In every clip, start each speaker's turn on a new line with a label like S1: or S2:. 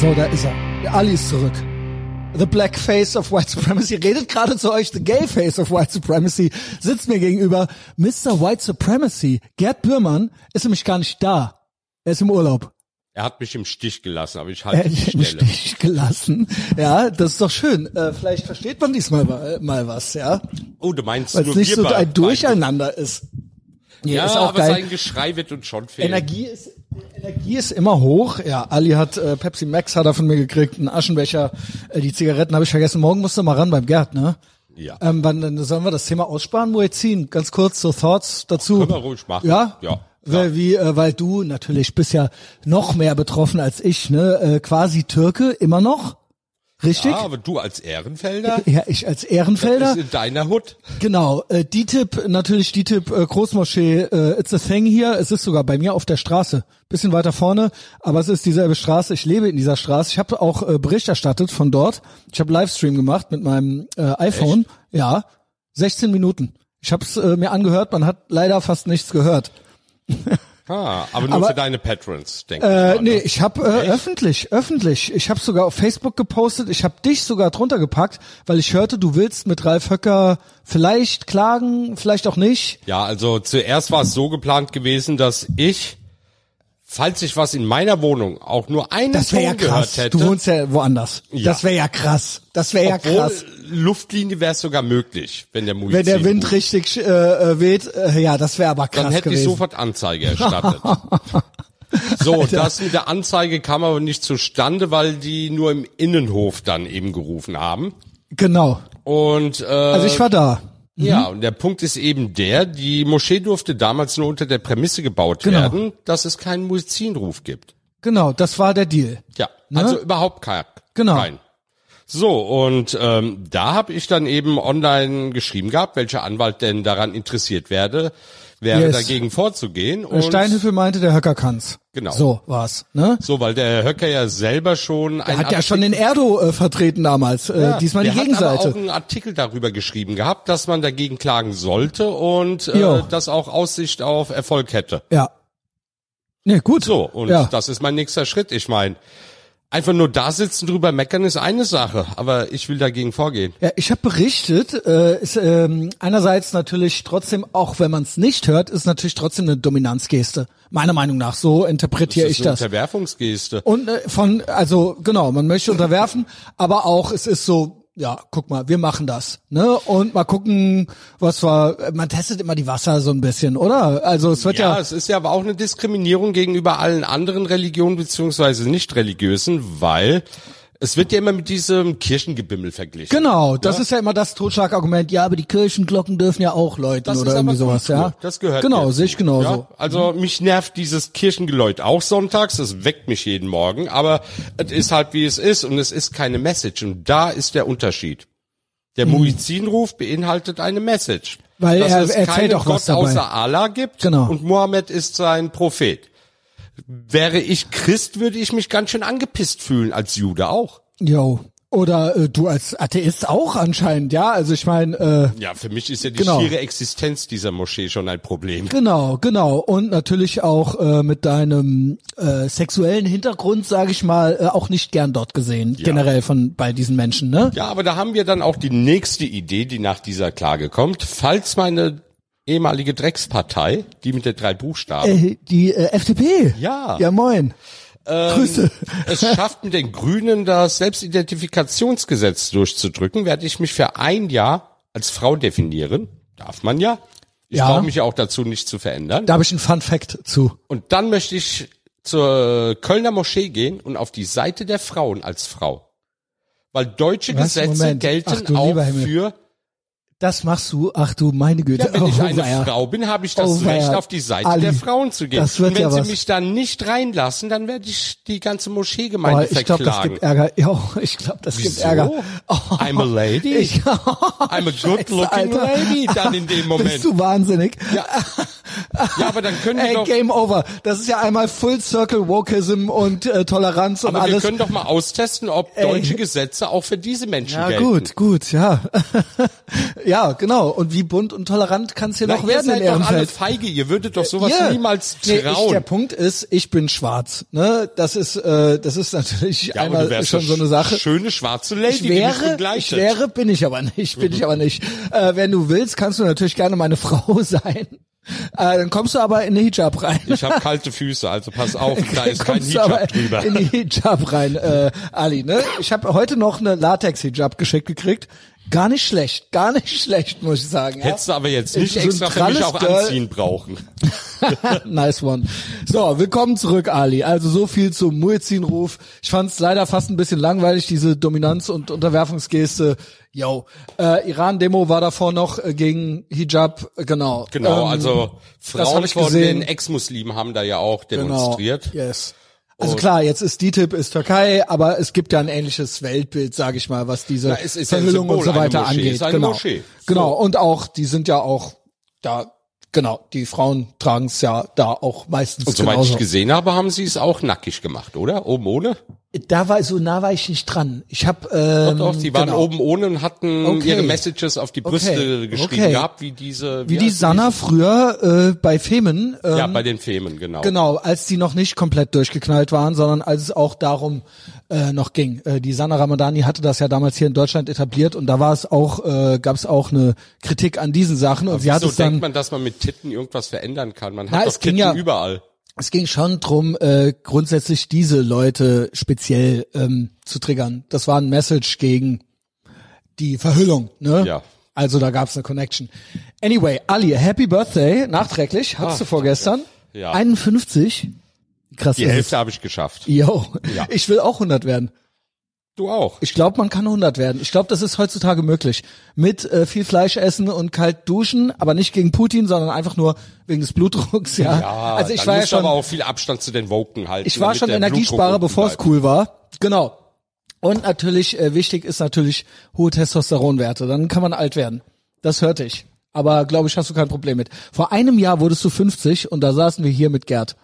S1: So, da ist er. Der Ali ist zurück. The Black Face of White Supremacy redet gerade zu euch. The Gay Face of White Supremacy sitzt mir gegenüber. Mr. White Supremacy, Gerd Bührmann, ist nämlich gar nicht da. Er ist im Urlaub.
S2: Er hat mich im Stich gelassen, aber ich
S1: Er
S2: halte
S1: hat
S2: die
S1: mich im
S2: Stelle.
S1: Stich gelassen. Ja, das ist doch schön. Äh, vielleicht versteht man diesmal wa- mal was, ja.
S2: Oh, du meinst
S1: Weil es
S2: nur
S1: nicht
S2: wir
S1: so
S2: beide-
S1: ein Durcheinander ist. Nee,
S2: Ja,
S1: ist auch
S2: aber
S1: geil.
S2: sein Geschrei wird uns schon fehlen.
S1: Energie ist, Energie ist immer hoch. Ja, Ali hat äh, Pepsi Max hat er von mir gekriegt, einen Aschenbecher, äh, die Zigaretten habe ich vergessen. Morgen musst du mal ran beim Gerd, ne?
S2: Ja.
S1: Ähm, wann dann sollen wir das Thema aussparen, Muezzin? Ganz kurz so Thoughts dazu.
S2: Können wir ruhig machen.
S1: Ja?
S2: Ja.
S1: Weil, wie, äh, weil du natürlich bist ja noch mehr betroffen als ich, ne? Äh, quasi Türke, immer noch. Richtig?
S2: Ah, aber du als Ehrenfelder
S1: Ja, ich als Ehrenfelder.
S2: ist in deiner Hut.
S1: Genau, äh, DTIP, natürlich DTIP, äh, Großmoschee, äh, it's a thing hier. Es ist sogar bei mir auf der Straße, bisschen weiter vorne, aber es ist dieselbe Straße. Ich lebe in dieser Straße. Ich habe auch äh, Bericht erstattet von dort. Ich habe Livestream gemacht mit meinem äh, iPhone. Ja, 16 Minuten. Ich habe es äh, mir angehört, man hat leider fast nichts gehört.
S2: Ah, aber nur
S1: Aber-
S2: für deine Patrons, denke ich
S1: Äh,
S2: mal.
S1: nee,
S2: ne?
S1: ich habe äh, öffentlich, öffentlich. Ich habe sogar auf Facebook gepostet. Ich habe dich sogar drunter gepackt, weil ich hörte, du willst mit Ralf Höcker vielleicht klagen, vielleicht auch nicht.
S2: Ja, also zuerst war es so geplant gewesen, dass ich, falls ich was in meiner Wohnung auch nur einen
S1: Das
S2: Ton
S1: wäre ja krass.
S2: gehört hätte,
S1: Du wohnst ja woanders.
S2: Ja.
S1: Das wäre ja krass. Das wäre ja
S2: obwohl
S1: krass.
S2: Luftlinie wäre es sogar möglich, wenn der Muizin
S1: Wenn der Wind richtig äh, äh, weht, äh, ja, das wäre aber krass
S2: Dann hätte
S1: gewesen.
S2: ich sofort Anzeige erstattet. so, das mit der Anzeige kam aber nicht zustande, weil die nur im Innenhof dann eben gerufen haben.
S1: genau.
S2: Und äh,
S1: Also ich Mhm. war da.
S2: ja, und der Punkt ist eben der, die Moschee durfte damals nur unter der Prämisse gebaut
S1: Genau.
S2: werden, dass es keinen Muizinruf gibt.
S1: Genau, das war der Deal.
S2: Ja,
S1: Ne?
S2: also überhaupt kein.
S1: Genau.
S2: Kein. So, und ähm, da habe ich dann eben online geschrieben gehabt, welcher Anwalt denn daran interessiert werde, wäre
S1: Yes.
S2: dagegen vorzugehen.
S1: Der
S2: Und
S1: Steinhüffel meinte, der Höcker kann's.
S2: Genau.
S1: So war's. Ne?
S2: So, weil der Herr Höcker ja selber schon ein
S1: Hat ja schon den Erdo äh, vertreten damals. Äh, diesmal die
S2: der Hat aber auch
S1: Gegenseite.
S2: einen Artikel darüber geschrieben gehabt, dass man dagegen klagen sollte und
S1: Jo.
S2: äh, das auch Aussicht auf Erfolg hätte.
S1: Ja. Nee, gut.
S2: So, und
S1: ja.
S2: das ist mein nächster Schritt. Ich meine, einfach nur da sitzen drüber meckern ist eine Sache, aber ich will dagegen vorgehen.
S1: Ja, ich habe berichtet, äh, ist ähm, einerseits natürlich trotzdem, auch wenn man es nicht hört, ist natürlich trotzdem eine Dominanzgeste. Meiner Meinung nach, so interpretiere
S2: das
S1: ich
S2: ist eine
S1: das.
S2: Unterwerfungsgeste.
S1: Und äh, von, also genau, man möchte unterwerfen, aber auch es ist so, ja, guck mal, wir machen das, ne? Und mal gucken, was war. Man testet immer die Wasser so ein bisschen, oder? Also es wird
S2: Ja,
S1: ja,
S2: es ist ja aber auch eine Diskriminierung gegenüber allen anderen Religionen beziehungsweise nicht-religiösen, weil es wird ja immer mit diesem Kirchengebimmel verglichen.
S1: genau. Das ist ja immer das Totschlagargument. Ja, aber die Kirchenglocken dürfen ja auch läuten
S2: Das
S1: oder
S2: ist aber
S1: irgendwie sowas,
S2: Kultur.
S1: ja.
S2: Das gehört
S1: genau,
S2: dazu.
S1: sehe ich genauso. Mhm.
S2: Ja? Also mich nervt dieses Kirchengeläut auch sonntags, das weckt mich jeden Morgen, aber es ist halt wie es ist und es ist keine Message und da ist der Unterschied. Der Muizzinruf beinhaltet eine Message.
S1: Mhm. Weil
S2: dass
S1: er
S2: es
S1: erzählt
S2: keinen
S1: auch
S2: Gott
S1: was dabei.
S2: außer Allah gibt
S1: Genau.
S2: und Mohammed ist sein Prophet. Wäre ich Christ, würde ich mich ganz schön angepisst fühlen, als Jude auch.
S1: Jo. Oder äh, du als Atheist auch anscheinend, ja. Also ich meine, äh,
S2: Ja, für mich ist ja die
S1: Genau.
S2: schiere Existenz dieser Moschee schon ein Problem.
S1: genau, genau. Und natürlich auch äh, mit deinem äh, sexuellen Hintergrund, sage ich mal, äh, auch nicht gern dort gesehen, generell von bei diesen Menschen, ne?
S2: Ja, aber da haben wir dann auch die nächste Idee, die nach dieser Klage kommt. Falls meine ehemalige Dreckspartei, die mit den drei Buchstaben,
S1: Äh, die äh, FDP.
S2: Ja. Ähm,
S1: Ja, moin. Grüße.
S2: es schafft mit den Grünen das Selbstidentifikationsgesetz durchzudrücken, werde ich mich für ein Jahr als Frau definieren. Darf man ja. Ich
S1: Ja.
S2: brauche mich ja auch dazu nicht zu verändern.
S1: Da habe ich einen Fun Fact zu.
S2: Und dann möchte ich zur Kölner Moschee gehen und auf die Seite der Frauen als Frau. Weil deutsche
S1: Was?
S2: Gesetze
S1: Moment. Ach
S2: gelten
S1: du
S2: auch
S1: lieber Himmel.
S2: für
S1: Das machst du, ach du meine Güte.
S2: Ja, wenn ich
S1: Oh,
S2: eine
S1: weia.
S2: Frau bin, habe ich das
S1: Oh,
S2: Recht,
S1: weia.
S2: auf die Seite
S1: Ali,
S2: der Frauen zu gehen.
S1: das wird
S2: Und wenn
S1: ja
S2: sie
S1: was.
S2: mich dann nicht reinlassen, dann werde ich die ganze
S1: Oh,
S2: Moscheegemeinde
S1: ich glaube, das
S2: verklagen.
S1: gibt Ärger. Jo, ich glaube, das gibt
S2: Wieso?
S1: Ärger. Oh,
S2: I'm a lady.
S1: Ich-
S2: I'm a good looking
S1: Alter.
S2: lady dann in dem Moment.
S1: Bist du wahnsinnig?
S2: Ja. Ja, aber dann können wir
S1: Ey,
S2: doch-
S1: Game over. Das ist ja einmal Full Circle Wokeism und äh, Toleranz und
S2: Aber wir
S1: alles.
S2: können doch mal austesten, ob deutsche Gesetze auch für diese Menschen
S1: ja,
S2: gelten.
S1: gut, gut, ja. ja, genau. Und wie bunt und tolerant kann es hier
S2: Na,
S1: noch
S2: ihr
S1: werden in
S2: seid doch alle
S1: Ehrenfeld?
S2: feige. Ihr würdet doch sowas
S1: Ja.
S2: niemals
S1: Nee, ich,
S2: trauen.
S1: der Punkt ist, ich bin schwarz. Ne? Das ist, äh, das ist natürlich
S2: ja, aber
S1: einmal
S2: du wärst
S1: schon
S2: doch
S1: so eine Sache.
S2: Schöne schwarze Lady,
S1: Ich
S2: die mich
S1: wäre,
S2: begleitet. Mhm.
S1: ich wäre, bin ich aber nicht, bin ich aber nicht. Äh, wenn du willst, kannst du natürlich gerne meine Frau sein. Äh, dann kommst du aber in den Hijab rein.
S2: Ich habe kalte Füße, also pass auf, da ist kein
S1: Kommst du aber
S2: Hijab drüber.
S1: In den Hijab rein, äh, Ali. Ne? Ich habe heute noch eine Latex-Hijab geschickt gekriegt. Gar nicht schlecht, gar nicht schlecht, muss ich sagen. Ja?
S2: Hättest du aber jetzt
S1: In
S2: nicht
S1: so ein
S2: extra für mich
S1: tralles
S2: auch
S1: Girl-
S2: anziehen brauchen.
S1: nice one. So, willkommen zurück, Ali. Also so viel zum Muezzin-Ruf. Ich fand es leider fast ein bisschen langweilig, diese Dominanz- und Unterwerfungsgeste. Yo. Äh, Iran-Demo war davor noch äh, gegen Hijab, äh, genau.
S2: Genau,
S1: Ähm,
S2: also
S1: hab
S2: Frauen
S1: ich
S2: von
S1: gesehen.
S2: den Ex-Muslimen haben da ja auch
S1: genau.
S2: demonstriert.
S1: Yes. Also klar, jetzt ist DTIP, ist Türkei, aber es gibt ja ein ähnliches Weltbild, sage ich mal, was diese
S2: es ist ja ein
S1: Verhüllung und
S2: Symbol,
S1: so weiter
S2: eine Moschee
S1: angeht.
S2: ist eine
S1: genau.
S2: Moschee.
S1: Genau, und auch, die sind ja auch da, genau, die Frauen tragen es ja da auch meistens
S2: Und soweit
S1: genauso.
S2: ich gesehen habe, haben sie es auch nackig gemacht, oder? Oben ohne?
S1: Da war so nah war ich nicht dran. Ich habe ähm,
S2: Doch, die waren
S1: genau.
S2: oben ohne und hatten
S1: Okay.
S2: ihre Messages auf die Brüste
S1: Okay.
S2: geschrieben
S1: Okay.
S2: gehabt, wie diese...
S1: wie die
S2: heißt
S1: Sanna früher äh, bei Femen. Ähm,
S2: Ja, bei den Femen, genau.
S1: Genau, als die noch nicht komplett durchgeknallt waren, sondern als es auch darum äh, noch ging. Äh, die Sana Ramadani hatte das ja damals hier in Deutschland etabliert und da war es auch, äh, gab es auch eine Kritik an diesen Sachen und sie hat
S2: Wieso
S1: es dann.
S2: denkt man, dass man mit Titten irgendwas verändern kann? Man
S1: Na,
S2: hat doch
S1: es ging ja-
S2: Titten überall.
S1: Es ging schon drum, äh, grundsätzlich diese Leute speziell ähm, zu triggern. Das war ein Message gegen die Verhüllung, ne?
S2: Ja.
S1: Also da gab's eine Connection. Anyway, Ali, Happy Birthday, nachträglich, hattest du vorgestern.
S2: Ah, Ja.
S1: 51. Krass.
S2: Die
S1: ist es.
S2: Hälfte habe ich geschafft.
S1: Yo,
S2: Ja.
S1: ich will auch 100 werden.
S2: Du auch.
S1: Ich glaube, man kann 100 werden. Ich glaube, das ist heutzutage möglich. Mit äh, viel Fleisch essen und kalt duschen, aber nicht gegen Putin, sondern einfach nur wegen des Blutdrucks, ja.
S2: Ja,
S1: also ich
S2: dann
S1: war ja
S2: musst du
S1: schon
S2: aber auch viel Abstand zu den Woken halten.
S1: ich war
S2: damit
S1: schon
S2: der
S1: Energiesparer,
S2: Blutdruck unten
S1: bevor es
S2: bleibt.
S1: cool war. Genau. Und natürlich, äh, wichtig ist natürlich hohe Testosteronwerte. Dann kann man alt werden. Das hörte ich. Aber glaube ich, hast du kein Problem mit. Vor einem Jahr wurdest du 50 und da saßen wir hier mit Gerd.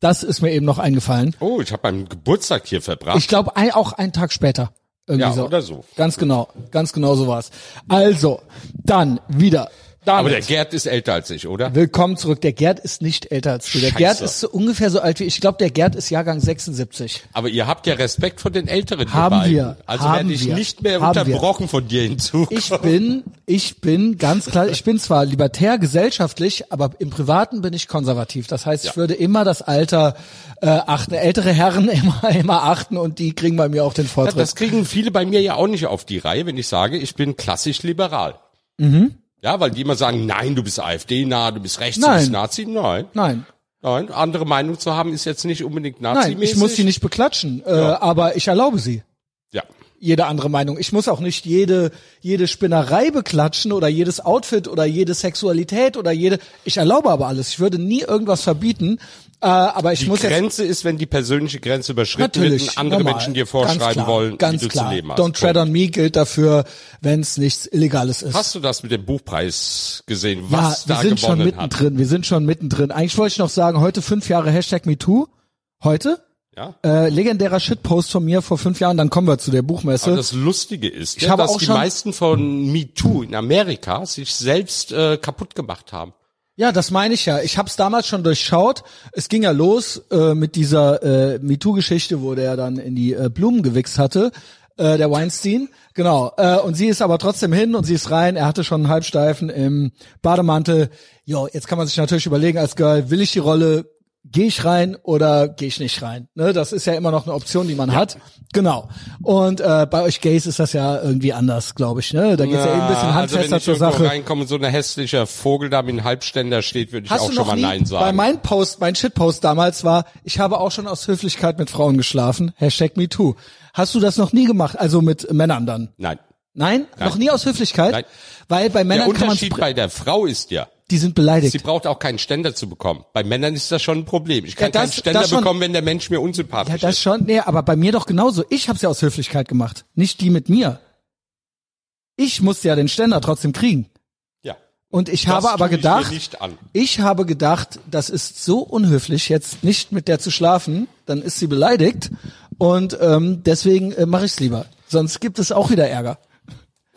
S1: Das ist mir eben noch eingefallen.
S2: Oh, ich habe meinen Geburtstag hier verbracht.
S1: Ich glaube, ein, auch einen Tag später. Irgendwie
S2: Ja,
S1: so.
S2: oder so.
S1: Ganz genau. Ganz genau so war's. Also, dann wieder. Damit.
S2: aber der Gerd ist älter als ich, oder?
S1: Willkommen zurück. Der Gerd ist nicht älter als du. Der
S2: Scheiße.
S1: Gerd ist so ungefähr so alt wie ich. Ich glaube, der Gerd ist Jahrgang 76.
S2: Aber ihr habt ja Respekt vor den Älteren.
S1: Haben
S2: ihr beiden.
S1: wir,
S2: Also
S1: haben
S2: werde ich
S1: wir,
S2: nicht mehr
S1: haben wir.
S2: unterbrochen von dir hinzu.
S1: Ich bin, ich bin ganz klar, ich bin zwar libertär gesellschaftlich, aber im Privaten bin ich konservativ. Das heißt, ich
S2: Ja.
S1: würde immer das Alter äh, achten, ältere Herren immer, immer achten und die kriegen bei mir auch den
S2: Ja,
S1: Vortritt.
S2: das kriegen viele bei mir ja auch nicht auf die Reihe, wenn ich sage, ich bin klassisch liberal.
S1: Mhm.
S2: Ja, weil die immer sagen, nein, du bist AfD-nah, du bist rechts, du
S1: Nein.
S2: bist Nazi. Nein,
S1: Nein,
S2: nein, andere Meinung zu haben ist jetzt nicht unbedingt nazi
S1: nein, ich muss sie nicht beklatschen, äh, aber ich erlaube sie.
S2: Ja.
S1: Jede andere Meinung. Ich muss auch nicht jede, jede Spinnerei beklatschen oder jedes Outfit oder jede Sexualität oder jede. Ich erlaube aber alles. Ich würde nie irgendwas verbieten. Äh, aber ich
S2: Die
S1: muss jetzt
S2: Grenze ist, wenn die persönliche Grenze überschritten wird
S1: Natürlich.
S2: und andere
S1: normal.
S2: Menschen dir
S1: Ganz
S2: vorschreiben
S1: klar,
S2: wollen,
S1: ganz
S2: wie du
S1: klar.
S2: zu leben hast.
S1: Don't tread on me gilt dafür, wenn es nichts Illegales ist.
S2: Hast du das mit dem Buchpreis gesehen,
S1: ja,
S2: was
S1: wir
S2: da
S1: sind schon
S2: gewonnen hat?
S1: mittendrin. Wir sind schon mittendrin. Eigentlich wollte ich noch sagen, heute fünf Jahre Hashtag MeToo. Heute.
S2: Ja?
S1: Äh, legendärer Shitpost von mir vor fünf Jahren, dann kommen wir zu der Buchmesse.
S2: Aber das Lustige ist, ja,
S1: habe
S2: dass
S1: auch
S2: die
S1: schon-
S2: meisten von MeToo in Amerika sich selbst äh, kaputt gemacht haben.
S1: Ja, das meine ich ja. Ich hab's damals schon durchschaut. Es ging ja los äh, mit dieser äh, MeToo-Geschichte, wo der dann in die äh, Blumen gewichst hatte, äh, der Weinstein. Genau. Äh, und sie ist aber trotzdem hin und sie ist rein. Er hatte schon einen Halbsteifen im Bademantel. Jo, jetzt kann man sich natürlich überlegen als Girl, will ich die Rolle, gehe ich rein oder gehe ich nicht rein? Ne? Das ist ja immer noch eine Option, die man hat. Genau. Und äh, bei euch Gays ist das ja irgendwie anders, glaube ich. Ne? Da geht's ja eben ein bisschen
S2: Na, also wenn
S1: handfester
S2: ich
S1: zur
S2: irgendwo
S1: Sache.
S2: reinkomme und so ein hässlicher Vogel da mit einem Halbständer steht, würde ich
S1: Hast
S2: auch
S1: du
S2: schon
S1: noch
S2: mal
S1: nie,
S2: Nein
S1: Bei
S2: sagen.
S1: meinem Post, mein Shitpost damals war, ich habe auch schon aus Höflichkeit mit Frauen geschlafen. Hashtag MeToo. Hast du das noch nie gemacht? Also mit Männern dann?
S2: Nein.
S1: Nein? Noch nie aus Höflichkeit?
S2: Nein.
S1: Weil bei
S2: Der
S1: Männern kann man,
S2: Unterschied bei der Frau ist ja,
S1: die sind
S2: sie
S1: beleidigt.
S2: braucht auch keinen Ständer zu bekommen. Bei Männern ist das schon ein Problem. Ich kann
S1: das-
S2: keinen Ständer
S1: das schon-
S2: bekommen, wenn der Mensch mir
S1: Ja,
S2: unsympathisch
S1: das
S2: ist.
S1: schon. Nee, aber bei mir doch genauso. Ich hab's ja aus Höflichkeit gemacht. Nicht die mit mir. Ich musste ja den Ständer trotzdem kriegen.
S2: Ja.
S1: Und ich habe
S2: tue
S1: aber
S2: ich mir
S1: gedacht,
S2: nicht an.
S1: ich habe gedacht, das ist so unhöflich, jetzt nicht mit der zu schlafen, dann ist sie beleidigt und ähm, deswegen äh, mache ich es lieber. Sonst gibt es auch wieder Ärger.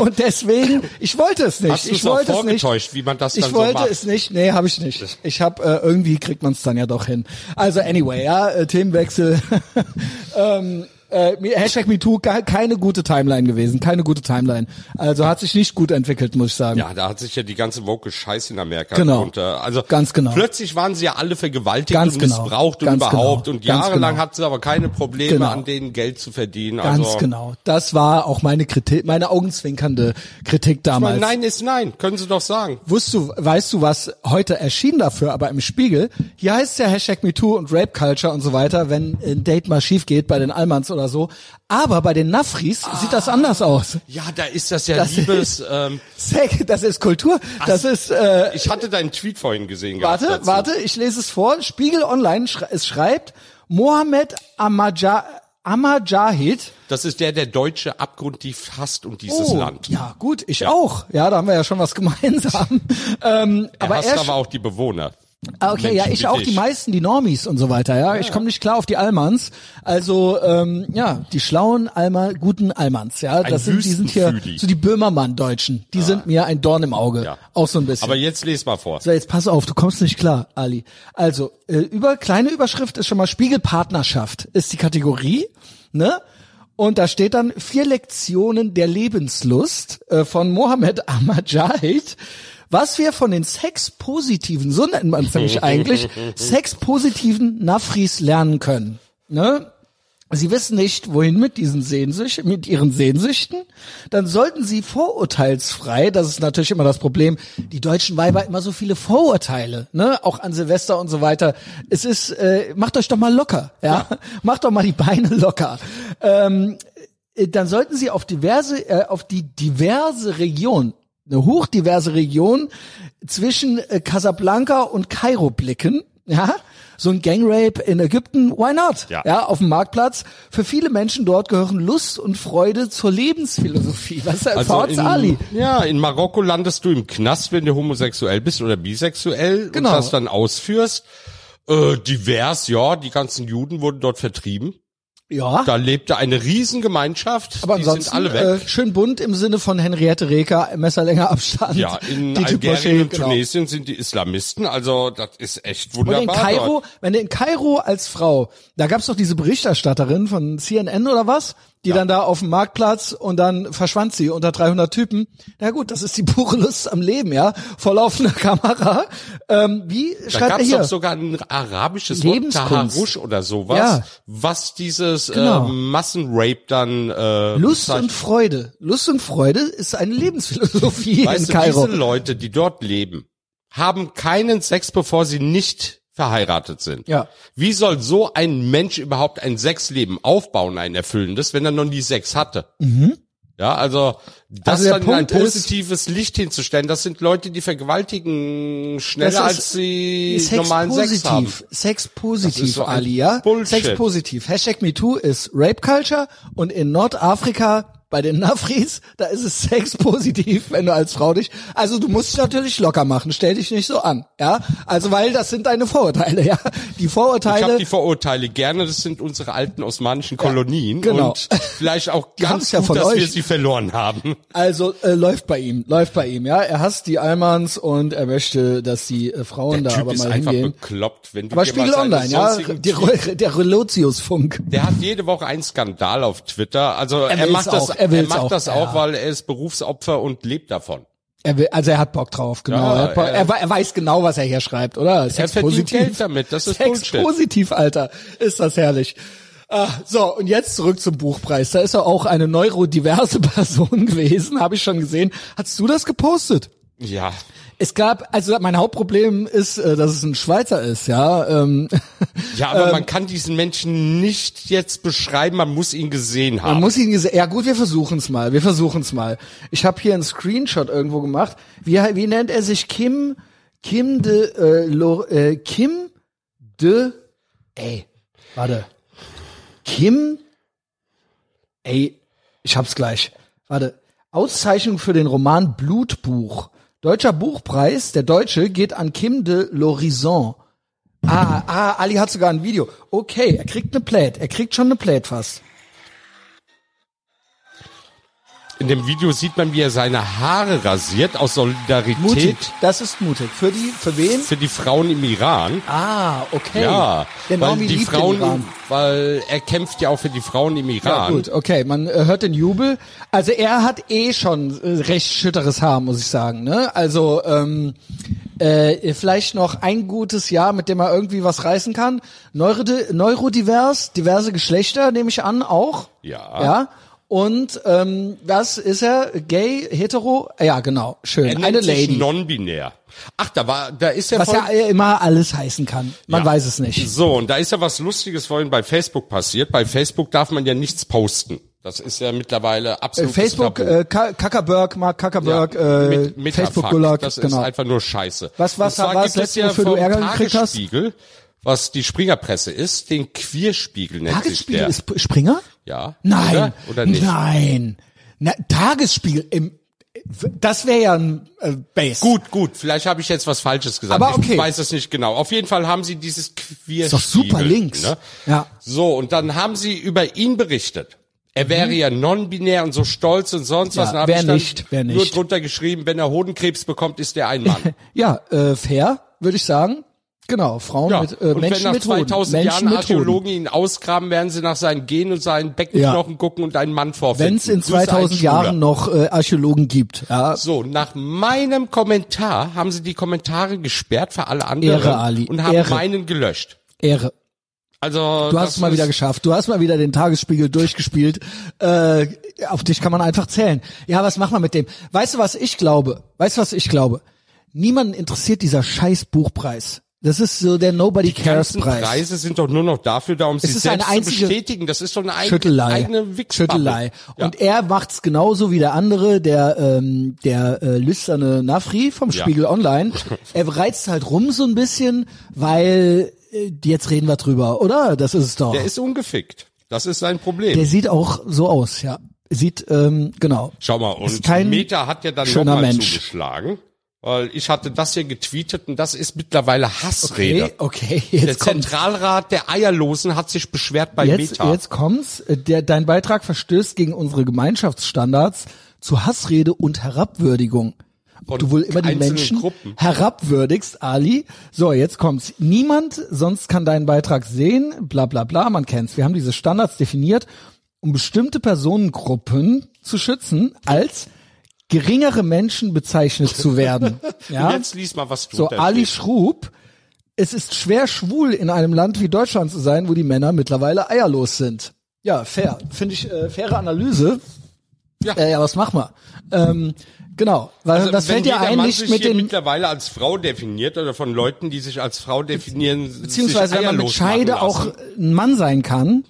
S1: und deswegen, ich wollte es nicht.
S2: Hast du
S1: ich
S2: es auch
S1: wollte es nicht.
S2: vorgetäuscht, wie man das dann
S1: Ich
S2: so
S1: wollte
S2: macht?
S1: es nicht, nee, habe ich nicht. Ich habe äh, irgendwie kriegt man es dann ja doch hin. Also anyway, ja, äh, Themenwechsel. ähm, äh, me- Hashtag MeToo, ke- keine gute Timeline gewesen, keine gute Timeline. Also hat sich nicht gut entwickelt, muss ich sagen.
S2: Ja, da hat sich ja die ganze woke Scheiße in Amerika
S1: Genau.
S2: drunter. Also
S1: Ganz genau.
S2: Plötzlich waren sie ja alle vergewaltigt
S1: Ganz
S2: und
S1: genau.
S2: missbraucht und
S1: Ganz
S2: überhaupt.
S1: genau.
S2: Und
S1: Ganz
S2: jahrelang
S1: genau.
S2: hatten sie aber keine Probleme,
S1: Genau.
S2: an denen Geld zu verdienen.
S1: Ganz
S2: also,
S1: genau. Das war auch meine Kritik, meine augenzwinkernde Kritik damals.
S2: Weil Nein ist nein, können sie doch sagen.
S1: Wusst du, weißt du, was heute erschien dafür, aber im Spiegel? Hier heißt es ja Hashtag MeToo und Rape Culture und so weiter, wenn ein Date mal schief geht bei den Almans oder so. Aber bei den Nafris
S2: Ah.
S1: sieht das anders aus.
S2: Ja, da ist das ja
S1: Das ist-
S2: Liebes. ähm,
S1: Zack, Das ist Kultur. Das ist, äh,
S2: ich hatte deinen Tweet vorhin gesehen. gehabt
S1: warte,
S2: dazu.
S1: warte, ich lese es vor. Spiegel Online, schre es schreibt, Mohammed Amaja Amajahid,
S2: Das ist der, der deutsche abgrundtief hasst und dieses
S1: Oh,
S2: Land.
S1: Ja, gut, ich auch. Ja, da haben wir ja schon was gemeinsam. Ähm,
S2: Er
S1: aber
S2: hasst
S1: er,
S2: aber auch die Bewohner.
S1: Ah, okay, ja,
S2: Menschen
S1: ich
S2: wie
S1: auch,
S2: dich.
S1: die meisten, die Normies und so weiter, ja. Ich komme nicht klar auf die Almans. Also, ähm, ja, die schlauen, Alma, guten Almans, ja.
S2: Ein
S1: Das sind, die sind hier,
S2: Wüstenfüdi.
S1: so die Böhmermann-Deutschen. Die sind mir ein Dorn im Auge.
S2: Ja.
S1: Auch so ein bisschen.
S2: Aber jetzt les mal vor.
S1: So, jetzt pass auf, du kommst nicht klar, Ali. Also, äh, über kleine Überschrift ist schon mal Spiegelpartnerschaft, ist die Kategorie, ne? Und da steht dann vier Lektionen der Lebenslust äh, von Mohammed Ahmadjahid. Was wir von den sexpositiven, so nennt man es nämlich eigentlich, sexpositiven Nafris lernen können. Ne? Sie wissen nicht, wohin mit diesen Sehnsüchten, mit ihren Sehnsüchten, dann sollten Sie vorurteilsfrei, das ist natürlich immer das Problem, die deutschen Weiber immer so viele Vorurteile, ne, auch an Silvester und so weiter. Es ist, äh, macht euch doch mal locker, ja, macht doch mal die Beine locker. Ähm, äh, dann sollten Sie auf diverse, äh, auf die diverse Region, eine hochdiverse Region zwischen äh, Casablanca und Kairo blicken, ja. So ein Gangrape in Ägypten, why not?
S2: Ja.
S1: ja, auf dem Marktplatz. Für viele Menschen dort gehören Lust und Freude zur Lebensphilosophie. Was erfahrt
S2: Also in,
S1: Ali?
S2: Ja, in Marokko landest du im Knast, wenn du homosexuell bist oder bisexuell
S1: Genau.
S2: und das dann ausführst. Äh, divers, ja, die ganzen Juden wurden dort vertrieben.
S1: Ja.
S2: Da lebte eine Riesengemeinschaft,
S1: Aber
S2: die
S1: ansonsten
S2: sind alle weg.
S1: Äh, schön bunt im Sinne von Henriette Reker, Messerlänger Abstand.
S2: ja, in
S1: Dieter
S2: Algerien
S1: Bosché,
S2: und Tunesien sind die Islamisten, also das ist echt
S1: genau. Und
S2: wunderbar.
S1: in Kairo,
S2: dort.
S1: wenn du in Kairo als Frau, da gab's doch diese Berichterstatterin von CNN oder was, die dann da auf dem Marktplatz und dann verschwand sie unter 300 Typen. Na gut, das ist die pure Lust am Leben, ja, vor laufender Kamera. Ähm, wie
S2: Da
S1: schreibt
S2: gab
S1: er
S2: es
S1: hier?
S2: doch sogar ein arabisches
S1: Lebenskunst.
S2: Wort, Taharush oder sowas,
S1: Ja.
S2: was dieses
S1: Genau.
S2: äh, Massenrape dann äh,
S1: Lust
S2: bezeichnet.
S1: und Freude. Lust und Freude ist eine Lebensphilosophie
S2: Weißt
S1: in
S2: du,
S1: Kairo.
S2: diese Leute, die dort leben, haben keinen Sex, bevor sie nicht verheiratet sind.
S1: Ja.
S2: Wie soll so ein Mensch überhaupt ein Sexleben aufbauen, ein erfüllendes, wenn er noch nie Sex hatte? Ja, also das
S1: Mhm. Also der
S2: dann in ein
S1: Punkt ist-
S2: positives Licht hinzustellen, das sind Leute, die vergewaltigen schneller
S1: Das ist-
S2: als sie
S1: Sex
S2: normalen Sex haben.
S1: positiv. Sex
S2: Das ist
S1: positiv,
S2: so ein
S1: Ali, ja?
S2: Bullshit.
S1: Sex positiv. Hashtag MeToo ist Rape Culture und in Nordafrika bei den Nafris, da ist es sex positiv, wenn du als Frau dich, also du musst dich natürlich locker machen, stell dich nicht so an, ja? Also weil das sind deine Vorurteile, ja? Die
S2: Ich
S1: Vorurteile,
S2: habe die Vorurteile gerne, das sind unsere alten osmanischen Kolonien
S1: genau.
S2: und vielleicht auch
S1: haben's
S2: ganz
S1: ja
S2: gut,
S1: von
S2: dass wir
S1: euch.
S2: sie verloren haben.
S1: also äh, läuft bei ihm, läuft bei ihm, ja? Er hasst die Almans und er möchte, dass die äh, Frauen
S2: Der
S1: da
S2: Typ
S1: aber
S2: ist
S1: mal
S2: einfach
S1: hingehen.
S2: bekloppt, wenn du
S1: Aber
S2: dir
S1: Spiegel
S2: mal seine
S1: Online, ja,
S2: sonstigen
S1: die, Re- der Relotius-Funk.
S2: Der hat jede Woche einen Skandal auf Twitter. Also er,
S1: will's
S2: macht das,
S1: auch, er
S2: er,
S1: will's
S2: macht
S1: auch,
S2: das
S1: ja.
S2: auch, weil er ist Berufsopfer und lebt davon.
S1: Er will, also er hat Bock drauf, genau.
S2: Ja,
S1: er, hat Bock,
S2: er-
S1: er, wei- er weiß genau, was er hier schreibt, oder? Sex
S2: verdient Geld damit, das ist
S1: Sex
S2: Bullshit.
S1: positiv, Alter. Ist das herrlich. Ah, so, und jetzt zurück zum Buchpreis. Da ist er auch eine neurodiverse Person gewesen, habe ich schon gesehen. Hast du das gepostet?
S2: Ja.
S1: Es gab, also mein Hauptproblem ist, äh, dass es ein Schweizer ist, ja. Ähm,
S2: Ja, aber man kann diesen Menschen nicht jetzt beschreiben, man muss ihn gesehen haben.
S1: Man muss ihn gese- Ja gut, wir versuchen es mal. Wir versuchen es mal. Ich habe hier einen Screenshot irgendwo gemacht. Wie, wie nennt er sich? Kim Kim de äh, Lo, äh, Kim de ey warte Kim ey ich hab's gleich warte Auszeichnung für den Roman Blutbuch Deutscher Buchpreis, der Deutsche, geht an Kim de l'Horizon. Ah, ah, Ali hat sogar ein Video. Okay, er kriegt eine Plate. Er kriegt schon eine Plate fast.
S2: In dem Video sieht man, wie er seine Haare rasiert aus Solidarität
S1: Mutig. Das ist mutig. Für die, für wen?
S2: für die Frauen im Iran.
S1: Ah, okay.
S2: Ja,
S1: Der
S2: weil
S1: Naomi
S2: die
S1: liebt
S2: Frauen,
S1: den Iran.
S2: weil er kämpft ja auch für die Frauen im
S1: Ja,
S2: Iran.
S1: gut, okay, man äh, hört den Jubel. Also er hat eh schon äh, recht schütteres Haar, muss ich sagen. Ne? Also ähm, äh, vielleicht noch ein gutes Jahr, mit dem er irgendwie was reißen kann. Neurodi neurodivers, diverse Geschlechter nehme ich an, auch.
S2: Ja.
S1: Ja. Und ähm, das ist er, gay, hetero, ja genau, schön,
S2: Er nennt
S1: eine
S2: sich
S1: Lady.
S2: non-binär. Ach, da war, da ist ja
S1: Was ja äh, immer alles heißen kann, man
S2: Ja.
S1: weiß es nicht.
S2: So, und da ist ja was Lustiges vorhin bei Facebook passiert. Bei Facebook darf man ja nichts posten. Das ist ja mittlerweile
S1: Äh,
S2: absolut
S1: Facebook,
S2: Tabu.
S1: äh, Ka- Zuckerberg, Mark Zuckerberg,
S2: Ja,
S1: äh,
S2: mit- mit
S1: Facebook
S2: Fuck.
S1: Gulag,
S2: Das
S1: genau.
S2: ist halt einfach nur Scheiße.
S1: Was- was-
S2: Und zwar
S1: was
S2: gibt es
S1: letzte, wofür du
S2: vom
S1: Ärger gekriegt hast?
S2: Tagesspiegel, Was die Springerpresse ist, den Queerspiegel nennt sich
S1: Tagesspiegel
S2: der.
S1: ist P- Springer?
S2: ja.
S1: Nein.
S2: Oder, oder nicht?
S1: Nein. Na, Tagesspiegel im das wäre ja ein äh, Base.
S2: Gut, gut, vielleicht habe ich jetzt was Falsches gesagt.
S1: Aber okay.
S2: Ich weiß es nicht genau. Auf jeden Fall haben sie dieses Queer.
S1: Ist doch super links.
S2: Ne?
S1: Ja.
S2: So, und dann haben sie über ihn berichtet. Er wäre ja non-binär und so stolz und sonst
S1: Mhm. Ja,
S2: was. Dann habe
S1: wer
S2: ich dann
S1: nicht, wer
S2: Nur
S1: nicht.
S2: drunter geschrieben, wenn er Hodenkrebs bekommt, ist er ein Mann.
S1: Ja, äh, fair, würde ich sagen. Genau, Frauen
S2: Ja.
S1: mit äh,
S2: und
S1: Menschen
S2: wenn nach
S1: mit Hoden.
S2: 2000
S1: Menschen
S2: Jahren
S1: mit Hoden.
S2: Archäologen ihn ausgraben, werden sie nach seinen Genen und seinen Beckenknochen gucken und einen Mann vorfinden.
S1: Wenn es in
S2: Grüße an
S1: 2000
S2: Schwuler.
S1: Jahren noch äh, Archäologen gibt. Ja,
S2: So, nach meinem Kommentar haben sie die Kommentare gesperrt für alle anderen
S1: Ehre, Ali,
S2: und haben
S1: Ehre.
S2: meinen gelöscht.
S1: Ehre.
S2: Also
S1: Du hast es mal wieder geschafft. Du hast mal wieder den Tagesspiegel durchgespielt. Äh, auf dich kann man einfach zählen. Ja, was macht man mit dem? Weißt du, was ich glaube? Weißt du, was ich glaube? Niemanden interessiert dieser scheiß Buchpreis. Das ist so der Nobody
S2: die
S1: Cares
S2: ganzen
S1: Preis.
S2: Preise sind doch nur noch dafür da, um sich
S1: ist
S2: selbst
S1: eine einzige
S2: zu bestätigen. Das ist doch eine eigene,
S1: Schüttelei.
S2: eigene Wichsbubble.
S1: Schüttelei.
S2: Ja.
S1: Und er macht's genauso wie der andere, der ähm, der äh, lüsterne Nafri vom
S2: Ja.
S1: Spiegel Online. Er reizt halt rum so ein bisschen, weil äh, jetzt reden wir drüber, oder? Das ist es doch.
S2: der ist ungefickt. Das ist sein Problem.
S1: Der sieht auch so aus, ja. Sieht, ähm, genau.
S2: Schau mal, und
S1: Ist kein
S2: Meta hat ja dann
S1: schöner
S2: nochmal
S1: Mensch.
S2: zugeschlagen. Weil ich hatte das hier getweetet und das ist mittlerweile Hassrede.
S1: Okay, okay,
S2: Der
S1: jetzt kommt
S2: Zentralrat der Eierlosen hat sich beschwert bei
S1: jetzt,
S2: Meta.
S1: jetzt kommt's. Der, dein Beitrag verstößt gegen unsere Gemeinschaftsstandards zu Hassrede und Herabwürdigung. Ob
S2: Von
S1: du wohl immer die
S2: einzelnen
S1: Menschen
S2: Gruppen.
S1: herabwürdigst, Ali. So, jetzt kommt's. Niemand sonst kann deinen Beitrag sehen, bla bla bla, man kennt's. Wir haben diese Standards definiert, um bestimmte Personengruppen zu schützen, als geringere Menschen bezeichnet zu werden. Ja?
S2: Jetzt lies mal, was du
S1: So, Ali Schrub, es ist schwer schwul in einem Land wie Deutschland zu sein, wo die Männer mittlerweile eierlos sind. Ja, fair. Finde ich äh, faire Analyse.
S2: Ja. Also,
S1: Äh, ja, was mach mal? Ähm, genau. Weil, was
S2: wenn
S1: fällt dir
S2: jeder
S1: ein,
S2: Mann
S1: nicht
S2: sich
S1: mit
S2: hier
S1: den
S2: mittlerweile als Frau definiert oder von Leuten, die sich als Frau definieren,
S1: beziehungsweise
S2: sich
S1: wenn man mit
S2: eierlos machen also.
S1: Scheide
S2: lassen.
S1: auch ein Mann sein kann,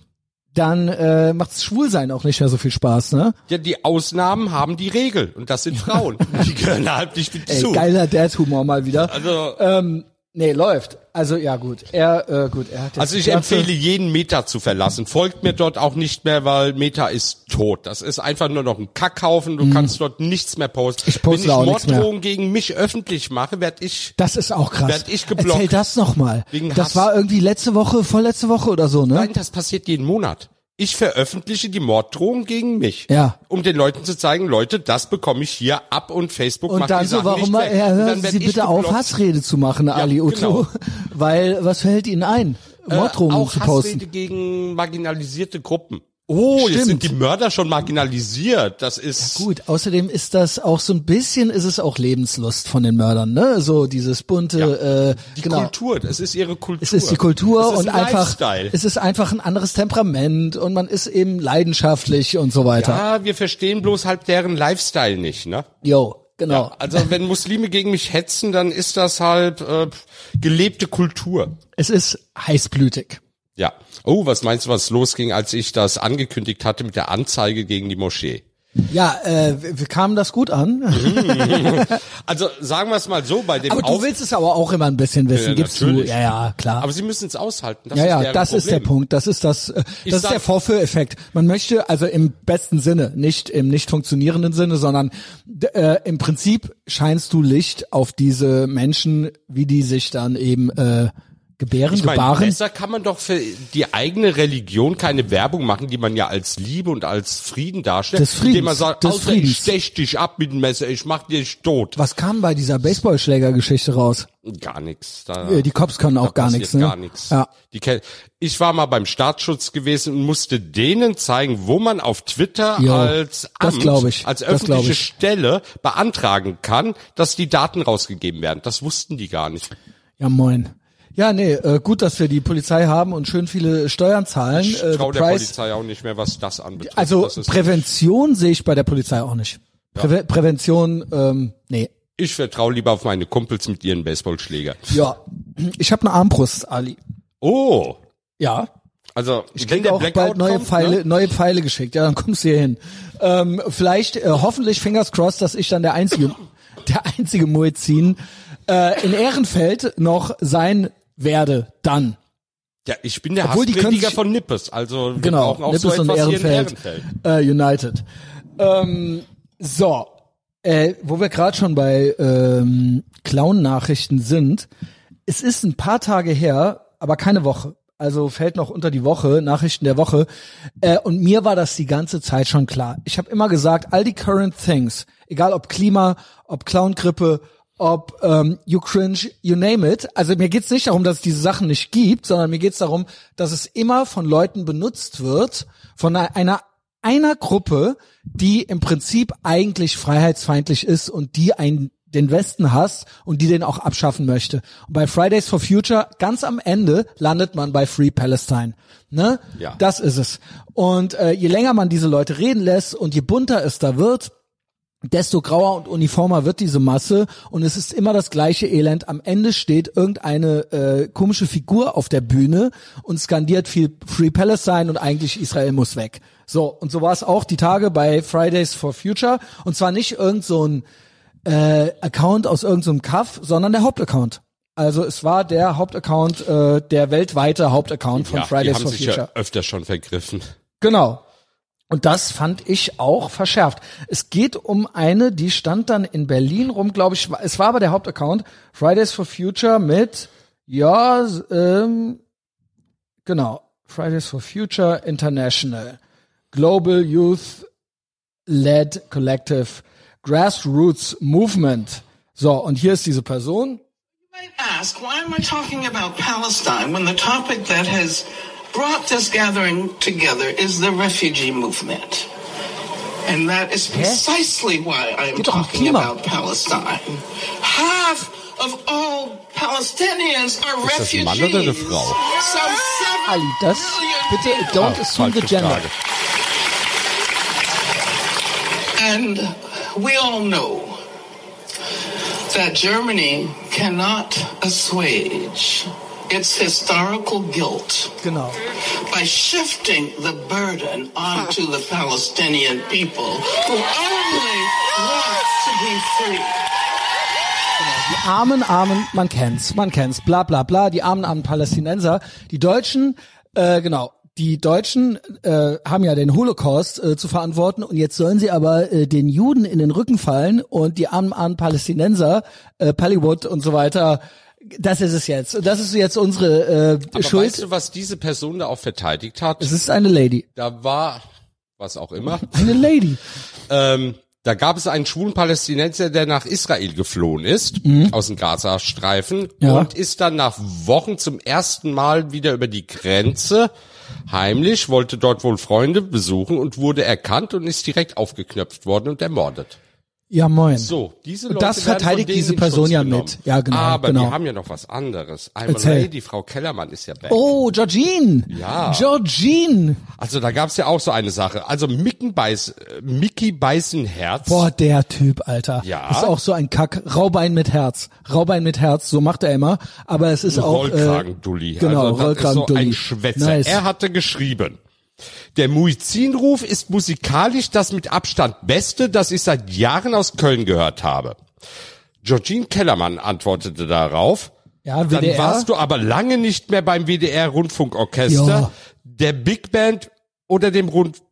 S1: dann äh, macht's Schwulsein auch nicht mehr so viel Spaß, ne?
S2: Ja, die Ausnahmen haben die Regel und das sind Frauen. die gehören halt nicht mit
S1: Ey,
S2: zu.
S1: geiler Dad-Humor mal wieder.
S2: Also,
S1: ähm, nee, läuft. Also ja, gut. Er, äh, gut, er hat jetzt
S2: also ich
S1: die Glatze.
S2: empfehle jeden Meta zu verlassen. Folgt mir dort auch nicht mehr, weil Meta ist tot. Das ist einfach nur noch ein Kackhaufen. Du kannst dort nichts mehr posten.
S1: Hm. Ich poste
S2: Wenn ich
S1: auch nichts mehr.
S2: Morddrohungen gegen mich öffentlich mache, werde ich
S1: Das ist auch krass.
S2: Werd ich geblockt.
S1: Erzähl das nochmal.
S2: Wegen
S1: Das
S2: Hass.
S1: war irgendwie letzte Woche, vorletzte Woche oder so, ne?
S2: Nein, das passiert jeden Monat. Ich veröffentliche die Morddrohung gegen mich.
S1: Ja.
S2: Um den Leuten zu zeigen, Leute, das bekomme ich hier ab und Facebook
S1: Und
S2: macht
S1: dann
S2: die
S1: so,
S2: Sachen
S1: warum
S2: nicht
S1: mal,
S2: weg.
S1: ja,
S2: Und dann
S1: hören
S2: werd
S1: Sie
S2: ich
S1: bitte auf,
S2: geblockt.
S1: Hassrede zu machen, Ali
S2: genau. Äh,
S1: Otto. Weil, was fällt Ihnen ein? Morddrohungen
S2: auch
S1: zu
S2: Hassrede
S1: posten.
S2: gegen marginalisierte Gruppen. Oh, jetzt
S1: Stimmt.
S2: sind die Mörder schon marginalisiert. Das ist
S1: Gut, außerdem ist das auch so ein bisschen, ist es auch Lebenslust von den Mördern, ne? So dieses bunte, äh,
S2: die
S1: genau.
S2: Kultur. Das ist ihre Kultur.
S1: Es ist die Kultur
S2: Es ist
S1: und
S2: ein
S1: einfach,
S2: Lifestyle.
S1: es ist einfach ein anderes Temperament und man ist eben leidenschaftlich und so weiter.
S2: ja, wir verstehen bloß halt deren Lifestyle nicht, ne?
S1: Jo, genau.
S2: Also wenn Muslime gegen mich hetzen, dann ist das halt äh, gelebte Kultur.
S1: Es ist heißblütig.
S2: Ja. Oh, was meinst du, was losging, als ich das angekündigt hatte mit der Anzeige gegen die Moschee?
S1: Ja, äh, wir wir kamen das gut an.
S2: Mhm. Also sagen wir es mal so, bei dem
S1: Aber du
S2: Auf-
S1: willst es aber auch immer ein bisschen wissen,
S2: Ja,
S1: gibst du.
S2: natürlich.
S1: Ja, ja, klar.
S2: aber sie müssen es aushalten. Das
S1: ja,
S2: ist
S1: ja,
S2: deren
S1: das ist der
S2: Problem.
S1: Punkt. Das ist das, äh,
S2: Ich
S1: das ist
S2: sag-
S1: der Vorführeffekt. Man möchte also im besten Sinne, nicht im nicht funktionierenden Sinne, sondern d- äh, im Prinzip scheinst du Licht auf diese Menschen, wie die sich dann eben äh, gebären,
S2: Ich meine,
S1: gebaren.
S2: besser kann man doch für die eigene Religion keine Werbung machen, die man ja als Liebe und als Frieden darstellt,
S1: Des Friedens,
S2: indem man sagt,
S1: des
S2: Alter, ich
S1: Friedens.
S2: stech dich ab mit dem Messer, ich mach dich tot.
S1: Was kam bei dieser Baseballschlägergeschichte raus?
S2: Gar nichts. Da,
S1: Äh, Die Cops können auch gar
S2: passiert
S1: nichts, ne?
S2: Gar nichts.
S1: Ja.
S2: Die ken- ich war mal beim Staatsschutz gewesen und musste denen zeigen, wo man auf Twitter
S1: Jo,
S2: als
S1: das
S2: Amt,
S1: glaub ich,
S2: als
S1: das glaub
S2: öffentliche
S1: ich.
S2: Stelle beantragen kann, dass die Daten rausgegeben werden. Das wussten die gar nicht.
S1: Ja, moin. Ja, nee, äh, gut, dass wir die Polizei haben und schön viele Steuern zahlen.
S2: Ich
S1: äh,
S2: trau
S1: the
S2: der
S1: price-
S2: Polizei auch nicht mehr, was das anbetrifft.
S1: Also
S2: das ist
S1: Prävention sehe ich bei der Polizei auch nicht. Präve Prävention, ähm, nee.
S2: Ich vertraue lieber auf meine Kumpels mit ihren Baseballschläger.
S1: Ja, ich habe eine Armbrust, Ali.
S2: Oh,
S1: Ja,
S2: also
S1: ich
S2: wenn
S1: krieg
S2: der
S1: auch
S2: Blackout
S1: bald neue
S2: kommt,
S1: Pfeile,
S2: Ne?
S1: neue Pfeile geschickt. Ja, dann kommst du hier hin. Ähm, vielleicht, äh, hoffentlich, fingers crossed, dass ich dann der einzige, der einzige Muezzin äh, in Ehrenfeld noch sein werde. Dann.
S2: Ja, ich bin der
S1: Obwohl, die können
S2: Hassprediger
S1: sich-
S2: von Nippes, also wir
S1: Genau,
S2: brauchen auch so
S1: Nippes und
S2: etwas hier in
S1: Ehrenfeld,
S2: Ehrenfeld.
S1: Äh, United. Ähm, so, äh, wo wir gerade schon bei ähm, Clown-Nachrichten sind, es ist ein paar Tage her, aber keine Woche. Also fällt noch unter die Woche, Nachrichten der Woche. Äh, und mir war das die ganze Zeit schon klar. Ich habe immer gesagt, all die current things, egal ob Klima, ob Clown-Grippe, ob ähm, you cringe, you name it. Also mir geht's nicht darum, dass es diese Sachen nicht gibt, sondern mir geht's darum, dass es immer von Leuten benutzt wird, von einer- einer einer Gruppe, die im Prinzip eigentlich freiheitsfeindlich ist und die einen den Westen hasst und die den auch abschaffen möchte. Und bei Fridays for Future ganz am Ende landet man bei Free Palestine. Ne?
S2: Ja.
S1: Das ist es. Und äh, je länger man diese Leute reden lässt und je bunter es da wird, desto grauer und uniformer wird diese Masse und es ist immer das gleiche Elend. Am Ende steht irgendeine äh, komische Figur auf der Bühne und skandiert viel Free Palestine und eigentlich Israel muss weg. So, und so war es auch die Tage bei Fridays for Future und zwar nicht irgend so ein äh, Account aus irgendeinem Kaff, sondern der Hauptaccount. Also es war der Hauptaccount, äh, der weltweite Hauptaccount von
S2: Ja, die
S1: Fridays
S2: haben
S1: for
S2: sich
S1: Future.
S2: ja öfter schon vergriffen.
S1: Genau. Und das fand ich auch verschärft. Es geht um eine, die stand dann in Berlin rum, glaube ich. Es war aber der Hauptaccount Fridays for Future mit, ja, s- ähm, genau, Fridays for Future International, Global Youth Led Collective, Grassroots Movement. So, und hier ist diese Person.
S3: might ask, why am I talking about Palestine when the topic that has brought this gathering together is the refugee movement? And that is precisely why I am
S1: Geht doch um
S3: talking
S1: Klima.
S3: about Palestine. Half of all Palestinians
S2: Ist
S3: are
S2: das ein
S3: refugees.
S2: Mann oder eine Frau?
S3: Some seven
S1: Ali, das, bitte, don't assume the
S2: Ah, falsche
S1: gender.
S2: Frage.
S3: And we all know that Germany cannot assuage its historical guilt
S1: Genau.
S3: by shifting the burden onto the Palestinian people who only want to be free.
S1: Die armen, armen, man kennt's, man kennt's, bla bla bla, die armen, armen Palästinenser. Die Deutschen, äh, genau, die Deutschen äh, haben ja den Holocaust äh, zu verantworten und jetzt sollen sie aber äh, den Juden in den Rücken fallen und die armen, armen Palästinenser, äh, Pallywood und so weiter, das ist es jetzt. Das ist jetzt unsere äh,
S2: Aber
S1: Schuld.
S2: weißt du, was diese Person da auch verteidigt hat?
S1: es ist eine Lady.
S2: Da war, was auch immer,
S1: Eine Lady.
S2: ähm, da gab es einen schwulen Palästinenser, der nach Israel geflohen ist, aus dem Gazastreifen,
S1: Mhm. Ja.
S2: und ist dann nach Wochen zum ersten Mal wieder über die Grenze heimlich, wollte dort wohl Freunde besuchen und wurde erkannt und ist direkt aufgeknöpft worden und ermordet.
S1: Ja, moin.
S2: So, diese Leute
S1: Das
S2: werden von
S1: verteidigt
S2: denen
S1: diese
S2: in Schutz
S1: Person ja
S2: genommen.
S1: mit. Ja, genau,
S2: Aber
S1: genau.
S2: wir haben ja noch was anderes. I'm
S1: Erzähl.
S2: Lady, Frau Kellermann ist ja back.
S1: Oh, Georgine.
S2: Ja.
S1: Georgine.
S2: Also da gab's ja auch so eine Sache. Also Micken Beiß, äh, Mickey Beißenherz.
S1: Boah, der Typ, Alter.
S2: Ja.
S1: Ist auch so ein Kack. Raubein mit Herz. Raubein mit Herz, so macht er immer. Aber es ist auch. Äh,
S2: Rollkragen-Dulli.
S1: genau,
S2: also das ist so
S1: Rollkragen-Dulli.
S2: ein Schwätzer.
S1: Nice.
S2: Er hatte geschrieben, Der Muizinruf ist musikalisch das mit Abstand Beste, das ich seit Jahren aus Köln gehört habe. Georgine Kellermann antwortete darauf,
S1: Ja,
S2: dann
S1: WDR?
S2: warst du aber lange nicht mehr beim WDR-Rundfunkorchester,
S1: Ja.
S2: der Big Band oder dem Rund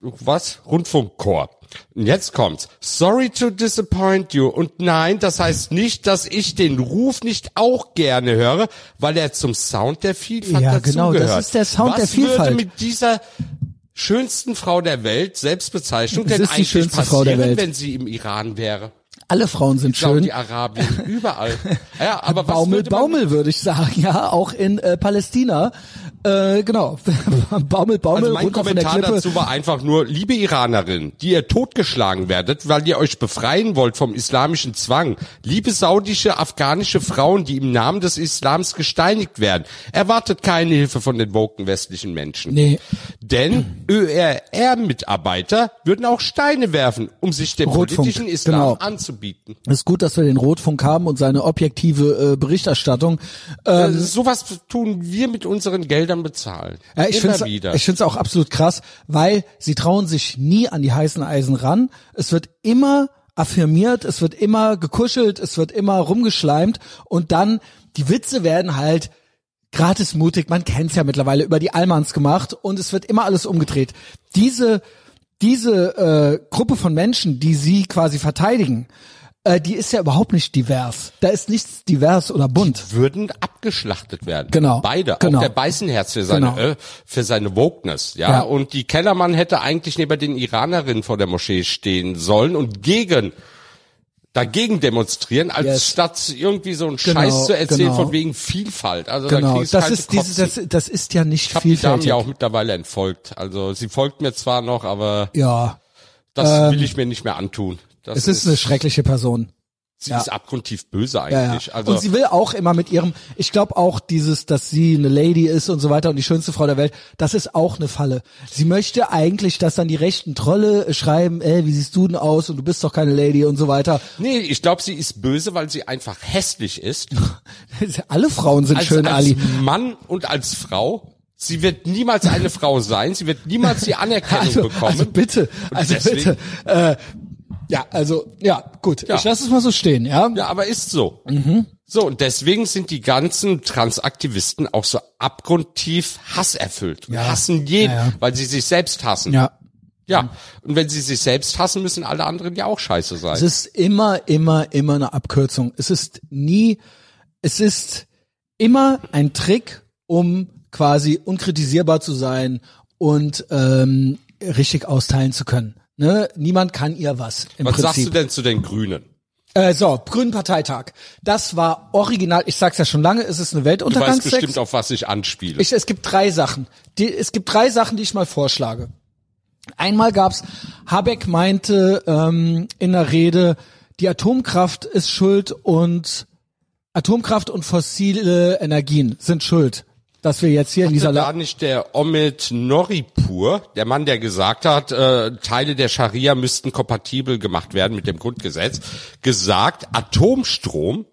S2: was? Rundfunkchor. Und jetzt kommt's. Sorry to disappoint you. Und nein, das heißt nicht, dass ich den Ruf nicht auch gerne höre, weil er zum Sound der Vielfalt
S1: Ja,
S2: dazugehört.
S1: genau, das ist der Sound
S2: Was
S1: der Vielfalt.
S2: würde mit dieser schönsten Frau der Welt, Selbstbezeichnung,
S1: Es
S2: denn
S1: ist die
S2: eigentlich
S1: schönste
S2: passieren,
S1: Frau der Welt.
S2: wenn sie im Iran wäre?
S1: Alle Frauen sind schön.
S2: Saudi-Arabien, überall. Ja, aber was
S1: Baumel,
S2: würde man-
S1: Baumel würde ich sagen, ja, auch in äh, Palästina. Äh, genau, Baumel, Baumel,
S2: Also mein
S1: runter von der
S2: Kommentar
S1: Klippe.
S2: dazu war einfach nur, liebe Iranerinnen, die ihr totgeschlagen werdet, weil ihr euch befreien wollt vom islamischen Zwang. Liebe saudische, afghanische Frauen, die im Namen des Islams gesteinigt werden, erwartet keine Hilfe von den woken westlichen Menschen.
S1: Nee.
S2: Denn ÖRR-Mitarbeiter würden auch Steine werfen, um sich dem
S1: Rotfunk,
S2: politischen Islam
S1: genau.
S2: anzubieten.
S1: Es ist gut, dass wir den Rotfunk haben und seine objektive äh, Berichterstattung.
S2: Äh,
S1: Ähm,
S2: Sowas tun wir mit unseren Geldern bezahlen.
S1: Ja, ich
S2: Immer
S1: finde
S2: wieder.
S1: ich find's auch absolut krass, weil sie trauen sich nie an die heißen Eisen ran. Es wird immer affirmiert, es wird immer gekuschelt, es wird immer rumgeschleimt und dann die Witze werden halt gratis mutig, man kennt's ja mittlerweile, über die Allmanns gemacht und es wird immer alles umgedreht. Diese, diese äh, Gruppe von Menschen, die sie quasi verteidigen, äh, die ist ja überhaupt nicht divers. Da ist nichts divers oder bunt.
S2: würden abgeschlachtet werden.
S1: Genau.
S2: Beide.
S1: Genau.
S2: Auch der Beißenherz für seine,
S1: Genau.
S2: äh, für seine Wokeness, ja?
S1: Ja.
S2: Und die Kellermann hätte eigentlich neben den Iranerinnen vor der Moschee stehen sollen und gegen, dagegen demonstrieren, als
S1: Yes.
S2: statt irgendwie so einen
S1: Genau,
S2: Scheiß zu erzählen
S1: genau.
S2: von wegen Vielfalt. Also da
S1: Genau,
S2: kriegst
S1: das
S2: kalte
S1: ist dieses,
S2: Kotzen.
S1: das, das ist ja nicht
S2: ich habe die Dame
S1: vielfältig.
S2: ja auch mittlerweile entfolgt. Also sie folgt mir zwar noch, aber
S1: Ja,
S2: das will ich mir nicht mehr antun. Das
S1: Ähm, es ist eine schreckliche Person.
S2: sie
S1: ja.
S2: ist abgrundtief böse
S1: Ja, ja.
S2: eigentlich. Also
S1: und sie will auch immer mit ihrem, ich glaube auch dieses, dass sie eine Lady ist und so weiter und die schönste Frau der Welt, das ist auch eine Falle. Sie möchte eigentlich, dass dann die rechten Trolle schreiben, ey, wie siehst du denn aus und du bist doch keine Lady und so weiter.
S2: nee, ich glaube, sie ist böse, weil sie einfach hässlich ist.
S1: Alle Frauen sind
S2: als,
S1: schön,
S2: als
S1: Ali.
S2: Mann und als Frau. Sie wird niemals eine Frau sein. Sie wird niemals die Anerkennung
S1: Also,
S2: bekommen.
S1: also bitte, also
S2: deswegen-
S1: bitte. Äh, ja, also, ja, gut.
S2: Ja.
S1: Ich lasse es mal so stehen, ja?
S2: Ja, aber ist so.
S1: Mhm.
S2: So, und deswegen sind die ganzen Transaktivisten auch so abgrundtief hasserfüllt. Und
S1: Ja.
S2: Hassen jeden,
S1: Ja, ja.
S2: weil sie sich selbst hassen.
S1: ja.
S2: ja. Und wenn sie sich selbst hassen, müssen alle anderen ja auch scheiße sein.
S1: Es ist immer, immer, immer eine Abkürzung. Es ist nie, es ist immer ein Trick, um quasi unkritisierbar zu sein und ähm, richtig austeilen zu können. Ne? Niemand kann ihr was im
S2: Was sagst du
S1: Prinzip.
S2: denn zu den Grünen?
S1: Äh, so, Grünen Parteitag. Das war original. Ich sag's ja schon lange. Es ist eine
S2: Du weißt bestimmt,
S1: Weltuntergangssex.
S2: auf was ich anspiele.
S1: Ich, es gibt drei Sachen. Die, es gibt drei Sachen, die ich mal vorschlage. Einmal gab's, Habeck meinte ähm, in der Rede, die Atomkraft ist schuld und Atomkraft und fossile Energien sind schuld, dass wir jetzt hier in dieser
S2: Hatte
S1: La
S2: da nicht der Omid Noripur, der Mann, der gesagt hat, äh, Teile der Scharia müssten kompatibel gemacht werden mit dem Grundgesetz, gesagt, Atomstrom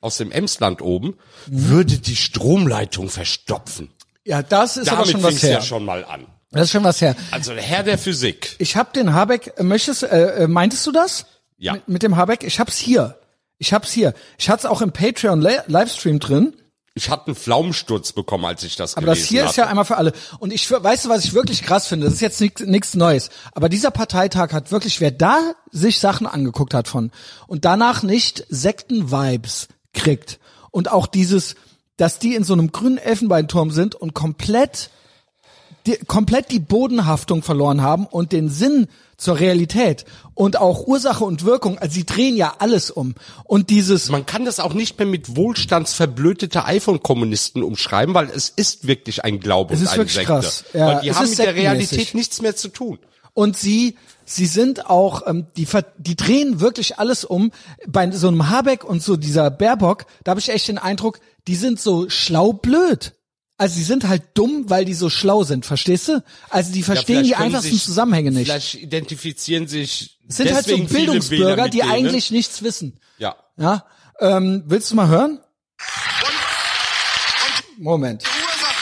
S2: aus dem Emsland oben würde die Stromleitung verstopfen.
S1: ja, das ist aber
S2: Damit
S1: schon
S2: fing
S1: was
S2: es
S1: her.
S2: ja schon mal an.
S1: Das ist schon was her.
S2: Also der Herr der Physik.
S1: Ich habe den Habeck, äh, möchtest, äh, äh, meintest du das?
S2: Ja.
S1: Mit, mit dem Habeck? Ich hab's hier. Ich hab's hier. Ich hat's auch im Patreon Li- Livestream drin.
S2: Ich hatte einen Pflaumensturz bekommen, als ich das
S1: Aber das
S2: gelesen
S1: hier ist
S2: hatte.
S1: ja einmal für alle. Und ich weißt du, was ich wirklich krass finde? Das ist jetzt nix- nix Neues. Aber dieser Parteitag hat wirklich, wer da sich Sachen angeguckt hat von und danach nicht Sekten-Vibes kriegt und auch dieses, dass die in so einem grünen Elfenbeinturm sind und komplett die, komplett die Bodenhaftung verloren haben und den Sinn zur Realität und auch Ursache und Wirkung. Also sie drehen ja alles um. Und dieses
S2: Also Man kann das auch nicht mehr mit wohlstandsverblödete iPhone-Kommunisten umschreiben, weil es ist wirklich ein Glaube
S1: Es
S2: und
S1: ist
S2: eine
S1: wirklich
S2: Sekte.
S1: krass. Ja,
S2: und die
S1: es
S2: haben
S1: ist
S2: mit der
S1: sektenmäßig.
S2: Realität nichts mehr zu tun.
S1: Und sie, sie sind auch, ähm, die, ver die drehen wirklich alles um. Bei so einem Habeck und so dieser Baerbock, da habe ich echt den Eindruck, die sind so schlau blöd. Also sie sind halt dumm, weil die so schlau sind, verstehst du? Also die
S2: Ja,
S1: verstehen
S2: vielleicht
S1: die
S2: können
S1: einfachsten
S2: sich-
S1: Zusammenhänge nicht.
S2: Vielleicht identifizieren sich
S1: Es sind halt so
S2: deswegen viele Wähler
S1: Bildungsbürger,
S2: mit
S1: die
S2: denen. ne?
S1: eigentlich nichts wissen.
S2: ja.
S1: Ja? Ähm, willst du mal hören? Moment,
S4: Ursache.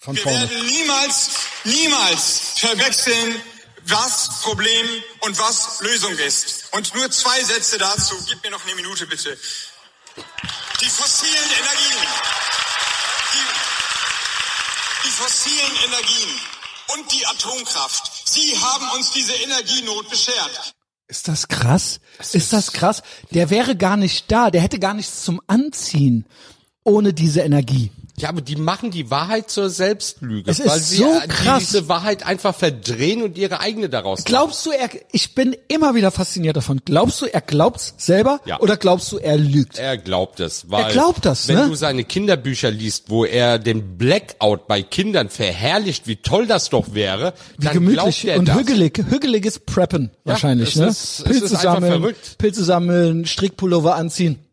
S1: von
S4: Wir
S1: vorne.
S4: werden niemals niemals verwechseln, was Problem und was Lösung ist. Und nur zwei Sätze dazu. Gib mir noch eine Minute bitte. Die fossilen Energien. Die, die fossilen Energien und die Atomkraft. Sie haben uns diese Energienot beschert.
S1: Ist das krass? Ist das krass? Der wäre gar nicht da. Der hätte gar nichts zum Anziehen ohne diese Energie.
S2: Ja, aber die machen die Wahrheit zur Selbstlüge,
S1: Es ist
S2: weil sie
S1: so
S2: äh,
S1: krass.
S2: diese Wahrheit einfach verdrehen und ihre eigene daraus
S1: Glaubst du, er, ich bin immer wieder fasziniert davon. Glaubst du, er glaubt's selber?
S2: Ja.
S1: Oder glaubst du, er lügt?
S2: Er glaubt es, weil
S1: Er glaubt das,
S2: wenn
S1: ne?
S2: du seine Kinderbücher liest, wo er den Blackout bei Kindern verherrlicht, wie toll das doch wäre,
S1: Wie
S2: dann glaubt
S1: gemütlich
S2: er
S1: und
S2: das.
S1: hügelig. Hügelig ist Preppen wahrscheinlich,
S2: es
S1: ne?
S2: ist- es
S1: Pilze
S2: ist einfach
S1: sammeln,
S2: verrückt.
S1: Pilze sammeln, Strickpullover anziehen.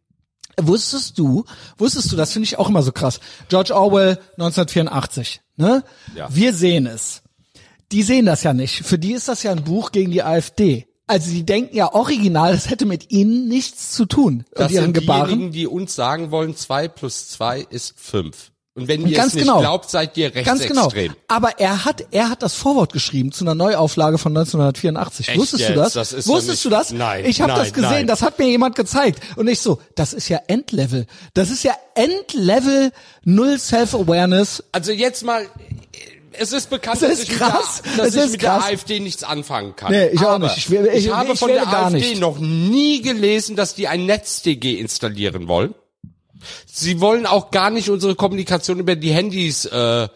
S1: Wusstest du, wusstest du, das finde ich auch immer so krass. George Orwell 1984, ne?
S2: Ja.
S1: Wir sehen es. Die sehen das ja nicht. Für die ist das ja ein Buch gegen die AfD. Also die denken ja original, das hätte mit ihnen nichts zu tun
S2: Das
S1: und ihren
S2: sind
S1: Gebaren.
S2: diejenigen, die uns sagen wollen, zwei plus zwei ist fünf. Und wenn ihr
S1: ganz
S2: es nicht
S1: genau.
S2: glaubt, seid ihr
S1: Ganz
S2: rechtsextrem.
S1: genau. Aber er hat, er hat das Vorwort geschrieben zu einer Neuauflage von 1984.
S2: Echt
S1: Wusstest du
S2: jetzt?
S1: das?
S2: Das ist doch
S1: Wusstest
S2: nicht-
S1: du das?
S2: Nein,
S1: Ich habe
S2: nein,
S1: das gesehen.
S2: nein.
S1: Das hat mir jemand gezeigt. Und ich so, das ist ja Endlevel. Das ist ja Endlevel Null Self-Awareness.
S2: Also jetzt mal, es ist bekannt,
S1: Das
S2: dass
S1: ist
S2: ich
S1: krass.
S2: mit der, dass
S1: Das
S2: ich
S1: ist
S2: mit
S1: krass.
S2: der AfD nichts anfangen kann.
S1: Nee, ich auch
S2: Aber
S1: nicht. Ich will- ich-
S2: ich habe
S1: ich
S2: von
S1: will
S2: der
S1: gar
S2: AfD
S1: nicht.
S2: noch nie gelesen, dass die ein NetzDG installieren wollen. Sie wollen auch gar nicht unsere Kommunikation über die Handys äh,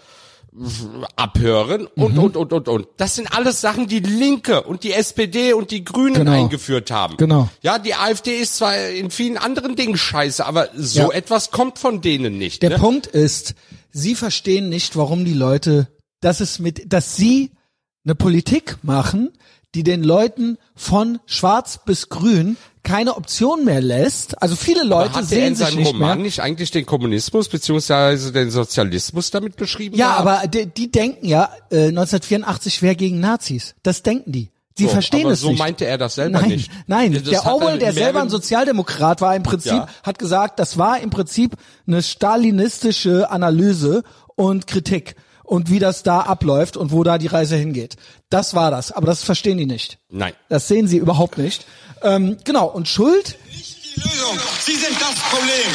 S2: abhören
S1: Mhm.
S2: und, und, und, und, und. Das sind alles Sachen, die Linke und die SPD und die Grünen
S1: Genau.
S2: eingeführt haben.
S1: Genau.
S2: Ja, die AfD ist zwar in vielen anderen Dingen scheiße, aber so
S1: Ja.
S2: etwas kommt von denen nicht.
S1: Der
S2: ne?
S1: Punkt ist, sie verstehen nicht, warum die Leute, dass es mit, dass sie eine Politik machen, die den Leuten von Schwarz bis Grün keine Option mehr lässt. Also viele Leute
S2: hat er
S1: sehen
S2: in
S1: sich
S2: seinem
S1: nicht mehr.
S2: Roman nicht eigentlich den Kommunismus beziehungsweise den Sozialismus damit beschrieben?
S1: Ja,
S2: gehabt?
S1: aber die, die denken ja, äh, 1984 wäre gegen Nazis. Das denken die. Die
S2: So,
S1: verstehen
S2: aber
S1: es
S2: so
S1: nicht.
S2: meinte er das selber
S1: nein,
S2: nicht.
S1: Nein,
S2: Das
S1: der
S2: hat er
S1: Orwell, der
S2: in
S1: selber ein
S2: mehreren-
S1: Sozialdemokrat war im Prinzip,
S2: Ja.
S1: hat gesagt, das war im Prinzip eine stalinistische Analyse und Kritik und wie das da abläuft und wo da die Reise hingeht. Das war das, aber das verstehen die nicht.
S2: Nein.
S1: Das sehen sie überhaupt nicht. Ähm, genau, und Schuld,
S4: Nicht die Lösung. Sie sind das Problem.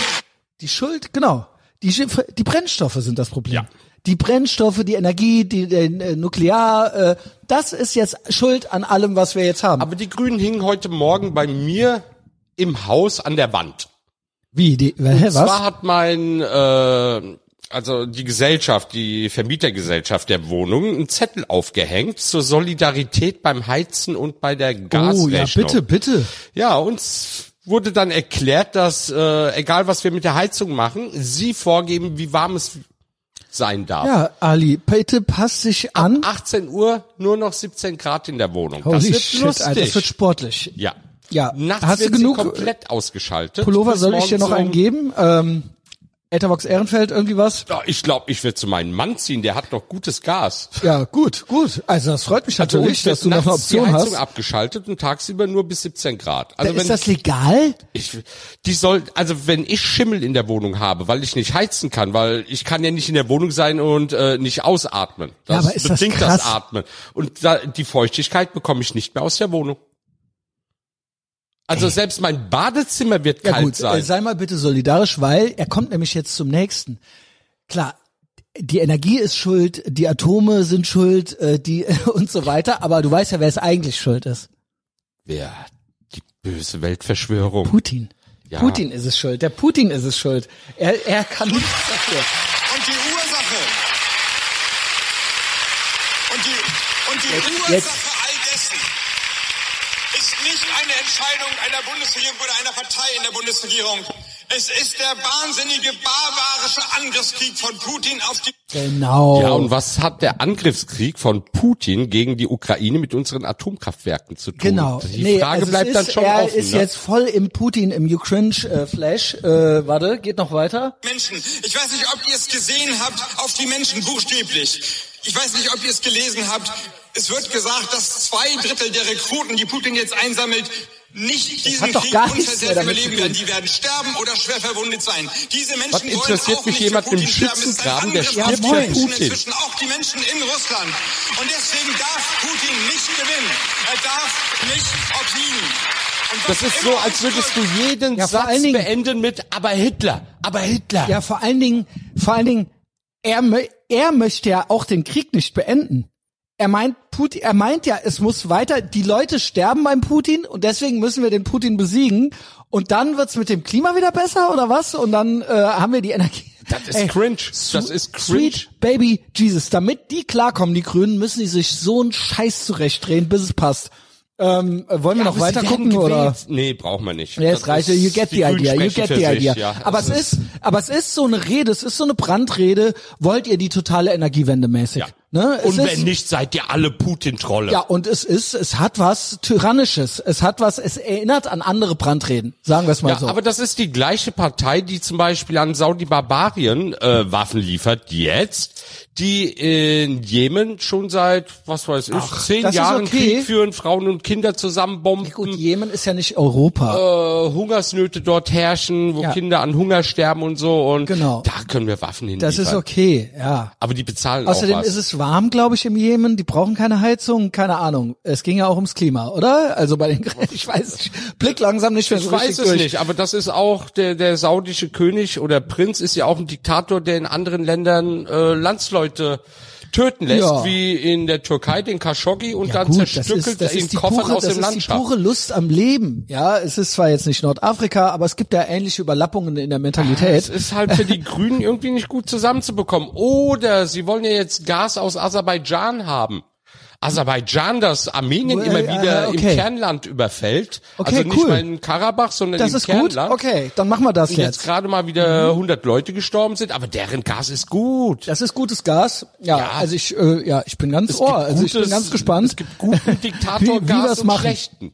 S1: die Schuld, genau. Die, Schiff- die Brennstoffe sind das Problem.
S2: Ja.
S1: Die Brennstoffe, die Energie, die, der äh, Nuklear, äh, das ist jetzt Schuld an allem, was wir jetzt haben.
S2: Aber die Grünen hingen heute Morgen bei mir im Haus an der Wand.
S1: Wie? Die, hä,
S2: Zwar
S1: was?
S2: hat mein, äh, also die Gesellschaft, die Vermietergesellschaft der Wohnung, einen Zettel aufgehängt zur Solidarität beim Heizen und bei der
S1: Oh,
S2: Gasrechnung.
S1: ja, bitte, bitte.
S2: Ja, uns wurde dann erklärt, dass äh, egal was wir mit der Heizung machen, sie vorgeben, wie warm es sein darf.
S1: Ja, Ali, bitte passt dich an.
S2: 18 Uhr nur noch 17 Grad in der Wohnung.
S1: Holy
S2: das wird
S1: shit,
S2: lustig.
S1: Alter, das wird sportlich.
S2: ja.
S1: Ja.
S2: Nachts
S1: Hast du
S2: wird
S1: genug,
S2: sie komplett ausgeschaltet.
S1: Pullover
S2: Bis
S1: soll ich dir
S2: morgens
S1: noch einen
S2: um-
S1: geben? Ähm, Etherbox Ehrenfeld, irgendwie was?
S2: Ja, Ich glaube, ich werde zu meinem Mann ziehen, der hat doch gutes Gas.
S1: Ja, gut, gut. Also das freut mich
S2: Also
S1: natürlich,
S2: uns wird
S1: dass du noch eine
S2: nachts die
S1: Option
S2: Heizung
S1: hast.
S2: abgeschaltet und tagsüber nur bis 17 Grad.
S1: Da,
S2: Also
S1: ist
S2: wenn
S1: das legal?
S2: Ich, die soll, also wenn ich Schimmel in der Wohnung habe, weil ich nicht heizen kann, weil ich kann ja nicht in der Wohnung sein und äh, nicht ausatmen.
S1: Ja,
S2: Das
S1: aber ist das
S2: bedingt
S1: krass?
S2: das Atmen. Und da, die Feuchtigkeit bekomme ich nicht mehr aus der Wohnung. Also selbst mein Badezimmer wird
S1: Ja
S2: kalt
S1: gut, äh,
S2: sein.
S1: sei mal bitte solidarisch, weil er kommt nämlich jetzt zum nächsten. Klar, die Energie ist schuld, die Atome sind schuld, äh, die und so weiter, aber du weißt ja, wer es eigentlich schuld ist.
S2: Wer? Die böse Weltverschwörung.
S1: Putin.
S2: Ja.
S1: Putin ist es schuld. Der Putin ist es schuld. Er, er kann nichts dafür.
S4: Und die Ursache. Und die, und die Ursache
S1: jetzt.
S4: all dessen ist nicht eine Entscheidung einer Bundesregierung oder einer Partei in der Bundesregierung. Es ist der wahnsinnige barbarische Angriffskrieg von Putin auf die
S1: Genau.
S2: Ja, und was hat der Angriffskrieg von Putin gegen die Ukraine mit unseren Atomkraftwerken zu tun?
S1: Genau.
S2: Die
S1: Nee,
S2: Frage
S1: also es
S2: bleibt
S1: ist,
S2: dann schon
S1: Er
S2: offen.
S1: ist
S2: ne?
S1: jetzt voll im Putin, im Ukraine-Flash. Äh, warte, geht noch weiter.
S4: Menschen. Ich weiß nicht, ob ihr es gesehen habt, auf die Menschen buchstäblich. Ich weiß nicht, ob ihr es gelesen habt. Es wird gesagt, dass zwei Drittel der Rekruten, die Putin jetzt einsammelt, nicht diesen
S1: hat doch
S4: Krieg
S1: gar nichts mehr
S4: unversehrt
S1: damit
S4: überleben
S1: zu tun.
S4: werden. Die werden sterben oder schwer verwundet sein. Diese Menschen
S2: Was
S4: wollen
S2: interessiert
S4: auch
S2: mich
S4: nicht
S2: jemand
S4: für Putin
S2: im
S4: sterben. Es ist ein
S2: Schützengraben? Der
S4: Angriff
S2: stirbt
S4: auf die
S1: für
S4: Menschen
S2: Putin.
S4: Inzwischen auch die Menschen in Russland. Und deswegen darf Putin nicht gewinnen. Er darf nicht obsiegen. Und was
S2: Das ist
S4: immer
S2: so, als würdest du jeden
S1: Ja, vor
S2: Satz
S1: allen Dingen-
S2: beenden mit aber Hitler, aber Hitler.
S1: Ja, vor allen Dingen, vor allen Dingen, er, mö- er möchte ja auch den Krieg nicht beenden. Er meint, Putin, er meint ja, es muss weiter, die Leute sterben beim Putin und deswegen müssen wir den Putin besiegen und dann wird's mit dem Klima wieder besser oder was? Und dann äh, haben wir die Energie.
S2: Das ist cringe. Das ist cringe.
S1: Sweet Baby Jesus. Damit die klarkommen, die Grünen, müssen die sich so einen Scheiß zurechtdrehen, bis es passt. Ähm, äh, wollen wir noch
S2: Aber sie
S1: weiter
S2: werden
S1: gucken oder?
S2: gewählt. Nee, braucht man nicht.
S1: Ja,
S2: Das
S1: es reicht.
S2: ist-
S1: You get
S2: die
S1: the
S2: Grünen
S1: idea. You
S2: sprechen
S1: get
S2: für
S1: the
S2: sich,
S1: idea.
S2: ja. Also,
S1: aber es ist, aber es ist so eine Rede. Es ist so eine Brandrede. Wollt ihr die totale Energiewende mäßig?
S2: Ja.
S1: Ne? Es
S2: Und
S1: ist,
S2: wenn nicht, seid ihr alle Putin-Trolle.
S1: Ja, und es ist, es hat was Tyrannisches. Es hat was, es erinnert an andere Brandreden. Sagen wir es mal
S2: Ja,
S1: so.
S2: aber das ist die gleiche Partei, die zum Beispiel an Saudi-Barbarien äh, Waffen liefert, jetzt, die in Jemen schon seit, was weiß ich,
S1: Ach,
S2: zehn
S1: das ist
S2: Jahren
S1: okay.
S2: Krieg führen, Frauen und Kinder zusammenbomben,
S1: Gut, Jemen ist ja nicht Europa.
S2: äh, Hungersnöte dort herrschen, wo
S1: Ja.
S2: Kinder an Hunger sterben und so. Und
S1: Genau.
S2: da können wir Waffen hinliefern.
S1: das ist okay, ja.
S2: Aber die bezahlen
S1: Außerdem
S2: auch was.
S1: ist es warm, glaube ich, im Jemen. Die brauchen keine Heizung, keine Ahnung. Es ging ja auch ums Klima, oder? Also bei den, ich weiß, nicht. blick langsam nicht mehr
S2: ich
S1: so
S2: weiß
S1: richtig
S2: es
S1: durch.
S2: nicht, aber das ist auch der, der saudische König oder Prinz ist ja auch ein Diktator, der in anderen Ländern äh, Landsleute töten lässt,
S1: Ja.
S2: wie in der Türkei den Khashoggi und
S1: Ja,
S2: dann
S1: gut, das
S2: zerstückelt
S1: ist, das
S2: er ihn
S1: ist die
S2: Koffern
S1: pure,
S2: aus
S1: das
S2: dem
S1: ist
S2: Land
S1: die pure Lust am Leben. Ja, es ist zwar jetzt nicht Nordafrika, aber es gibt ja ähnliche Überlappungen in der
S2: Es
S1: Mentalität.
S2: ist halt für die Grünen irgendwie nicht gut zusammenzubekommen. Oder sie wollen ja jetzt Gas aus Aserbaidschan haben. Aserbaidschan, das Armenien
S1: Well,
S2: immer wieder
S1: äh, okay.
S2: im Kernland überfällt.
S1: Okay,
S2: also nicht
S1: cool.
S2: mal in Karabach, sondern
S1: Das
S2: im
S1: ist gut.
S2: Kernland.
S1: Okay, Mhm. dann machen wir das
S2: Und
S1: jetzt.
S2: jetzt gerade mal wieder 100 Leute gestorben sind, aber deren Gas ist gut.
S1: Das ist gutes Gas. Ja,
S2: Ja.
S1: also ich, äh, ja, ich bin ganz ohr. Also ich bin
S2: gutes-
S1: ganz gespannt.
S2: Es gibt guten
S1: Wie- wie wir es
S2: Diktatorgas und
S1: machen.
S2: schlechten.